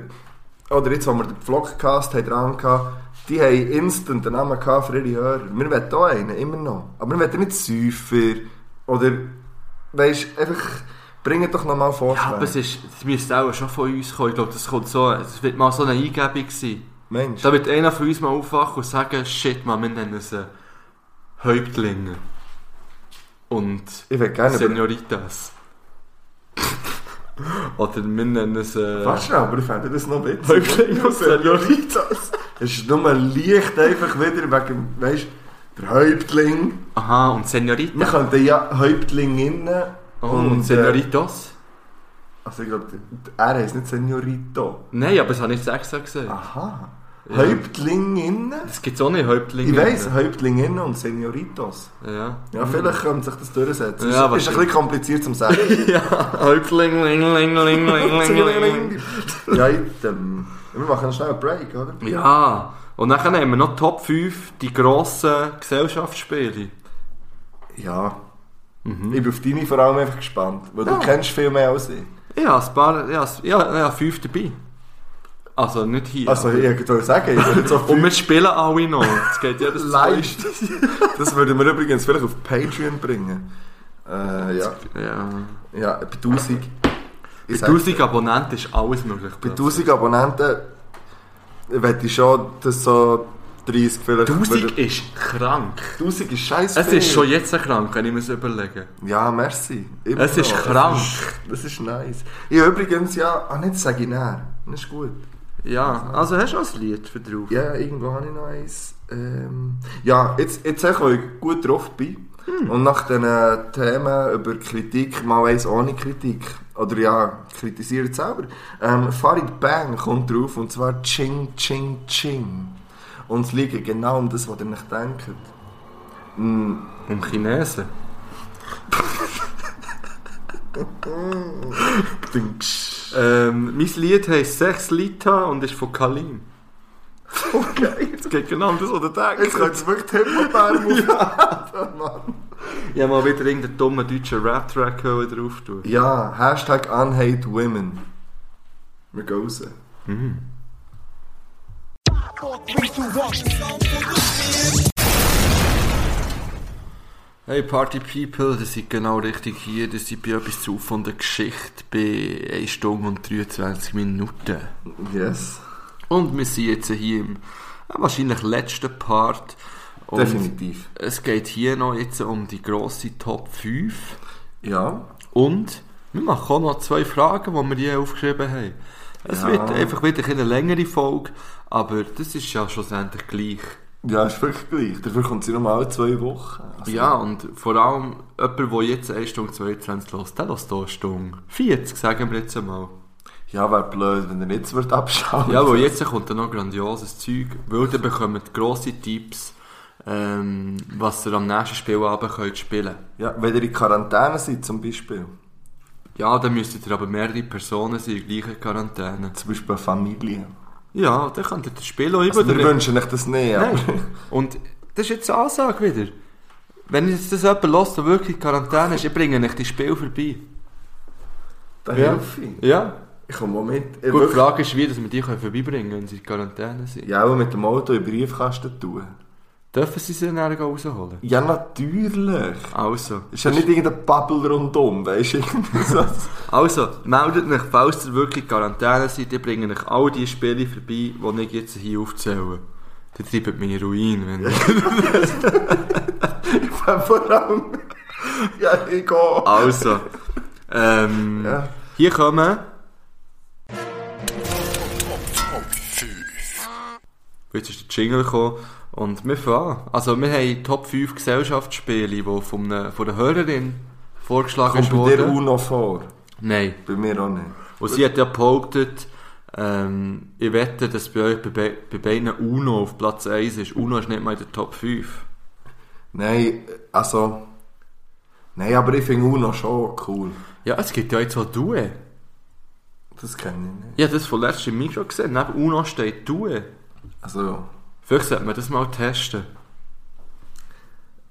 C: Oder jetzt, wo wir den Vlogcast haben dran hatten, die haben instant einen Namen gehabt für ihre Hörer. Wir wollen auch einen, immer noch. Aber wir wollen nicht Säufer. Oder, weisst einfach, bringt doch nochmal
B: Ja, aber
C: Vorschläge.
B: es ist, das müsste auch schon von uns kommen. Ich glaube, das kommt so, es wird mal so eine Eingebung sein.
C: Mensch,
B: Da wird einer von uns mal aufwachen und sagen, shit, man, wir nennen sie Häuptlinge. Und
C: ich will gerne. Über,
B: Senoritas. Oder wir nennen sie...
C: warte schnell, aber ich fände das noch witzig.
B: Häuptlinge und Senoritas.
C: Es ist nur leicht einfach wieder wegen, weisst der Häuptling.
B: Aha, und
C: Wir
B: Senoritas.
C: könnten ja Häuptlinginnen.
B: Oh,
C: äh,
B: und Senoritas?
C: Also ich glaube, er heißt nicht Senorito.
B: Nein, aber das habe ich jetzt extra gesagt.
C: Ah. Aha.
B: Ja.
C: Häuptlinginnen?
B: Das gibt es auch nicht, Häuptlinge.
C: Ich weiss, Häuptlinginnen und Senioritos.
B: Ja.
C: Ja, vielleicht könnte sich das durchsetzen.
B: Mhm. Ja,
C: ist, ist ein bisschen kompliziert zum Sagen.
B: Ja, Häuptling, ling, ling, ling, ling, ling, ling.
C: ja, item. Wir machen einen schnellen Break, oder?
B: Ja, und dann haben wir noch Top 5, die grossen Gesellschaftsspiele.
C: Ja.
B: Mhm.
C: Ich bin auf deine vor allem einfach gespannt, weil
B: Ja.
C: du kennst viel mehr als ich.
B: Ich habe ein paar, ich habe, ich habe, ich habe fünf dabei. Also nicht hier.
C: Also, ich würde sagen, ich würde jetzt auf
B: und wir spielen alle noch. Es geht jedes
C: Leicht. Das würden wir übrigens vielleicht auf Patreon bringen. Äh, ja.
B: Ja.
C: Ja, bei 1000. Ich
B: Bei
C: sag-
B: 1000 Abonnenten ist alles möglich.
C: Bei 1000 Abonnenten möchte ich schon, dass so 30 vielleicht.
B: 1000 ist krank.
C: 1000 ist scheiße.
B: Es ist schon jetzt krank, wenn ich mir das überlege.
C: Ja, merci. Immer
B: Es ist
C: noch.
B: krank.
C: Das ist nice. Ich habe übrigens ja. Ah, nicht sage ich näher. Das ist gut.
B: Ja, also hast du noch ein Lied für drauf?
C: Ja, irgendwo habe ich noch eins. Ähm, ja, jetzt, jetzt sag ich, wo ich gut drauf bin. Und nach diesen Themen über Kritik, mal eins ohne Kritik. Oder ja, kritisiert selber. Ähm, Farid Bang kommt drauf und zwar Ching, Ching, Ching. Und es liegt genau um das, was ihr nicht denkt.
B: Um Chinesen.
C: Ding, tsch.
B: Ähm, mein Lied heisst 6 Liter und ist von Kalim.
C: Okay,
B: Es geht genau um das, was du denkst.
C: jetzt könnte es wirklich Tempobärm auf.
B: Ich habe mal wieder irgendeinen dummen deutschen Rap-Track wollen drauf tun.
C: Ja, Hashtag Unhate Women. Wir gehen raus.
B: Hey Party People, ihr seid genau richtig hier. Ihr seid bei etwas zu von der Geschichte bei 1 Stunde und 23 Minuten.
C: Yes.
B: Und wir sind jetzt hier im äh, wahrscheinlich letzten Part. Und
C: Definitiv.
B: Es geht hier noch jetzt um die grosse Top 5.
C: Ja.
B: Und wir machen auch noch zwei Fragen, die wir hier aufgeschrieben haben. Es
C: Ja.
B: wird einfach wieder ein bisschen eine längere Folge, aber das ist ja schlussendlich gleich.
C: Ja, ist wirklich gleich. Dafür kommt sie nochmal alle zwei Wochen. Also,
B: Ja, und vor allem jemand, der jetzt 1 Stunde 22 hört, der hört hier eine Stunde 40, sagen wir jetzt einmal.
C: ja wäre blöd, wenn er jetzt wird abschauen
B: Ja, weil jetzt kommt dann noch grandioses Zeug, weil ihr bekommt grosse Tipps, ähm, was ihr am nächsten Spielabend könnt spielen
C: ja, wenn ihr in Quarantäne seid zum Beispiel.
B: Ja, dann müsstet ihr aber mehrere Personen sein in der gleichen Quarantäne.
C: Zum Beispiel eine Familie.
B: Ja, dann könnt ihr das Spiel auch
C: Also, wir
B: über-
C: wünschen euch das nicht, aber...
B: Nein. Und das ist jetzt eine Ansage wieder. Wenn jetzt das jemand hört, der wirklich in Quarantäne ist, ich bringe nicht das Spiel vorbei.
C: Da
B: Ja.
C: helfe ich.
B: Ja.
C: Ich komme auch mit. Ich
B: Gut, die
C: wirklich-
B: Frage ist, wie dass wir die können vorbeibringen können, wenn sie in Quarantäne sind.
C: Ja, aber mit dem Auto in den Briefkasten tun.
B: Dürfen sie sie dann rausholen?
C: Ja, natürlich.
B: Also,
C: Ist ja nicht irgendein Bubble rundum, weißt du? irgendwie so.
B: also, meldet euch, falls ihr wirklich in Quarantäne seid, ich bringe euch all die Spiele vorbei, die ich jetzt hier aufzähle. Dann treibt mich in Ruin. Wenn
C: Vor allem... Ja, ich gehe.
B: Also, ähm,
C: Ja.
B: hier kommen. Jetzt ist der Jingle gekommen und wir fangen an. Also, wir haben Top 5 Gesellschaftsspiele, die von, einer- von der Hörerin vorgeschlagen
C: Kommt bei dir
B: wurden.
C: UNO vor?
B: Nein.
C: Bei mir auch nicht.
B: Und sie hat ja behauptet, ähm, ich wette, dass bei euch bei, be bei beiden UNO auf Platz 1 ist. UNO ist nicht mal in der Top 5.
C: Nein, also... Nein, aber ich finde UNO schon cool.
B: Ja, es gibt ja jetzt auch Due.
C: Das kenne ich nicht.
B: Ich habe das von letztem Mikro gesehen. Neben UNO steht Due.
C: Also,
B: Vielleicht sollte man das mal testen.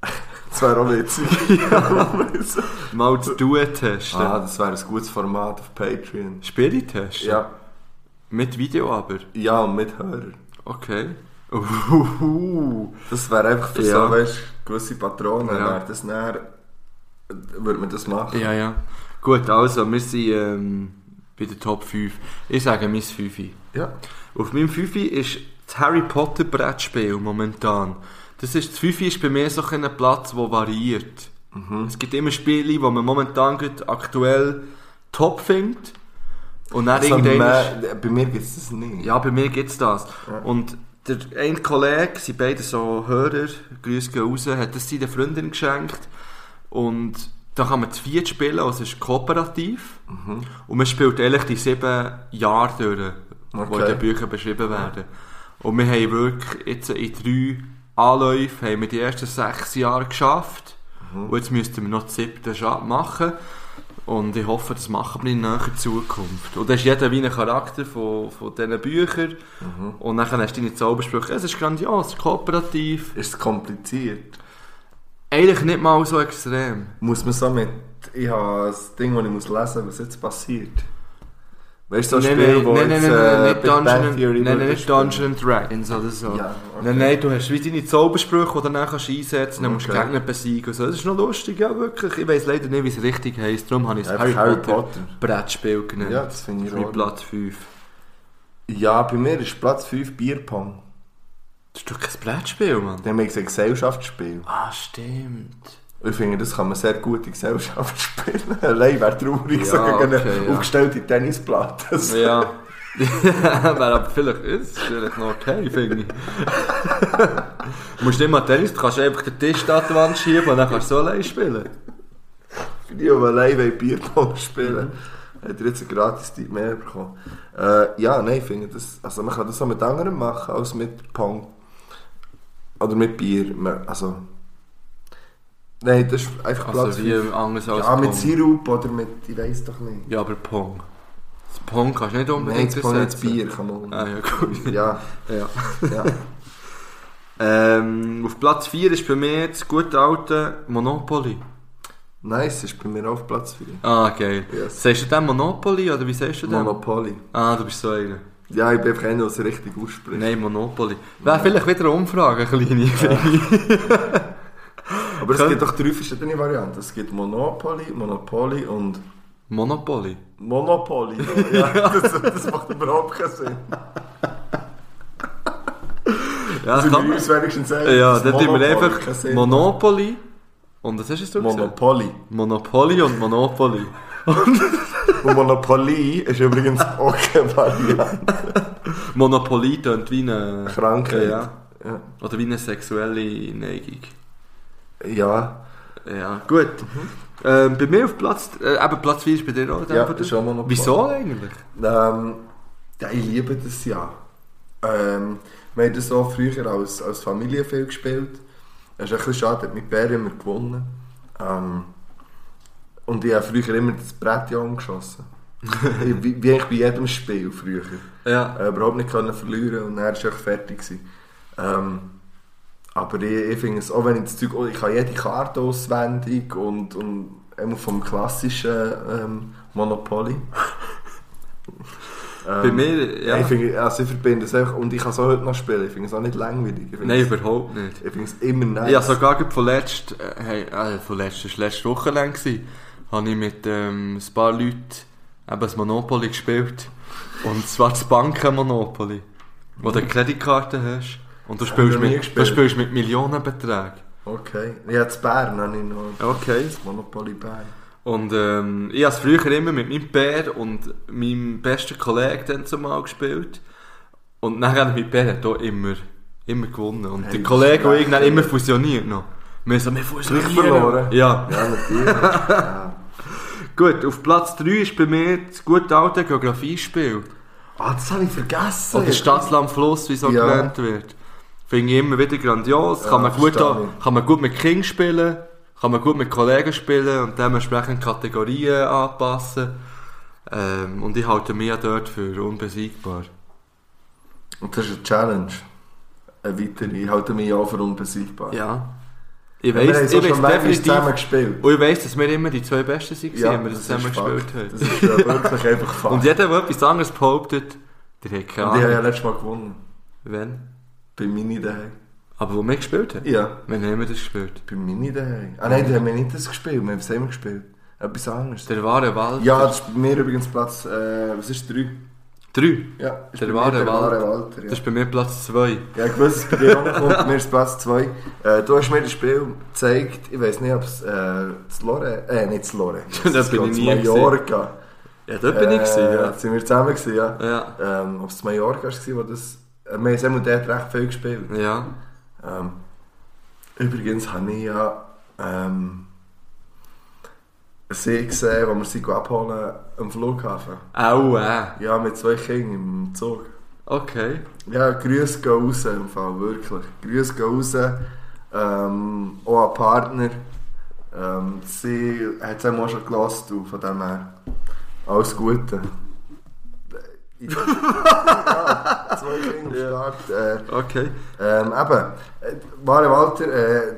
C: das wäre auch witzig.
B: also. Mal das Duo testen.
C: ah, das wäre ein gutes Format auf Patreon.
B: Spiele testen?
C: Ja,
B: Mit Video aber?
C: ja und mit Hörer.
B: Okay. Uhuhu.
C: Das wäre einfach für
B: Ja.
C: so, weißt, gewisse Patronen.
B: Ja.
C: Wäre das näher, würde man das machen.
B: Ja, ja. Gut, also, wir sind ähm, bei der Top 5. Ich sage mein 5.
C: Ja.
B: Auf meinem 5 ist das Harry Potter Brettspiel momentan. Das ist, das 5 ist bei mir so ein Platz, der variiert. Es gibt immer Spiele, die man momentan gerade aktuell top findet. Und dann
C: Also,
B: irgendwann ist-
C: mä- bei mir gibt es das nicht.
B: Ja, bei mir gibt's das. Und der ein Kollege, sie beide so Hörer, Grüße gehen raus, hat das seiner Freundin geschenkt. Und da kann man zu viert spielen, also es ist kooperativ. Und man spielt ehrlich die sieben Jahre durch, die
C: Okay.
B: in den Büchern beschrieben werden. Und wir haben wirklich jetzt in drei Anläufen haben wir die ersten sechs Jahre geschafft. Und jetzt müssten wir noch das siebte Scha- machen. Und ich hoffe, das machen wir in näherer Zukunft. Und da ist jeder wie ein Charakter von, von diesen Büchern. Und dann hast du deine Zaubersprüche. Es ist grandios, kooperativ.
C: Ist es kompliziert?
B: Eigentlich nicht mal so extrem.
C: Muss man so mit... Ich habe das Ding, das ich muss lesen was jetzt passiert. Weißt du, so ein Spiel, wo
B: nein, nein,
C: jetzt...
B: nein, nein,
C: äh,
B: nicht
C: Big Bang
B: Dungeon,
C: Theory
B: nein, nein,
C: würde
B: nicht
C: spielen.
B: Dungeon and Dragons oder so.
C: Ja, okay.
B: Nein, nein, du hast wie deine Zaubersprüche, die du dann kannst einsetzen dann musst du
C: Okay.
B: Gegner besiegen und so. Das ist noch lustig, ja wirklich. Ich weiss leider nicht, wie es richtig heisst, darum habe ich es
C: Einfach
B: Harry,
C: Harry
B: Potter,
C: Potter.
B: Brettspiel genannt.
C: Ja, das finde ich
B: Für
C: auch.
B: Platz 5.
C: Ja, bei mir ist Platz 5 Bierpong.
B: Das ist doch kein Brettspiel, Mann.
C: Dann haben wir gesagt, Gesellschaftsspiel.
B: Ah, stimmt.
C: Ich finde, das kann man sehr gut in Gesellschaft spielen. Allein wäre traurig,
B: Ja,
C: so gegen
B: okay,
C: eine
B: ja.
C: aufgestellte Tennisplatte.
B: Ja. Wäre aber vielleicht ist es vielleicht noch okay, finde ich. du musst nicht mal Tennis, du kannst einfach den Tisch an die Wand schieben und dann kannst du so allein spielen.
C: Für die, die allein wollen Bierpong spielen
B: Mhm.
C: hat er jetzt einen Gratis-Tipp mehr bekommen. Äh, ja, nein, ich finde das... Also man kann das auch mit anderen machen, als mit Pong. Oder mit Bier. Man, also... Nein, das ist einfach Platz
B: Also wie
C: fünf.
B: anders als
C: Ja, mit
B: Pong.
C: Sirup oder mit... Ich weiß doch nicht.
B: Ja, aber Pong. Das Pong kannst du nicht
C: Nein,
B: unbedingt
C: das Pong nicht das
B: ersetzen.
C: Bier kann man...
B: Ah ja, gut.
C: Ja,
B: Ja.
C: ja. Ehm,
B: Ähm, auf Platz 4 ist bei mir das gute alte Monopoly.
C: nice, ist bei mir auch auf Platz 4.
B: Ah, geil.
C: Yes.
B: Sagst du dem Monopoly oder wie sagst du dem?
C: Monopoly.
B: ah, du bist so einer.
C: Ja, ich bin einfach einer, der es richtig ausspricht.
B: Nein, Monopoly. Wäre vielleicht wieder eine Umfrage, eine kleine.
C: Aber es
B: Kön-
C: gibt doch drei verschiedene Varianten. Es gibt Monopoly, Monopoly und
B: Monopoly.
C: Monopoly. Ja, das, das macht überhaupt keinen Sinn.
B: Ja,
C: Also
B: das kann
C: wir
B: man.
C: uns wenigstens sagen,
B: Ja,
C: dass
B: dann tun wir
C: Monopoly keinen
B: einfach
C: Sinn
B: Monopoly. Und was hast du
C: macht.
B: jetzt gesagt?
C: Monopoly.
B: Monopoly und Monopoly.
C: Und Monopoly ist übrigens auch keine Variante.
B: Monopoly tönt wie eine
C: Krankheit.
B: Ja.
C: Ja.
B: Oder wie eine sexuelle Neigung.
C: Ja,
B: Ja, gut. Ähm, bei mir auf Platz, äh, eben Platz 4 ist bei dir auch der
C: ja
B: von dir.
C: ist schon Monopoly.
B: Wieso eigentlich?
C: Ähm, ja, ich liebe das ja. Ähm, wir haben das auch früher als, als Familie viel gespielt. Es ist ein bisschen schade, hat mein Bär immer gewonnen. Ähm, und ich habe früher immer das Brett ja angeschossen. Ich- wie, wie ich bei jedem Spiel früher.
B: Ja.
C: Äh, überhaupt nicht können verlieren und dann war ich echt fertig. Gewesen. Ähm, aber ich, ich finde es, auch wenn ich das Zeug, oh, ich habe jede Karte auswendig und, und immer vom klassischen ähm, Monopoly. Ähm,
B: Bei mir, ja.
C: Ich finde, also ich verbinde es einfach, und ich kann es auch heute noch spielen, ich finde es auch nicht langweilig. Ich finde
B: Nein,
C: es-
B: überhaupt nicht.
C: ich finde es immer nice.
B: Ja, sogar gerade von letzt, äh, hey, äh, von letzt, das war letzte Woche lang, gewesen, habe ich mit ähm, ein paar Leuten eben das Monopoly gespielt. Und zwar das Banken-Monopoly, wo du eine Kreditkarte hast. Und du
C: Das habe ich
B: spielst,
C: noch
B: mit,
C: nie
B: du
C: gespielt.
B: spielst mit Millionenbeträgen.
C: Okay. Ja, das Bern habe ich noch.
B: Okay.
C: Das Monopoly Bern.
B: Und ähm, ich habe es früher immer mit meinem Bär und meinem besten Kollegen dann zumal gespielt. Und nachher hat mein Bär hat auch immer, immer gewonnen. Und
C: Hey,
B: der
C: das
B: Kollege
C: ist
B: und ich dann
C: recht.
B: immer fusioniert noch. Wir haben so, wir fusionieren.
C: Gleich verloren.
B: Ja.
C: Ja, natürlich. ja.
B: Gut, auf Platz 3 ist bei mir das gute alte Geografiespiel.
C: Ah, das habe ich vergessen.
B: Oder Stadtland Fluss, wie es auch
C: Ja.
B: genannt wird. Finde ich immer wieder grandios. kann,
C: Ja,
B: man gut
C: verstehe
B: auch,
C: ich.
B: kann man gut mit Kindern spielen, kann man gut mit Kollegen spielen und dementsprechend Kategorien anpassen. Ähm, und ich halte mich ja dort für unbesiegbar.
C: Und das ist eine Challenge. Eine weitere. Ich halte mich auch für unbesiegbar.
B: Ja. Ich
C: Wir haben
B: weiß,
C: so
B: ich
C: schon
B: weiß
C: manchmal
B: definitiv.
C: zusammen gespielt.
B: Und ich weiß, dass wir immer die zwei Besten waren, wenn wir das
C: ist
B: zusammen gespielt
C: Fakt.
B: haben.
C: Das ist ja wirklich einfach Fakt.
B: Und jeder, der etwas anderes behauptet, der hat keine
C: Und ich habe ja
B: Ahnung.
C: letztes Mal gewonnen.
B: Wenn?
C: Bei Mini daheim.
B: Aber wo wir gespielt haben?
C: Ja.
B: Wann haben wir das gespielt?
C: Bei Mini daheim. Ah nein, da haben wir nicht das gespielt. Wir haben es immer gespielt. Etwas anderes.
B: Der wahre Wald.
C: Ja, das ist bei mir übrigens Platz, äh, was ist drei?
B: Drei.
C: Ja, ist
B: Der
C: bei mir
B: wahre
C: der
B: Walter.
C: wahre Walter. Ja.
B: Das ist bei mir Platz 2.
C: Ja, ich wusste, dass es bei dir ankommt. Mir ist Platz 2. Äh, du hast mir das Spiel gezeigt. Ich weiß nicht, ob es äh, zu Lore... Äh, nicht zu Lore.
B: Das bin ich nie gewesen.
C: Mallorca.
B: Ja, dort bin ich
C: Äh,
B: gewesen, ja.
C: sind wir zusammen gewesen, ja.
B: Ja.
C: Ähm, ob es zu Mallorca war, wo das... Äh, wir haben es immer dort recht viel gespielt.
B: Ja.
C: Ähm, übrigens habe ich ja ähm, sie gesehen, wo wir sie abholen am Flughafen.
B: Au, äh.
C: Ja, mit zwei Kindern im Zug.
B: Okay.
C: Ja, Grüße gehen raus im Fall, wirklich. Grüße gehen raus. Ähm, auch an Partner. Ähm, sie hat es auch schon gelassen, du, von dem her. Alles Gute. ja, zwei Kinder am Start. Äh,
B: Okay.
C: ähm, eben, äh, Ware Walter, äh,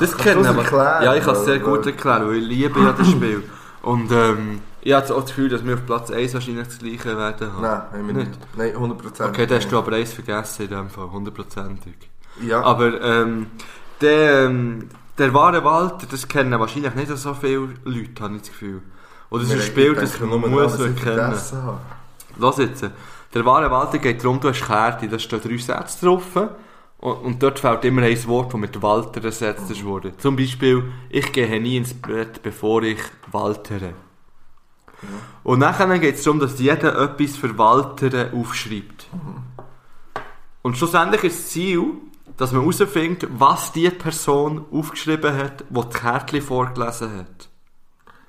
B: Das kennen wir. Ja, ich kann es sehr gut
C: erklären.
B: erklären, weil ich liebe ja das Spiel. Und ähm, ich habe jetzt auch das Gefühl, dass wir auf Platz 1 wahrscheinlich das gleiche werden haben.
C: Nein, haben wir nicht. Nein, 100%.
B: Okay, da hast du aber eins vergessen in dem Fall, hundertprozentig.
C: Ja,
B: Aber ähm, der, ähm, der wahre Walter, das kennen wahrscheinlich nicht so viele Leute, habe ich das Gefühl. Oder es ist ein
C: Wir-
B: Spiel,
C: ich
B: das
C: denke
B: man
C: nur
B: muss
C: daran, dass ich
B: erkennen.
C: vergessen habe.
B: Los jetzt. Der wahre Walter geht darum, du hast Kärtchen, da stehen drei Sätze drauf. Und, und dort fehlt immer ein Wort, das mit Walter ersetzt ist wurde. Zum Beispiel, ich gehe nie ins Bett, bevor ich waltere. Mhm. Und nachher geht es darum, dass jeder etwas für Waltere aufschreibt. Und schlussendlich ist das Ziel, dass man herausfindet, was die Person aufgeschrieben hat, die das Kärtchen vorgelesen hat.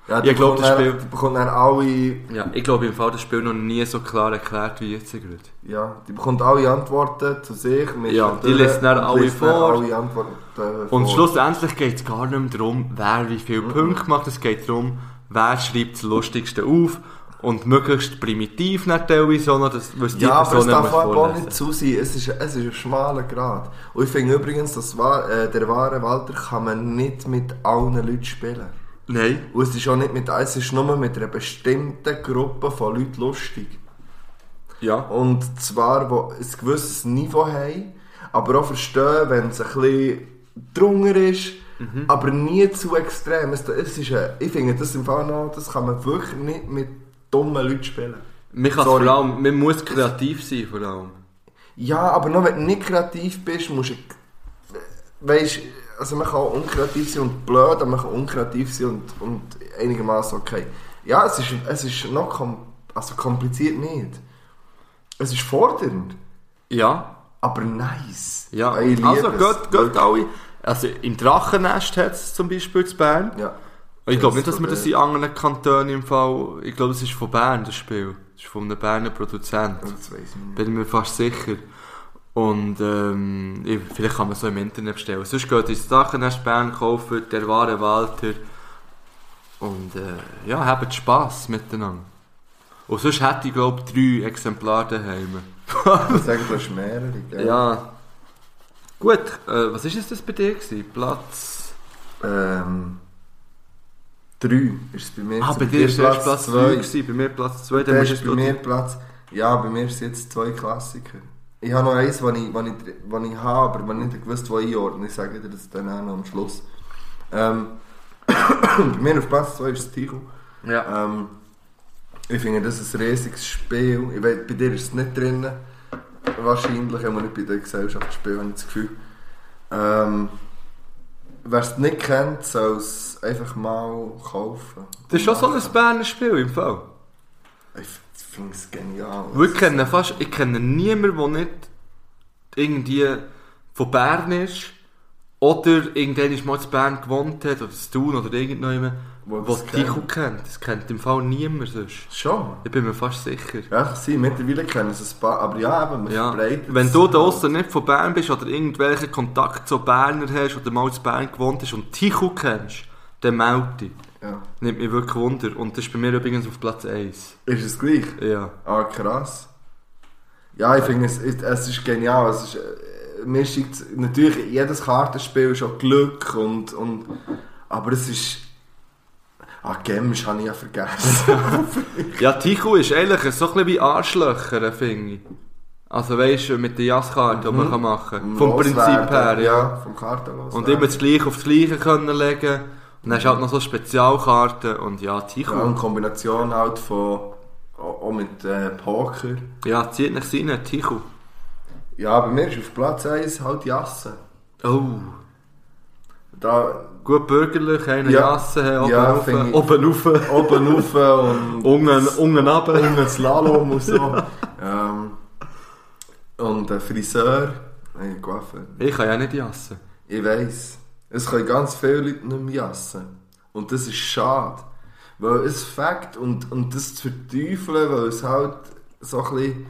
C: Ja,
B: Ich glaub, das
C: Spiel.
B: Spiel-
C: Die bekommt dann alle,
B: Ja, ich glaube, im Fall das Spiel noch nie so klar erklärt wie jetzt gerade.
C: ja, die bekommt alle Antworten zu sich. mit
B: Ja,
C: natürlich-
B: die liest dann alle
C: liest dann
B: vor.
C: alle Antworten äh, vor.
B: Und schlussendlich geht es gar nicht mehr darum, wer wie
C: Mhm.
B: viele Punkte macht. Es geht darum, wer schreibt das Lustigste auf. Und möglichst primitiv nicht teilweise, sondern dass was die
C: Ja, aber es
B: Person
C: darf
B: muss
C: auch
B: vorlesen
C: nicht zu sein. Es ist, es ist ein schmaler Grad. Und ich finde übrigens, dass wahr, äh, der wahre Walter kann man nicht mit allen Leuten spielen.
B: Nein.
C: Und es ist auch nicht mit es ist nur mit einer bestimmten Gruppe von Leuten lustig.
B: Ja.
C: Und zwar, die ein gewisses Niveau haben, aber auch verstehen, wenn es ein bisschen drunter ist, aber nie zu extrem. Es, es ist ein, ich finde das im Fall noch, das kann man wirklich nicht mit dummen Leuten spielen.
B: Man, kann vor
C: Sorry.
B: allem, man muss kreativ sein, vor allem.
C: Ja, aber nur wenn du nicht kreativ bist, musst du. Weißt also man kann auch unkreativ sein und blöd, aber man kann unkreativ sein und, und einigermaßen okay. Ja, es ist, es ist noch kom also kompliziert nicht. Es ist fordernd,
B: Ja.
C: aber nice.
B: Ja,
C: Ich liebe
B: also
C: es.
B: geht, geht alle. Also im Drachennest hat es zum Beispiel zu Bern.
C: Ja.
B: Und ich glaube nicht,
C: Das
B: dass
C: ist
B: wir das
C: von
B: in anderen Kantonen im Fall. Ich glaube, es ist von Bern, das Spiel. Es ist von einem Berner Produzent.
C: Das weiss ich nicht.
B: Bin ich mir fast sicher. Und ähm, ich, vielleicht kann man so im Internet bestellen. Sonst geht ins Drachennest Bern kaufen, der wahre Walter. Und äh, ja, habt Spass miteinander. Und sonst hätte ich glaube drei Exemplare daheim.
C: Ich sage, du hast mehrere, gell?
B: Ja. Gut, äh, was ist es das bei dir gewesen? Platz...
C: Ähm, drei ist es bei mir.
B: Ah,
C: gewesen.
B: bei dir ist erst Platz 2
C: zwei.
B: gewesen, bei mir Platz 2.
C: Der ist bei mir Platz. Ja, bei mir sind jetzt zwei Klassiker. Ich habe noch eins, das ich, was ich, was ich habe, aber ich nicht gewusst, wo einordnen. Ich sage dir das dann auch noch am Schluss. Ähm, bei mir auf Platz 2 ist das Tico.
B: Ja.
C: Ähm, ich finde das ist ein riesiges Spiel. Ich weiß, bei dir ist es nicht drin. Wahrscheinlich, wenn man nicht bei der Gesellschaft spielt, habe ich das Gefühl. Ähm, Wer es nicht kennt, soll es einfach mal kaufen.
B: Das ist schon so ein Berner Spiel im Fall.
C: Ich finde es genial.
B: Weil Ich kenne fast, ich kenne niemanden, der nicht irgendwie von Bern ist oder irgendwann ist mal zu Bern gewohnt hat oder zu Thun oder irgendjemand,
C: Wo
B: der
C: das
B: Tico
C: kennt.
B: kennt. Das kennt im Fall niemand sonst.
C: Schon?
B: Ich bin mir fast sicher.
C: Ja, kann sein. Mittlerweile kennen es ein paar, aber ja, eben, man
B: Ja.
C: verbreitet
B: Wenn
C: es
B: du
C: halt.
B: da außen nicht von Bern bist oder irgendwelche Kontakt zu Berner hast oder mal zu Bern gewohnt hast und Tichu kennst, dann melde dich.
C: Ja.
B: Nimmt mich wirklich Wunder. Und das ist bei mir übrigens auf Platz 1.
C: Ist es gleich?
B: Ja.
C: Ah, krass. Ja, ich finde, es, es es ist genial. Es ist, äh, mir schickt natürlich jedes Kartenspiel ist auch Glück und, und aber es ist... Ah, Games habe ich ja vergessen.
B: Ja, Tichu ist eigentlich so ein bisschen wie Arschlöcher, finde ich. Also weisst du, mit der Jasskarte, die man kann machen kann. Vom
C: Mhm. Loswerden,
B: Prinzip her, ja.
C: ja. Vom Kartenlos.
B: Und immer das Gleiche auf das Gleiche können legen. Und dann hast du halt noch so Spezialkarten. Und ja, Tichu,
C: Ja, in Kombination halt von... Auch auch mit äh, Poker.
B: ja, zieht nicht rein, Tichu.
C: Ja, bei mir ist auf Platz 1 halt Jassen.
B: Oh.
C: Da...
B: Gut bürgerlich, eine
C: Ja.
B: Jasse haben, oben
C: Ja,
B: rauf,
C: finde ich.
B: oben rauf,
C: Oben rauf und...
B: unten, unten runter.
C: Irgendein Slalom und so. ähm, und ein Friseur. Nein, Coiffeur.
B: Ich kann ja nicht Jasse.
C: Ich weiss. Es können ganz viele Leute nicht mehr jassen. Und das ist schade. Weil es fängt und, und das zu verteufeln, weil es halt so ein bisschen...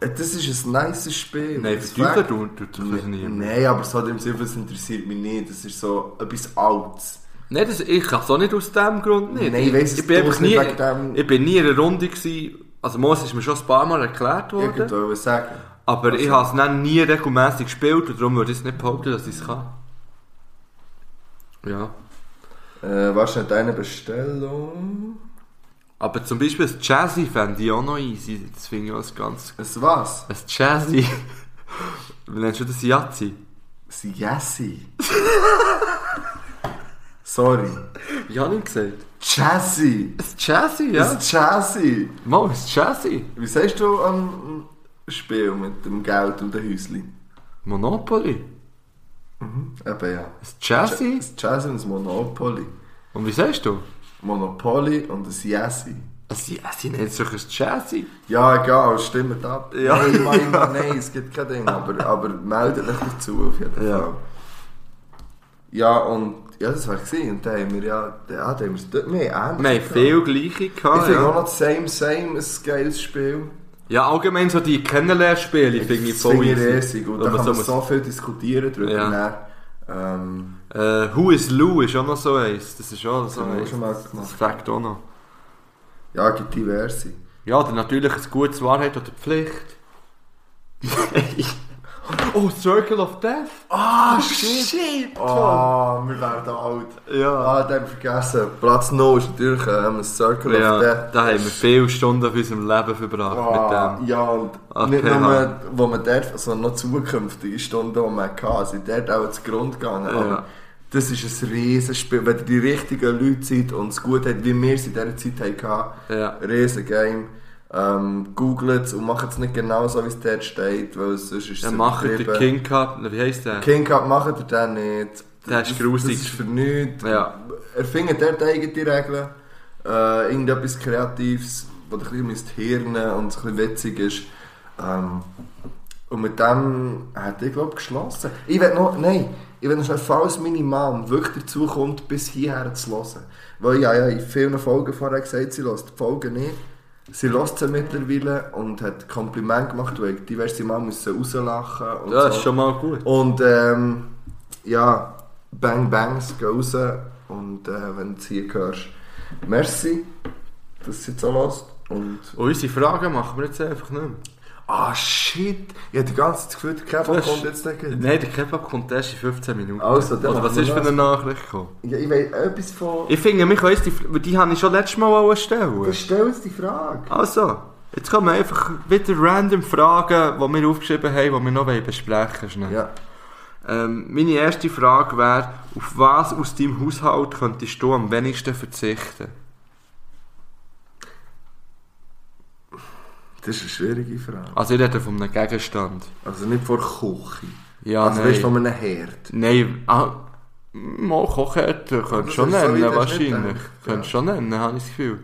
C: Äh, Das ist ein nices Spiel.
B: Nein,
C: Es
B: verteufeln
C: fängt-
B: tut tut sich das nicht.
C: Nein, aber so im Sinne, es interessiert mich nicht. Das ist so etwas Altes.
B: Nein, das, ich kann es auch nicht aus dem Grund nicht.
C: Nein, ich weiss,
B: ich bin
C: du
B: einfach
C: es nicht
B: nie,
C: wegen dem-
B: ich bin nie in einer Runde gewesen. Also Moses ist mir schon ein paar Mal erklärt worden,
C: Irgendwo Also. will ich sagen.
B: aber ich habe es dann nie regelmäßig gespielt und darum würde ich es nicht behaupten, dass ich es kann. Ja.
C: Äh, was ist denn deine Bestellung?
B: Aber zum Beispiel das Jazzy fände ich auch noch easy. Das finde ich auch ein ganz...
C: Es was?
B: Ein Jazzy... Wie nennst du das? Jazzy?
C: Sie Jessie. Sorry.
B: Ich habe nicht gesagt.
C: Jazzy.
B: Ein Jazzy,
C: Ja.
B: ja.
C: Das Jazzy.
B: Mal, ein Jazzy.
C: Wie sagst du am Spiel mit dem Geld und dem Häuschen?
B: Monopoly?
C: Eben ja.
B: Ein Jazzy?
C: Das Jazz und das Monopoly.
B: Und wie sagst du?
C: Monopoly und das Yessi.
B: Ein Jazzy nennt sich ein Jazzy.
C: Ja, egal, stimmt ab.
B: Ja.
C: Nein, nein, nein, nein, es gibt kein Ding, aber, aber meldet euch dazu auf jeden Fall.
B: Ja.
C: Ja, ja und ja, das war gesehen und dann haben wir ja, ja da haben wir es dort mehr ähnlich.
B: Wir haben
C: gehabt.
B: viel Gleiche
C: Ich
B: gehabt.
C: finde auch
B: Ah, Ja.
C: noch das Same Same ein geiles Spiel.
B: ja, allgemein so die Kennenlernspiele finde ich voll
C: finde ich
B: easy.
C: riesig und
B: Wenn man
C: da kann man
B: so
C: so viel diskutieren drüber.
B: Ja.
C: Ja. Ähm,
B: Äh, Who is Lou ist auch noch so eins. Das ist auch so
C: haben wir auch
B: eins.
C: schon mal
B: Das
C: gemacht.
B: fragt auch noch.
C: Ja, gibt diverse.
B: Ja, dann natürlich ein gutes Wahrheit oder Pflicht. oh, Circle of Death?
C: Oh,
B: Ah, shit!
C: Ah, wir werden alt.
B: Ja,
C: Ah, das haben wir vergessen. Platz 0 ist natürlich ähm, ein Circle
B: ja
C: of Death.
B: da haben wir viele Stunden auf unserem Leben verbracht
C: Ah,
B: mit dem.
C: Ja, und
B: Ah,
C: nicht
B: PH.
C: nur, wo man dort, sondern noch zukünftige Stunden, die man hatte, sind dort auch zu Grund gegangen.
B: Ja.
C: Aber das ist ein Riesenspiel. Wenn ihr die richtigen Leute seid und es gut habt, wie wir es in dieser Zeit hatten,
B: Ja.
C: riesen Game. Ähm, googelt es und macht es nicht genau so, wie es dort steht, weil sonst ist es
B: Dann machen den
C: übertrieben.
B: King Cup, ne, wie heisst der?
C: King Cup macht ihr den nicht.
B: Der ist
C: Das-
B: grusig.
C: Das ist für nichts.
B: Ja.
C: Erfindet dort eigene Regeln. Äh, irgendetwas Kreatives, was ein bisschen ins Hirn und ein bisschen witzig ist. Ähm, und mit dem hat ich glaube geschlossen. Ich will noch, nein, ich will noch schnell, falls meine Mom wirklich dazu kommt, bis hierher zu hören. Weil ja, ja, in vielen Folgen vorher gesagt, sie hört die Folgen nicht. Sie hört sie mittlerweile und hat Kompliment gemacht, weil ich diverse Mal müssen rauslachen und
B: Ja,
C: so.
B: das ist schon mal gut.
C: Und ähm, ja, Bang Bangs gehen raus und äh, wenn du es hier hörst, merci, dass du jetzt auch hörst. Und
B: Und unsere Fragen machen wir jetzt einfach nicht mehr.
C: ah shit, ich habe die ganze Zeit das Gefühl, der
B: Du
C: Kevin
B: hast-
C: kommt jetzt nicht.
B: Nein, der Kebab kommt erst in 15 Minuten.
C: Also, dann
B: Und was
C: machen wir
B: ist für
C: das.
B: eine Nachricht gekommen?
C: Ja, ich will etwas von...
B: Ich finde, wir können uns die, Fr- die habe ich schon letztes Mal auch stellen.
C: Dann stell uns die Frage.
B: Also, jetzt kommen einfach wieder random Fragen, die wir aufgeschrieben haben, die wir noch besprechen wollen. schnell.
C: Ja.
B: Ähm, meine erste Frage wäre, auf was aus deinem Haushalt könntest du am wenigsten verzichten?
C: Das ist eine schwierige Frage.
B: Also ich rede von einem Gegenstand.
C: Also nicht vor Küche.
B: Ja,
C: also weißt du,
B: nein.
C: von einem Herd.
B: Nein, ah, mal Kochhärte könntest du schon
C: Also, das ist so, wie
B: nennen,
C: du es nicht
B: wahrscheinlich.
C: denkst, ja.
B: Könntest du schon nennen, habe ich das Gefühl.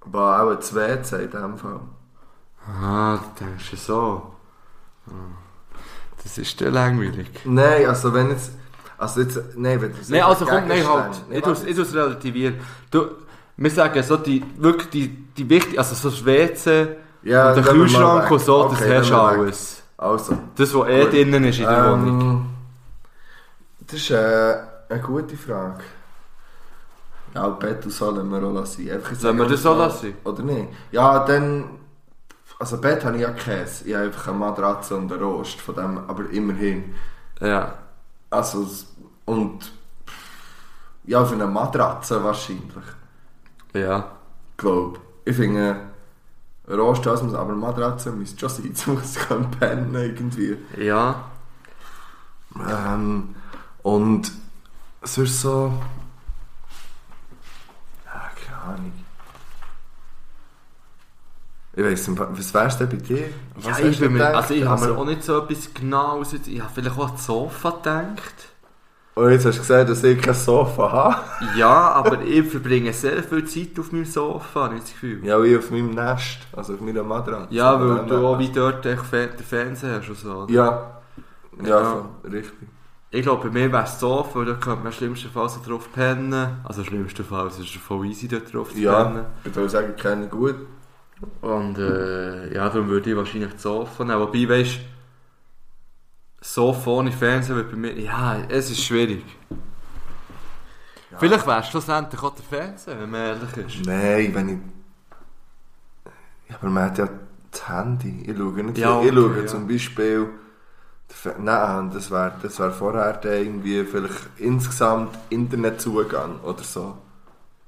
C: Aber auch ein WC in dem Fall.
B: Ah, du denkst ja so. Hm. Das ist dann langweilig.
C: Nein, also wenn jetzt... Also jetzt... Nein, wenn du...
B: Nein, also komm, nein, halt.
C: Gegenstände-
B: Ich tu's- Ich tu's relativieren. Du, wir sagen so, die, wirklich die, die wichtig, also so das WC
C: Ja,
B: und der
C: lassen wir mal
B: Kühlschrank
C: weg.
B: und so,
C: Okay,
B: das hast du
C: lassen wir weg.
B: alles.
C: Also...
B: Das, was eh
C: Gut.
B: drinnen ist in der Wohnung.
C: Ähm, das ist äh, eine gute Frage. Ja, Bett und so lassen wir auch lassen. Einfach jetzt
B: Sollen wir das auch lassen?
C: Oder nicht? Ja, dann... Also Bett habe ich ja Käse. Ich habe einfach eine Matratze und einen Rost von dem, aber immerhin.
B: Ja.
C: Also... es- Und... Ja, für eine Matratze wahrscheinlich.
B: Ja.
C: Glaub. Ich finde... äh, Rost, das muss aber Matratze müsste schon sein, sonst kann ich pennen irgendwie.
B: Ja.
C: Ähm, und es ist so. Ja, keine Ahnung. Ich weiß nicht, was wär's denn bei dir? Was
B: ja ich
C: hast du
B: bin mir,
C: gedacht?
B: also ich habe mir auch nicht so etwas Genaues. jetzt- Ich habe vielleicht auch an das Sofa gedacht.
C: Und oh, jetzt hast du gesagt, dass ich kein Sofa habe.
B: Ja, aber ich verbringe sehr viel Zeit auf meinem Sofa, habe ich das Gefühl.
C: Ja, wie auf meinem Nest, also auf meiner Matratze.
B: Ja,
C: Dann-
B: weil du auch wie dort echt Fe- den Fernseher hast und so. oder?
C: Ja. Ja,
B: Ja.
C: voll, richtig.
B: Ich glaube, bei mir wäre es so, weil da könnte man schlimmstenfalls auch drauf pennen. Also schlimmstenfalls ist es voll easy, dort drauf zu
C: Ja,
B: pennen.
C: ich würde sagen, keine gut.
B: Und äh, ja, darum würde ich wahrscheinlich das Sofa nehmen. Wobei, weißt du, Sofa ohne Fernsehen wird bei mir... Ja, es ist schwierig. Vielleicht wärst du schlussendlich auch der Fernseher, wenn man ehrlich ist.
C: Nein, wenn ich. Ja, aber man hat ja das Handy. Ich schaue nicht
B: Ja,
C: viel. Ich
B: okay,
C: schaue
B: ja.
C: zum Beispiel. Nein, das wäre das wär vorher dann irgendwie vielleicht insgesamt Internetzugang oder so.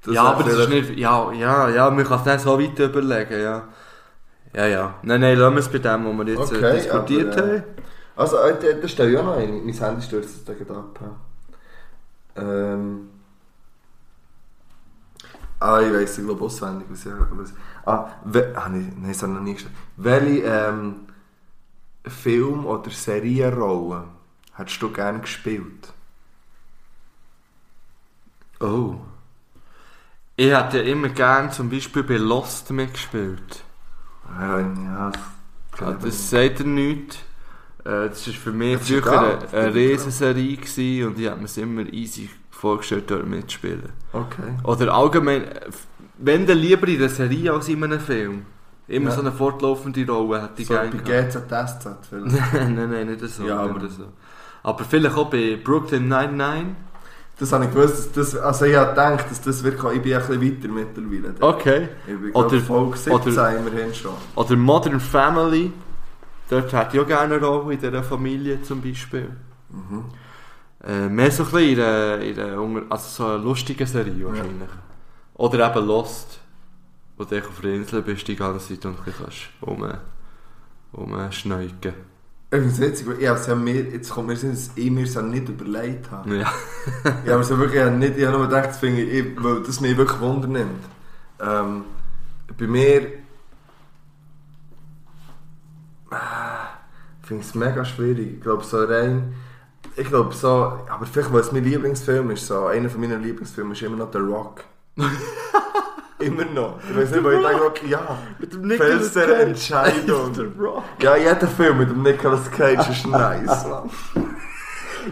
C: Das
B: ja,
C: wär
B: aber das ist
C: vielleicht-
B: nicht... Ja, ja, ja, man kann es nicht so weit überlegen, ja. Ja, ja. Nein, nein, lassen wir es bei dem, was wir jetzt äh,
C: Okay,
B: diskutiert
C: aber, äh,
B: haben.
C: Also, äh, da, da stehe ich auch noch ein. Mein Handy stürzt es da gerade ab. ja. Ähm. Ah, ich weiss, ich glaube auswendig, was ich... Was, ah, we, ah nee, nein, das habe ich noch nie gestellt. Welche ähm, Film- oder Serienrolle hättest du gerne gespielt?
B: Oh. Ich hätte immer gern zum Beispiel bei Lost mitgespielt.
C: Ja, Äh, ja, Ah,
B: Ja, das sagt er nichts. Äh, Das war für mich
C: Das ist
B: früher
C: egal.
B: eine, eine Riesenserie gewesen und ich habe mir es immer easy vorgestellt, dort mitzuspielen.
C: Okay.
B: Oder allgemein, äh, wenn dann lieber in der Serie als in einem Film. Immer
C: Ja.
B: so eine fortlaufende Rolle hätte ich
C: So bei
B: gerne gehabt.
C: GZSZ vielleicht.
B: nein, nein, nicht so.
C: Ja,
B: nicht
C: aber-
B: so. aber vielleicht auch bei Brooklyn 99.
C: Das habe ich gewusst, dass das, also ich habe gedacht, dass das wirklich, ich bin ein bisschen weiter mittlerweile.
B: Okay.
C: Ich bin
B: Oder-
C: oder, Folge 17
B: oder-
C: immerhin schon.
B: Oder Modern Family. Dort hätte ich auch gerne eine Rolle in dieser Familie zum Beispiel.
C: Mhm.
B: Äh, mehr so ein bisschen in einer, in einer unter- also so eine lustige Serie wahrscheinlich. Oder eben Lost, wo du echt auf der Insel bist die ganze Zeit und ein bisschen kannst um, umschneuken.
C: Übrigens witzig, weil ich habe es ja mir, jetzt kommt mir Sinn, dass ich mir es ja nicht überlegt habe.
B: Ja.
C: Ich habe mir so wirklich nicht, ich habe nur gedacht, das finde ich, ich- weil das mich wirklich Wunder nimmt. Ähm, bei mir... Ah, Ich finde es mega schwierig. Ich glaube so rein... Ich glaube so, aber vielleicht weil es mein Lieblingsfilm ist, so, einer von meinen Lieblingsfilmen ist immer noch The Rock. immer noch. Ich weiß nicht, weil ich denke, ja,
B: Mit dem
C: beste Entscheidung. Ja, jeder Film mit dem Nicolas Cage ist nice, man.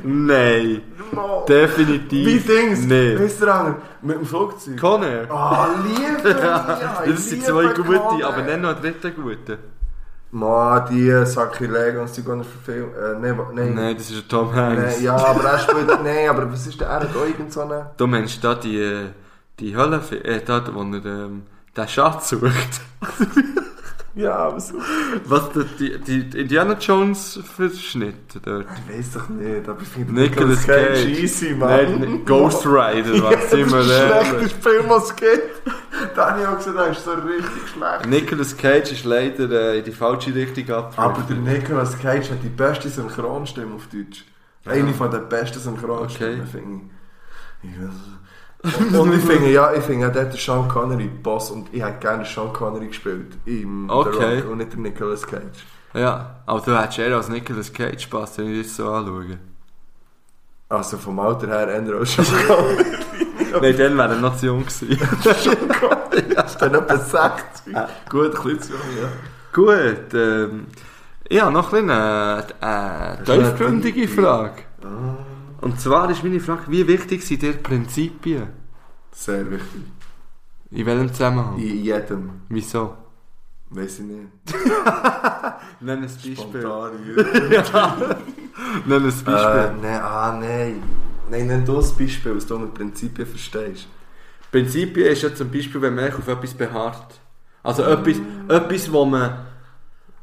B: Nein,
C: No. Wie
B: definitiv
C: Dings, nee.
B: nicht.
C: weißt du, Ranger, mit dem Flugzeug.
B: Connor.
C: Ah, liebe
B: Ja, das sind zwei gute, aber nicht noch einen dritten guten.
C: Ma, die Sakrileg und sie gehen verfilmen. Äh, nein, wa- nein.
B: Nein, das ist Tom
C: Nein,
B: Hanks.
C: ja, aber er spielt... nein, aber was ist der? Er hat auch irgend so einen...
B: Du meinst da die, äh, die Hölle, äh, da, wo er ähm, den Schatz sucht.
C: Ja, aber so...
B: Was, der- die, die, die Indiana Jones Verschnitt dort?
C: Ich weiß doch nicht, aber ich finde
B: Nicolas Cage.
C: easy,
B: Nein,
C: Mann.
B: nicht- Ghost Rider,
C: Ja,
B: was
C: das ist
B: immer
C: der
B: der.
C: schlechteste Film, was es gibt. Da habe ich auch gesagt, der ist so richtig schlecht.
B: Nicolas Cage ist leider äh, in die falsche Richtung
C: Aber der
B: abgedriftet.
C: Nicolas Cage hat die beste Synchronstimme auf Deutsch. Eine von der besten Synchronstimmen,
B: Okay.
C: finde ich. ich. weiß es. Und, und ich finde, ja, ich finde auch dort der Sean Connery Boss und ich hätte gerne Sean Connery gespielt im The
B: Okay.
C: Rock und nicht der Nicolas Cage.
B: Ja, aber du hättest eher als Nicolas Cage passt, wenn ich das so anschaue.
C: Also vom Alter her ändert auch Sean Connery.
B: Nein, dann wäre er noch zu jung gewesen.
C: Sean Connery ist dann etwa 60.
B: Ah.
C: Gut, ein bisschen zu jung, ja.
B: Gut, ähm, ich habe noch ein bisschen äh, eine, eine Ah.
C: Das ist eine
B: tiefgründige
C: tiefe.
B: Frage. Und zwar ist meine Frage, wie wichtig sind dir Prinzipien?
C: Sehr wichtig.
B: In welchem Zusammenhang?
C: In jedem.
B: Wieso?
C: Weiß ich nicht.
B: Nenn ein Beispiel.
C: Spontan.
B: Nenn ein Beispiel.
C: Äh, nein, ah, nein. Nein, nenn du das Beispiel, was du mit Prinzipien verstehst.
B: Prinzipien ist ja zum Beispiel, wenn man echt auf etwas beharrt. Also etwas, etwas wo man...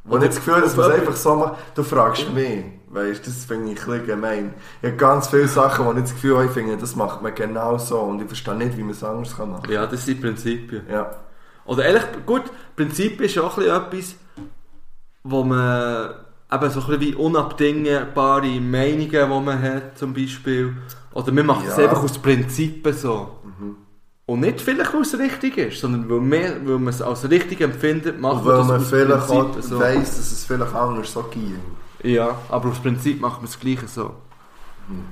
C: Und ich habe das Gefühl, dass
B: auf
C: man es
B: etwas-
C: einfach so macht. Du fragst mich, weißt das finde ich ein bisschen gemein. Ich habe ganz viele Sachen, wo ich das Gefühl habe, ich finde, das macht man genau so und ich verstehe nicht, wie man es anders kann machen
B: Ja, das sind Prinzipien.
C: kann. Ja.
B: Oder Also ehrlich, gut, Prinzipien ist auch ein bisschen etwas, wo man eben so ein bisschen wie unabdingbare Meinungen, die man hat zum Beispiel. Oder man macht es
C: Ja. Mhm.
B: einfach aus Prinzipien so. Und nicht vielleicht, weil es richtig ist, sondern weil man, weil man es als richtig empfindet, macht
C: Und weil
B: das
C: man
B: aus
C: vielleicht auch
B: Prinzip so.
C: weiss, dass es vielleicht anders so ging.
B: Ja, aber aus Prinzip macht man das Gleiche so.
C: Mhm.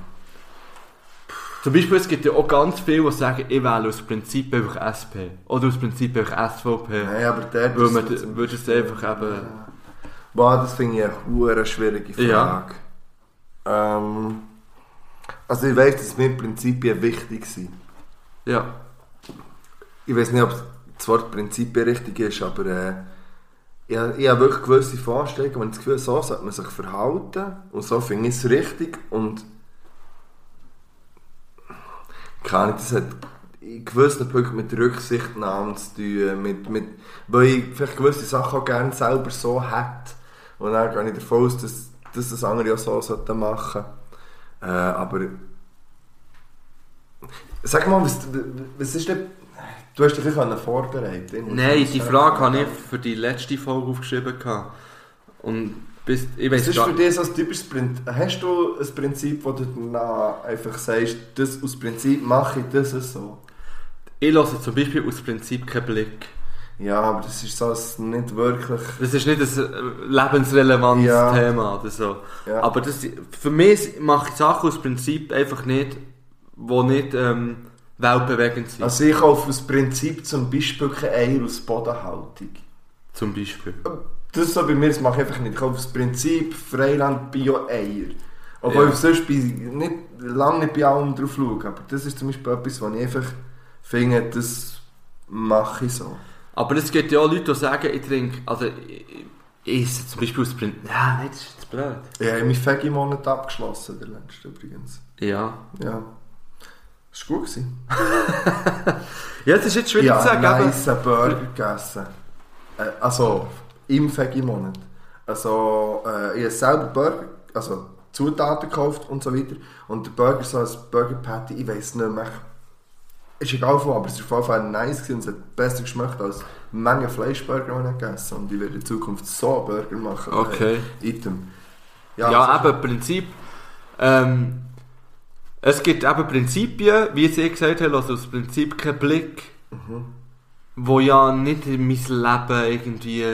B: Zum Beispiel, es gibt ja auch ganz viele, die sagen, ich wähle aus Prinzip einfach SP. Oder aus Prinzip einfach SVP.
C: Nein, aber der
B: Weil man d- würde es einfach eben...
C: Boah, das finde ich eine hure schwierige
B: Ja.
C: Frage. Ähm, also ich weiss, dass mir Prinzipien wichtig sind.
B: Ja.
C: ich weiß nicht, ob das Wort Prinzipien richtig ist, aber äh, ich, ich habe wirklich gewisse Vorstellungen, wenn ich das Gefühl habe, so sollte man sich verhalten und so finde ich es richtig und keine Ahnung, das hat in gewissen Punkten mit Rücksichtnahme zu tun, mit, mit, weil ich vielleicht gewisse Sachen auch gerne selber so hätte und dann gehe ich davon aus, dass, dass das andere auch so sollten machen äh, aber sag mal, was, was ist denn Du hast dich ein bisschen vorbereitet. Ich muss
B: Nein,
C: das
B: die
C: sagen.
B: Frage habe ich für die letzte Folge aufgeschrieben. gehabt. Und bis, ich
C: Was
B: weiß
C: ist
B: gar
C: für dich so ein typisches Prinzip? Hast du ein Prinzip, wo du danach einfach sagst, das aus Prinzip mache ich das so?
B: Ich lasse zum Beispiel aus Prinzip keinen Blick.
C: Ja, aber das ist so ein nicht wirklich.
B: Das ist nicht ein äh, lebensrelevantes
C: Ja.
B: Thema oder so.
C: Ja.
B: Aber das, für mich mache ich Sachen aus Prinzip einfach nicht, die nicht ähm, weltbewegend sind.
C: Also ich kaufe aus Prinzip zum Beispiel keine Eier aus Bodenhaltung.
B: Zum Beispiel.
C: Das ist so bei mir, das mache ich einfach nicht. Ich kaufe aus Prinzip Freiland Bio-Eier. Obwohl
B: Ja.
C: ich sonst bei, nicht, lange nicht bei allem drauf schaue. Aber das ist zum Beispiel etwas, was ich einfach finde, das mache ich so.
B: Aber es gibt ja auch Leute, die sagen, ich trinke, also ich, ich- ich esse zum Beispiel aus Prinzip. Ja, nein, das ist jetzt blöd.
C: Ich habe meinen Veggie-Monat abgeschlossen, der letzte übrigens.
B: Ja.
C: Ja. Das war gut. Gewesen.
B: Ja, das ist jetzt schwierig
C: Ich
B: zu
C: habe
B: sagen,
C: einen
B: aber
C: nice Burger gegessen. Äh, also, im Veggie-Monat. Also, äh, ich habe selber Burger, also Zutaten gekauft und so weiter. Und der Burger, so ein Burger Patty, ich weiß nicht mehr. Ist egal von, aber es war auf jeden Fall nice gewesen und es hat besser geschmeckt als Menge Fleischburger, die ich gegessen habe. Und ich werde in Zukunft so einen Burger machen.
B: Okay.
C: Äh, Item.
B: Ja,
C: also-
B: eben Prinzip. Ähm, es gibt eben Prinzipien, wie sie gesagt haben, also aus Prinzip kein Blick,
C: Mhm.
B: wo ja nicht in mein Leben irgendwie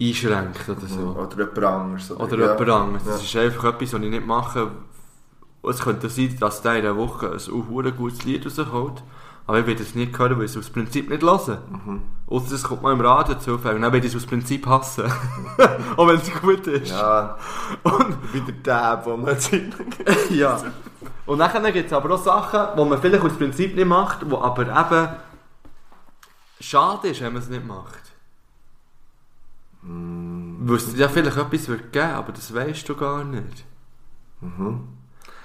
B: einschränkt oder so.
C: also, Oder jemand anderes.
B: Oder
C: Mhm. ja.
B: jemand anderes.
C: Ja.
B: Das ist einfach etwas, was ich nicht mache. Es könnte sein, dass der in einer Woche ein unhuren gutes Lied rauskommt. Aber ich werde es nicht hören, weil ich es aus Prinzip nicht höre.
C: Mhm.
B: Außer es kommt mal im Radio zu. Und dann werde ich es aus Prinzip hassen. Auch wenn es gut ist.
C: Ja. Und wieder der, wo man
B: Ja. Und nachher gibt es aber auch Sachen, die man vielleicht aus Prinzip nicht macht, die aber eben schade ist, wenn man es nicht macht.
C: Mm.
B: Weil es ja vielleicht etwas wird geben, aber das weißt du gar nicht.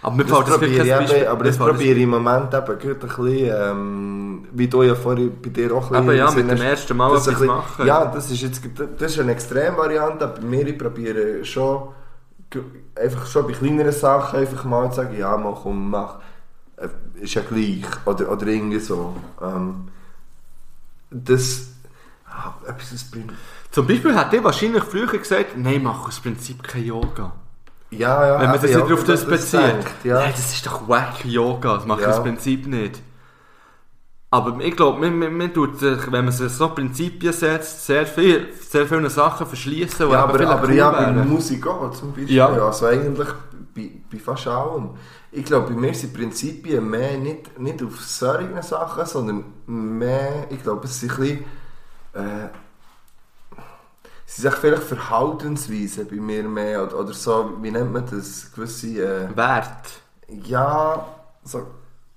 B: Aber mir
C: Mhm. Das
B: fällt das
C: probiere
B: wirklich
C: ich,
B: kein Beispiel.
C: eben, aber das
B: mir fällt
C: probiere ich im Moment eben gerade ein bisschen, ähm, wie du ja vorhin bei dir auch ein
B: Eben, ja,
C: im Sinn
B: mit dem
C: hast,
B: ersten Mal etwas
C: das ein bisschen-
B: machen.
C: Ja, das ist jetzt das ist eine Extremvariante, aber mir, ich probiere schon, g- einfach schon bei kleineren Sachen einfach mal zu sagen, ja, mal komm, mach. Äh, Ist ja gleich. Oder, oder irgendwie so. Ähm, das... Ah, etwas, das bringt...
B: Zum Beispiel hat er wahrscheinlich früher gesagt, nein, mach aus Prinzip kein Yoga.
C: Ja, ja.
B: Wenn man
C: eben,
B: sich
C: ja,
B: nicht auf das
C: wenn man
B: bezieht.
C: denkt, ja.
B: Nein, das ist doch wack Yoga, das mache ich
C: Ja.
B: aus Prinzip nicht. Aber ich glaube, man, man, man tut sich, wenn man sich so Prinzipien setzt, sehr, viel, sehr viele Sachen verschließen, die
C: Ja, aber,
B: vielleicht
C: aber
B: cool
C: ja, bei
B: wären.
C: Musik auch zum Beispiel.
B: Ja.
C: Ja. also eigentlich bei, bei fast allem. Ich glaube, bei mir sind Prinzipien mehr nicht, nicht auf solchen Sachen, sondern mehr, ich glaube, es sind ein bisschen, äh, es sind echt vielleicht Verhaltensweisen bei mir mehr oder, oder so, wie nennt man das, gewisse, äh,
B: Wert.
C: ja, so,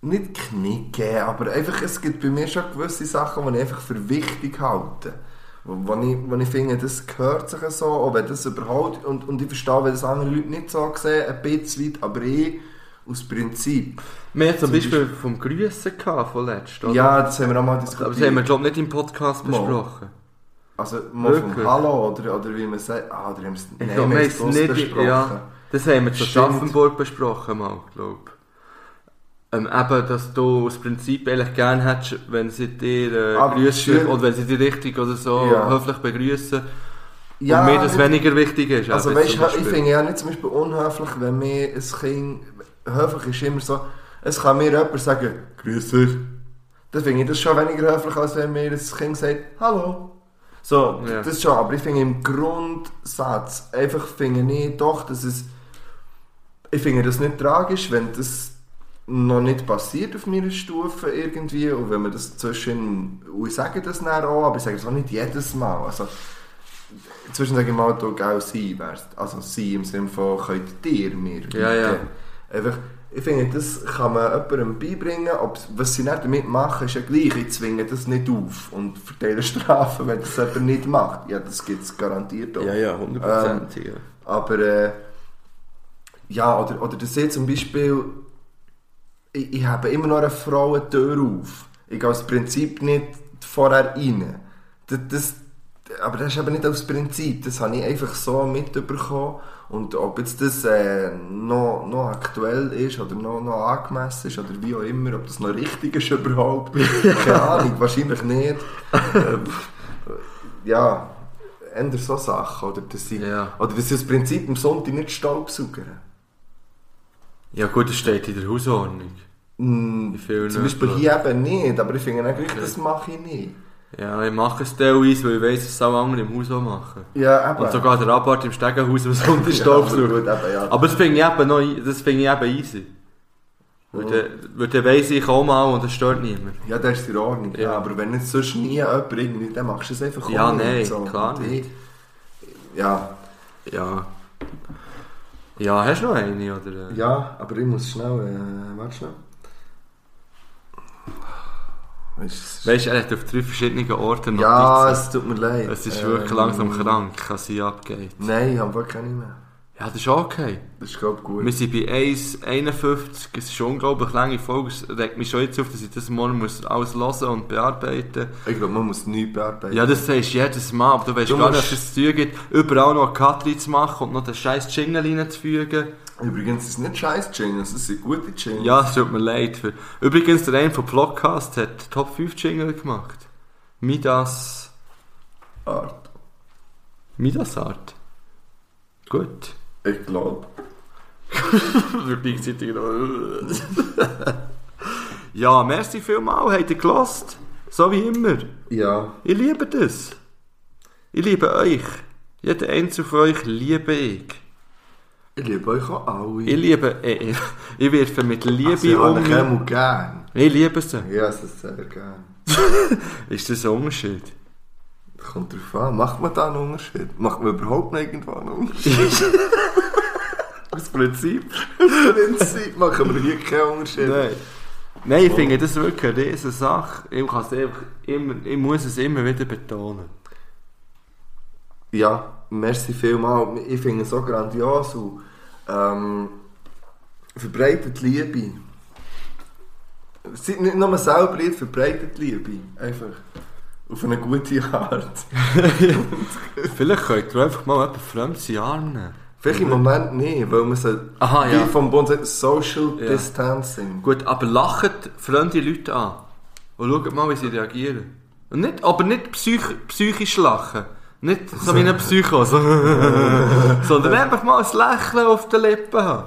C: nicht knicken, aber einfach, es gibt bei mir schon gewisse Sachen, die ich einfach für wichtig halte. Wo, wo, ich, wo ich finde, das gehört sich so, auch wenn das überhaupt, und, und ich verstehe, wenn das andere Leute nicht so sehen, ein bisschen weit, aber ich, aus Prinzip.
B: Wir haben zum Beispiel vom Grüssen gehabt, von letztem, oder?
C: Ja, das haben wir auch mal
B: Aber das haben wir,
C: diskutiert.
B: glaube ich, nicht im Podcast
C: Mal.
B: besprochen.
C: Also, mal vom
B: Wirklich?
C: Hallo, oder, oder wie man sagt, ah, oder haben wir es,
B: Ich
C: nein,
B: glaub,
C: wir haben
B: wir
C: es
B: haben
C: bloß
B: es nicht-
C: besprochen.
B: ja. Das haben wir zu
C: Stimmt.
B: Schaffenburg besprochen, mal, glaube ich. Ähm, eben, dass du aus Prinzip eigentlich gerne hättest, wenn sie dir äh,
C: Aber
B: grüßen
C: schön.
B: oder wenn sie dich richtig oder so
C: Ah, Ja.
B: höflich begrüßen
C: Ja,
B: und mir das
C: nicht-
B: weniger wichtig ist.
C: Also
B: eben,
C: weißt
B: zum
C: du, ich
B: Beispiel.
C: finde ja nicht zum Beispiel unhöflich, wenn mir ein Kind... Höflich ist immer so, es kann mir jemand sagen, «Grüß dich». Dann finde ich das schon weniger höflich, als wenn mir ein Kind sagt, «Hallo». So,
B: Ja.
C: das schon, aber ich finde im Grundsatz, einfach finde ich doch, dass es... Ich finde das nicht tragisch, wenn das noch nicht passiert auf meiner Stufe irgendwie und wenn man das zwischen... Und ich sage das dann auch, aber ich sage das auch nicht jedes Mal, also... Zwischen sage ich mal, du auch sie wärst. Also sie im Sinne von, könnt ihr mir bieten.
B: Ja, ja.
C: Einfach, ich finde, das kann man jemandem beibringen. Ob's, was sie nicht damit machen, ist ja gleich. Ich zwinge das nicht auf und verteile Strafen, wenn das jemand nicht macht. Ja, das gibt es garantiert auch.
B: Ja, ja,
C: Ähm,
B: hundertprozentig. ja.
C: Aber äh, ja, oder, oder das sehe zum Beispiel, ich, ich habe immer noch eine Frauentür auf. Ich gehe aus Prinzip nicht vorher rein. Das, das, aber das ist eben nicht aus Prinzip, das habe ich einfach so mitbekommen. Und ob jetzt das äh, noch, noch aktuell ist oder noch, noch angemessen ist oder wie auch immer, ob das noch richtig ist überhaupt, keine Ahnung, wahrscheinlich nicht. Ähm, ja, ändern so Sachen. Oder dass sie,
B: Ja.
C: oder dass sie aus Prinzip am Sonntag nicht Staubsaugern.
B: ja gut, das steht in der Hausordnung.
C: Mm,
B: In vielen
C: Zum Beispiel
B: Orten.
C: hier eben nicht, aber ich finde eigentlich, das mache ich nicht.
B: Ja, ich mache es teilweise, weil ich weiss, dass es auch andere im Haus auch machen.
C: Ja, eben.
B: Und sogar der Abwart im Stegenhaus, was unter den Staub
C: ja,
B: sucht.
C: gut, eben, ja.
B: Aber das finde ich eben noch, das finde ich eben easy. Weil dann- Weil dann weiss ich auch mal und das stört niemand.
C: Ja, das ist in Ordnung. Ja.
B: Ja.
C: aber wenn jetzt sonst nie jemand irgendwie, dann machst du es einfach
B: Ja,
C: auch nicht
B: nein, klar
C: Und
B: nicht.
C: ich- Ja,
B: Ja. Ja, hast du noch eine, oder?
C: ja, aber ich muss schnell, äh, warte schnell. Weißt du,
B: Weißt du, er hat auf drei verschiedenen Orten
C: ja,
B: Notizen.
C: es tut mir leid.
B: es ist
C: Ähm,
B: wirklich langsam krank, was hier abgeht.
C: Nein, ich habe wirklich keine mehr.
B: Ja, das ist okay.
C: Das ist, glaube ich, gut.
B: Wir sind bei 1,51. Es ist eine unglaublich lange Folge. Es regt mich schon jetzt auf, dass ich das morgen muss alles hören und bearbeiten muss.
C: Ich glaube, man muss nichts bearbeiten.
B: Ja, das sagst du jedes Mal, aber du weißt
C: Du
B: gar nicht,
C: musst-
B: dass es Zeug gibt, überall noch Katrin zu machen und noch den scheiß Jingle reinzufügen.
C: Übrigens, das ist nicht scheiß Jingles, das sind gute Jingles.
B: Ja, es tut mir leid. Für... Übrigens, der eine von Podcast hat den Top 5 Jingle gemacht. Midas.
C: Art.
B: Midas Art. Gut.
C: Ich glaube.
B: gleichzeitig Ja, merci vielmal, habt ihr gelost. So wie immer.
C: Ja.
B: Ich liebe das. Ich liebe euch. Jeder einzelne von euch liebe ich.
C: Ich liebe euch auch alle.
B: Ich liebe, ich, ich werfe mit
C: Sie
B: Liebe
C: haben
B: um.
C: euch immer gern.
B: Ich liebe sie.
C: Ja, es ist sehr gern.
B: Ist das ein Unterschied?
C: Kommt drauf an, macht man da einen Unterschied? Macht man überhaupt noch irgendwo einen Unterschied? Aus Prinzip? Aus Prinzip machen wir hier keinen Unterschied.
B: Nein. Nein, ich finde das wirklich eine riesige Sache. Ich, kann's einfach immer, ich muss es immer wieder betonen.
C: Ja, merci vielmals. Ich finde es so grandios und ähm, verbreitet Liebe. Seid nicht nur selber lieb, verbreitet Liebe. Einfach. Auf eine gute Art.
B: Vielleicht könnt ihr einfach mal jemanden fremdes Jahr nehmen.
C: Vielleicht im Moment nicht, weil man so,
B: Mhm. Aha,
C: wie
B: ja.
C: vom Bund sagt, Social
B: Ja.
C: Distancing.
B: Gut, aber lacht fremde Leute an. Und schaut mal, wie sie reagieren. Und nicht, aber nicht psych, psychisch lachen. Nicht so wie ein Psycho. So. Sondern einfach mal ein Lächeln auf den Lippen haben.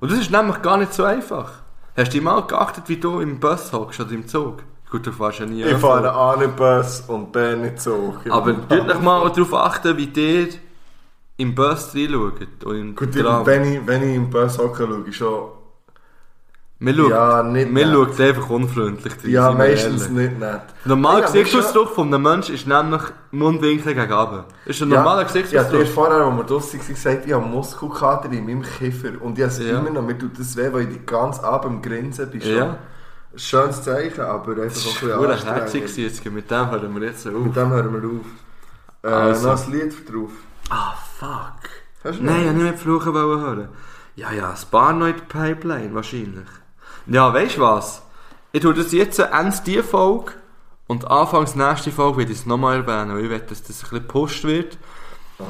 B: Und das ist nämlich gar nicht so einfach. Hast du dich mal geachtet, wie du im Bus hockst oder im Zug? Gut, du fährst ja nie
C: Ich
B: ÖV.
C: fahre an den Bus und dann nicht so.
B: Aber natürlich mal darauf achten, wie ihr im Bus reinschaut. Und im
C: Gut,
B: Tram.
C: wenn ich, wenn ich im Bus hocke, schaue ich schon.
B: Man schaut,
C: Ja, nicht
B: man
C: nett.
B: schaut einfach unfreundlich rein,
C: Ja,
B: sind wir
C: meistens
B: ehrlich.
C: nicht nett.
B: Normaler
C: Ja,
B: Gesichtsausdruck von einem Menschen ist nämlich Mundwinkel gegen oben. Das ist ein normaler
C: Ja, der
B: Gesichtsausdruck.
C: vorher, als wir draussen waren, gesagt, ich habe Muskelkater in meinem Kiefer. Und ich habe es
B: Ja.
C: immer noch. Mir tut das weh, weil ich den ganzen Abend am Grinsen bin.
B: Ja, ja.
C: Schönes Zeichen, aber einfach
B: Das
C: auch
B: ist
C: ein bisschen
B: verdammt herzig
C: anstrengend.
B: gewesen jetzt. Mit dem hören wir jetzt auf.
C: Mit dem hören wir auf. Äh,
B: Also.
C: Noch ein Lied für drauf.
B: Ah, fuck.
C: Hast
B: Nein,
C: du noch
B: ich
C: eins?
B: wollte nicht fluchen wollen hören. Ja, ja, das Paranoid Pipeline wahrscheinlich. Ja, weißt du was? Ich tue das jetzt Ende dieser Folge und Anfangs nächste Folge werde ich es nochmal erwähnen, weil ich will, dass das ein bisschen gepusht wird.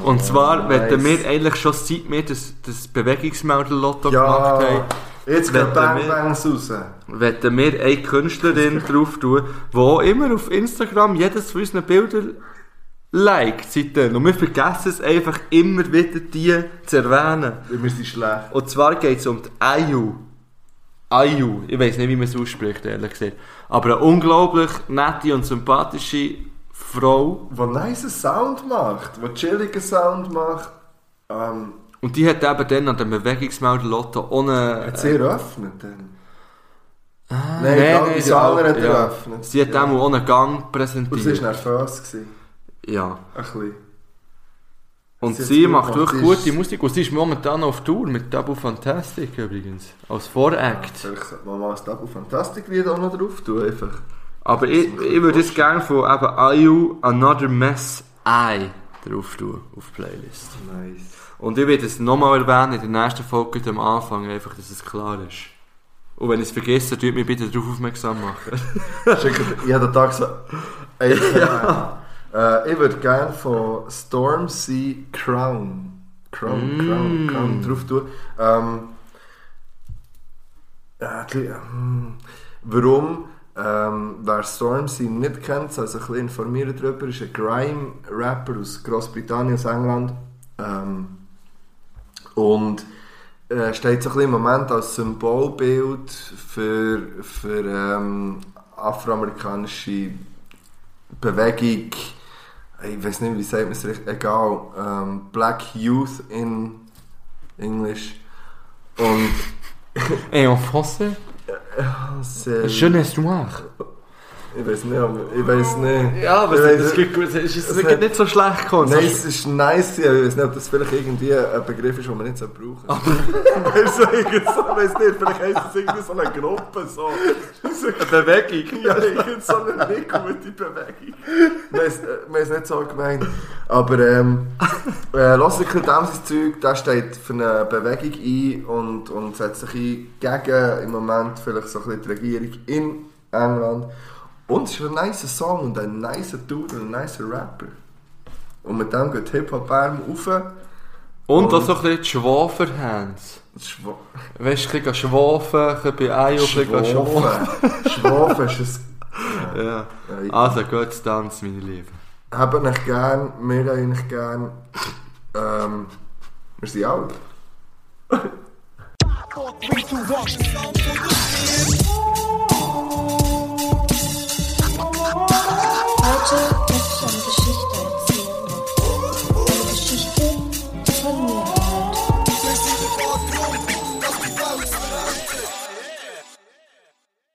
B: Und zwar
C: Ah, nice.
B: wollen wir eigentlich schon seit wir das, das Bewegungsmelder-Lotto gemacht
C: Ja,
B: haben,
C: jetzt
B: Wenn
C: geht Bang
B: wir-
C: Bangs raus.
B: wollen wir eine Künstlerin drauf tun, die immer auf Instagram jedes von unseren Bildern liked seitdem. Und wir vergessen es einfach immer wieder, die zu erwähnen.
C: Wir sind schlecht.
B: Und zwar geht es um die Ayu. Ayu. Ich weiß nicht, wie man es ausspricht, ehrlich gesagt. Aber eine unglaublich nette und sympathische Frau.
C: Der nice Sound macht, der chilligen Sound macht, ähm,
B: Und die hat eben dann an dem Bewegungsmelder Lotto ohne...
C: hat sie eröffnet dann. Ah,
B: Äh. Nein,
C: nein, nein,
B: nein,
C: nein,
B: ja,
C: hat
B: ja.
C: eröffnet.
B: Sie hat
C: ja.
B: dem ohne Gang
C: Und sie
B: präsentiert.
C: war nervös. Gewesen.
B: Ja.
C: Ein bisschen.
B: Und
C: Sie
B: sie,
C: hat's
B: macht
C: gut gemacht.
B: wirklich
C: Sie ist-
B: gute Musik. Und sie ist momentan auf Tour mit Double Fantastic übrigens. Als Voract.
C: Vielleicht sollte man mal ein Double Fantastic Lied auch noch drauf tun. Einfach.
B: Aber ich, ich würde jetzt gerne von eben Ayu Another Mess I drauf tun auf die Playlist.
C: Nice.
B: Und ich werde es nochmal erwähnen in der nächsten Folge am Anfang, einfach, dass es klar ist. Und wenn ich es vergesse, tut mich bitte darauf aufmerksam machen.
C: ich habe den Tag so. Ey, äh, ich würde gerne von Stormzy Crown. Crown, Crown, Crown drauf tun. Ähm, ja, ein bisschen, hm, warum? Ähm, wer Stormzy nicht kennt, soll sich ein bisschen informieren darüber. Ist ein Grime-Rapper aus Großbritannien, aus England. Ähm, und äh, steht so ein bisschen im Moment als Symbolbild für, für ähm, afroamerikanische Bewegung, ich weiß nicht, wie sagt man es richtig, egal, ähm, Black Youth in Englisch. Und
D: Et en français,
C: sehr,
B: Ähm.
D: jeunesse noire.
C: ich weiß nicht, aber- ich weiß nicht.
B: Ja, aber
C: Ich
B: es,
C: weiss-
B: es, gibt- es, ist- es,
C: es
B: geht
C: hat-
B: nicht so schlecht gekommen.
C: Nein, es ist nice, aber ich weiß nicht, ob das vielleicht irgendwie ein Begriff ist, den wir nicht so brauchen.
B: so, ich weiß nicht, vielleicht heisst es irgendwie so eine Gruppe, so. Eine Bewegung.
C: Ja, irgend so eine nicht gute Bewegung. Wir haben es nicht so gemeint. Aber ähm, äh, lass dich ein bisschen dem sein Zeug, der steht für eine Bewegung ein und, und setzt sich ein gegen im Moment vielleicht so ein bisschen die Regierung in England. Und es ist ein nicer Song und ein nicer Dude und ein nicer Rapper. Und mit dem geht Hip-Hop-Arm rauf.
D: Und auch so ein bisschen die Schwaferhands.
C: Schwa-
D: Weißt du, ein bisschen schwafen, ein bisschen bei Ei und ein bisschen schwafen.
C: Schwafen. Schwafen ist
D: Ja.
B: Ah,
C: ein...
D: Also, gut, Tanz, meine Lieben.
C: Habt euch gern, wir haben euch gern. Ähm, wir sind alt.
A: Ooh,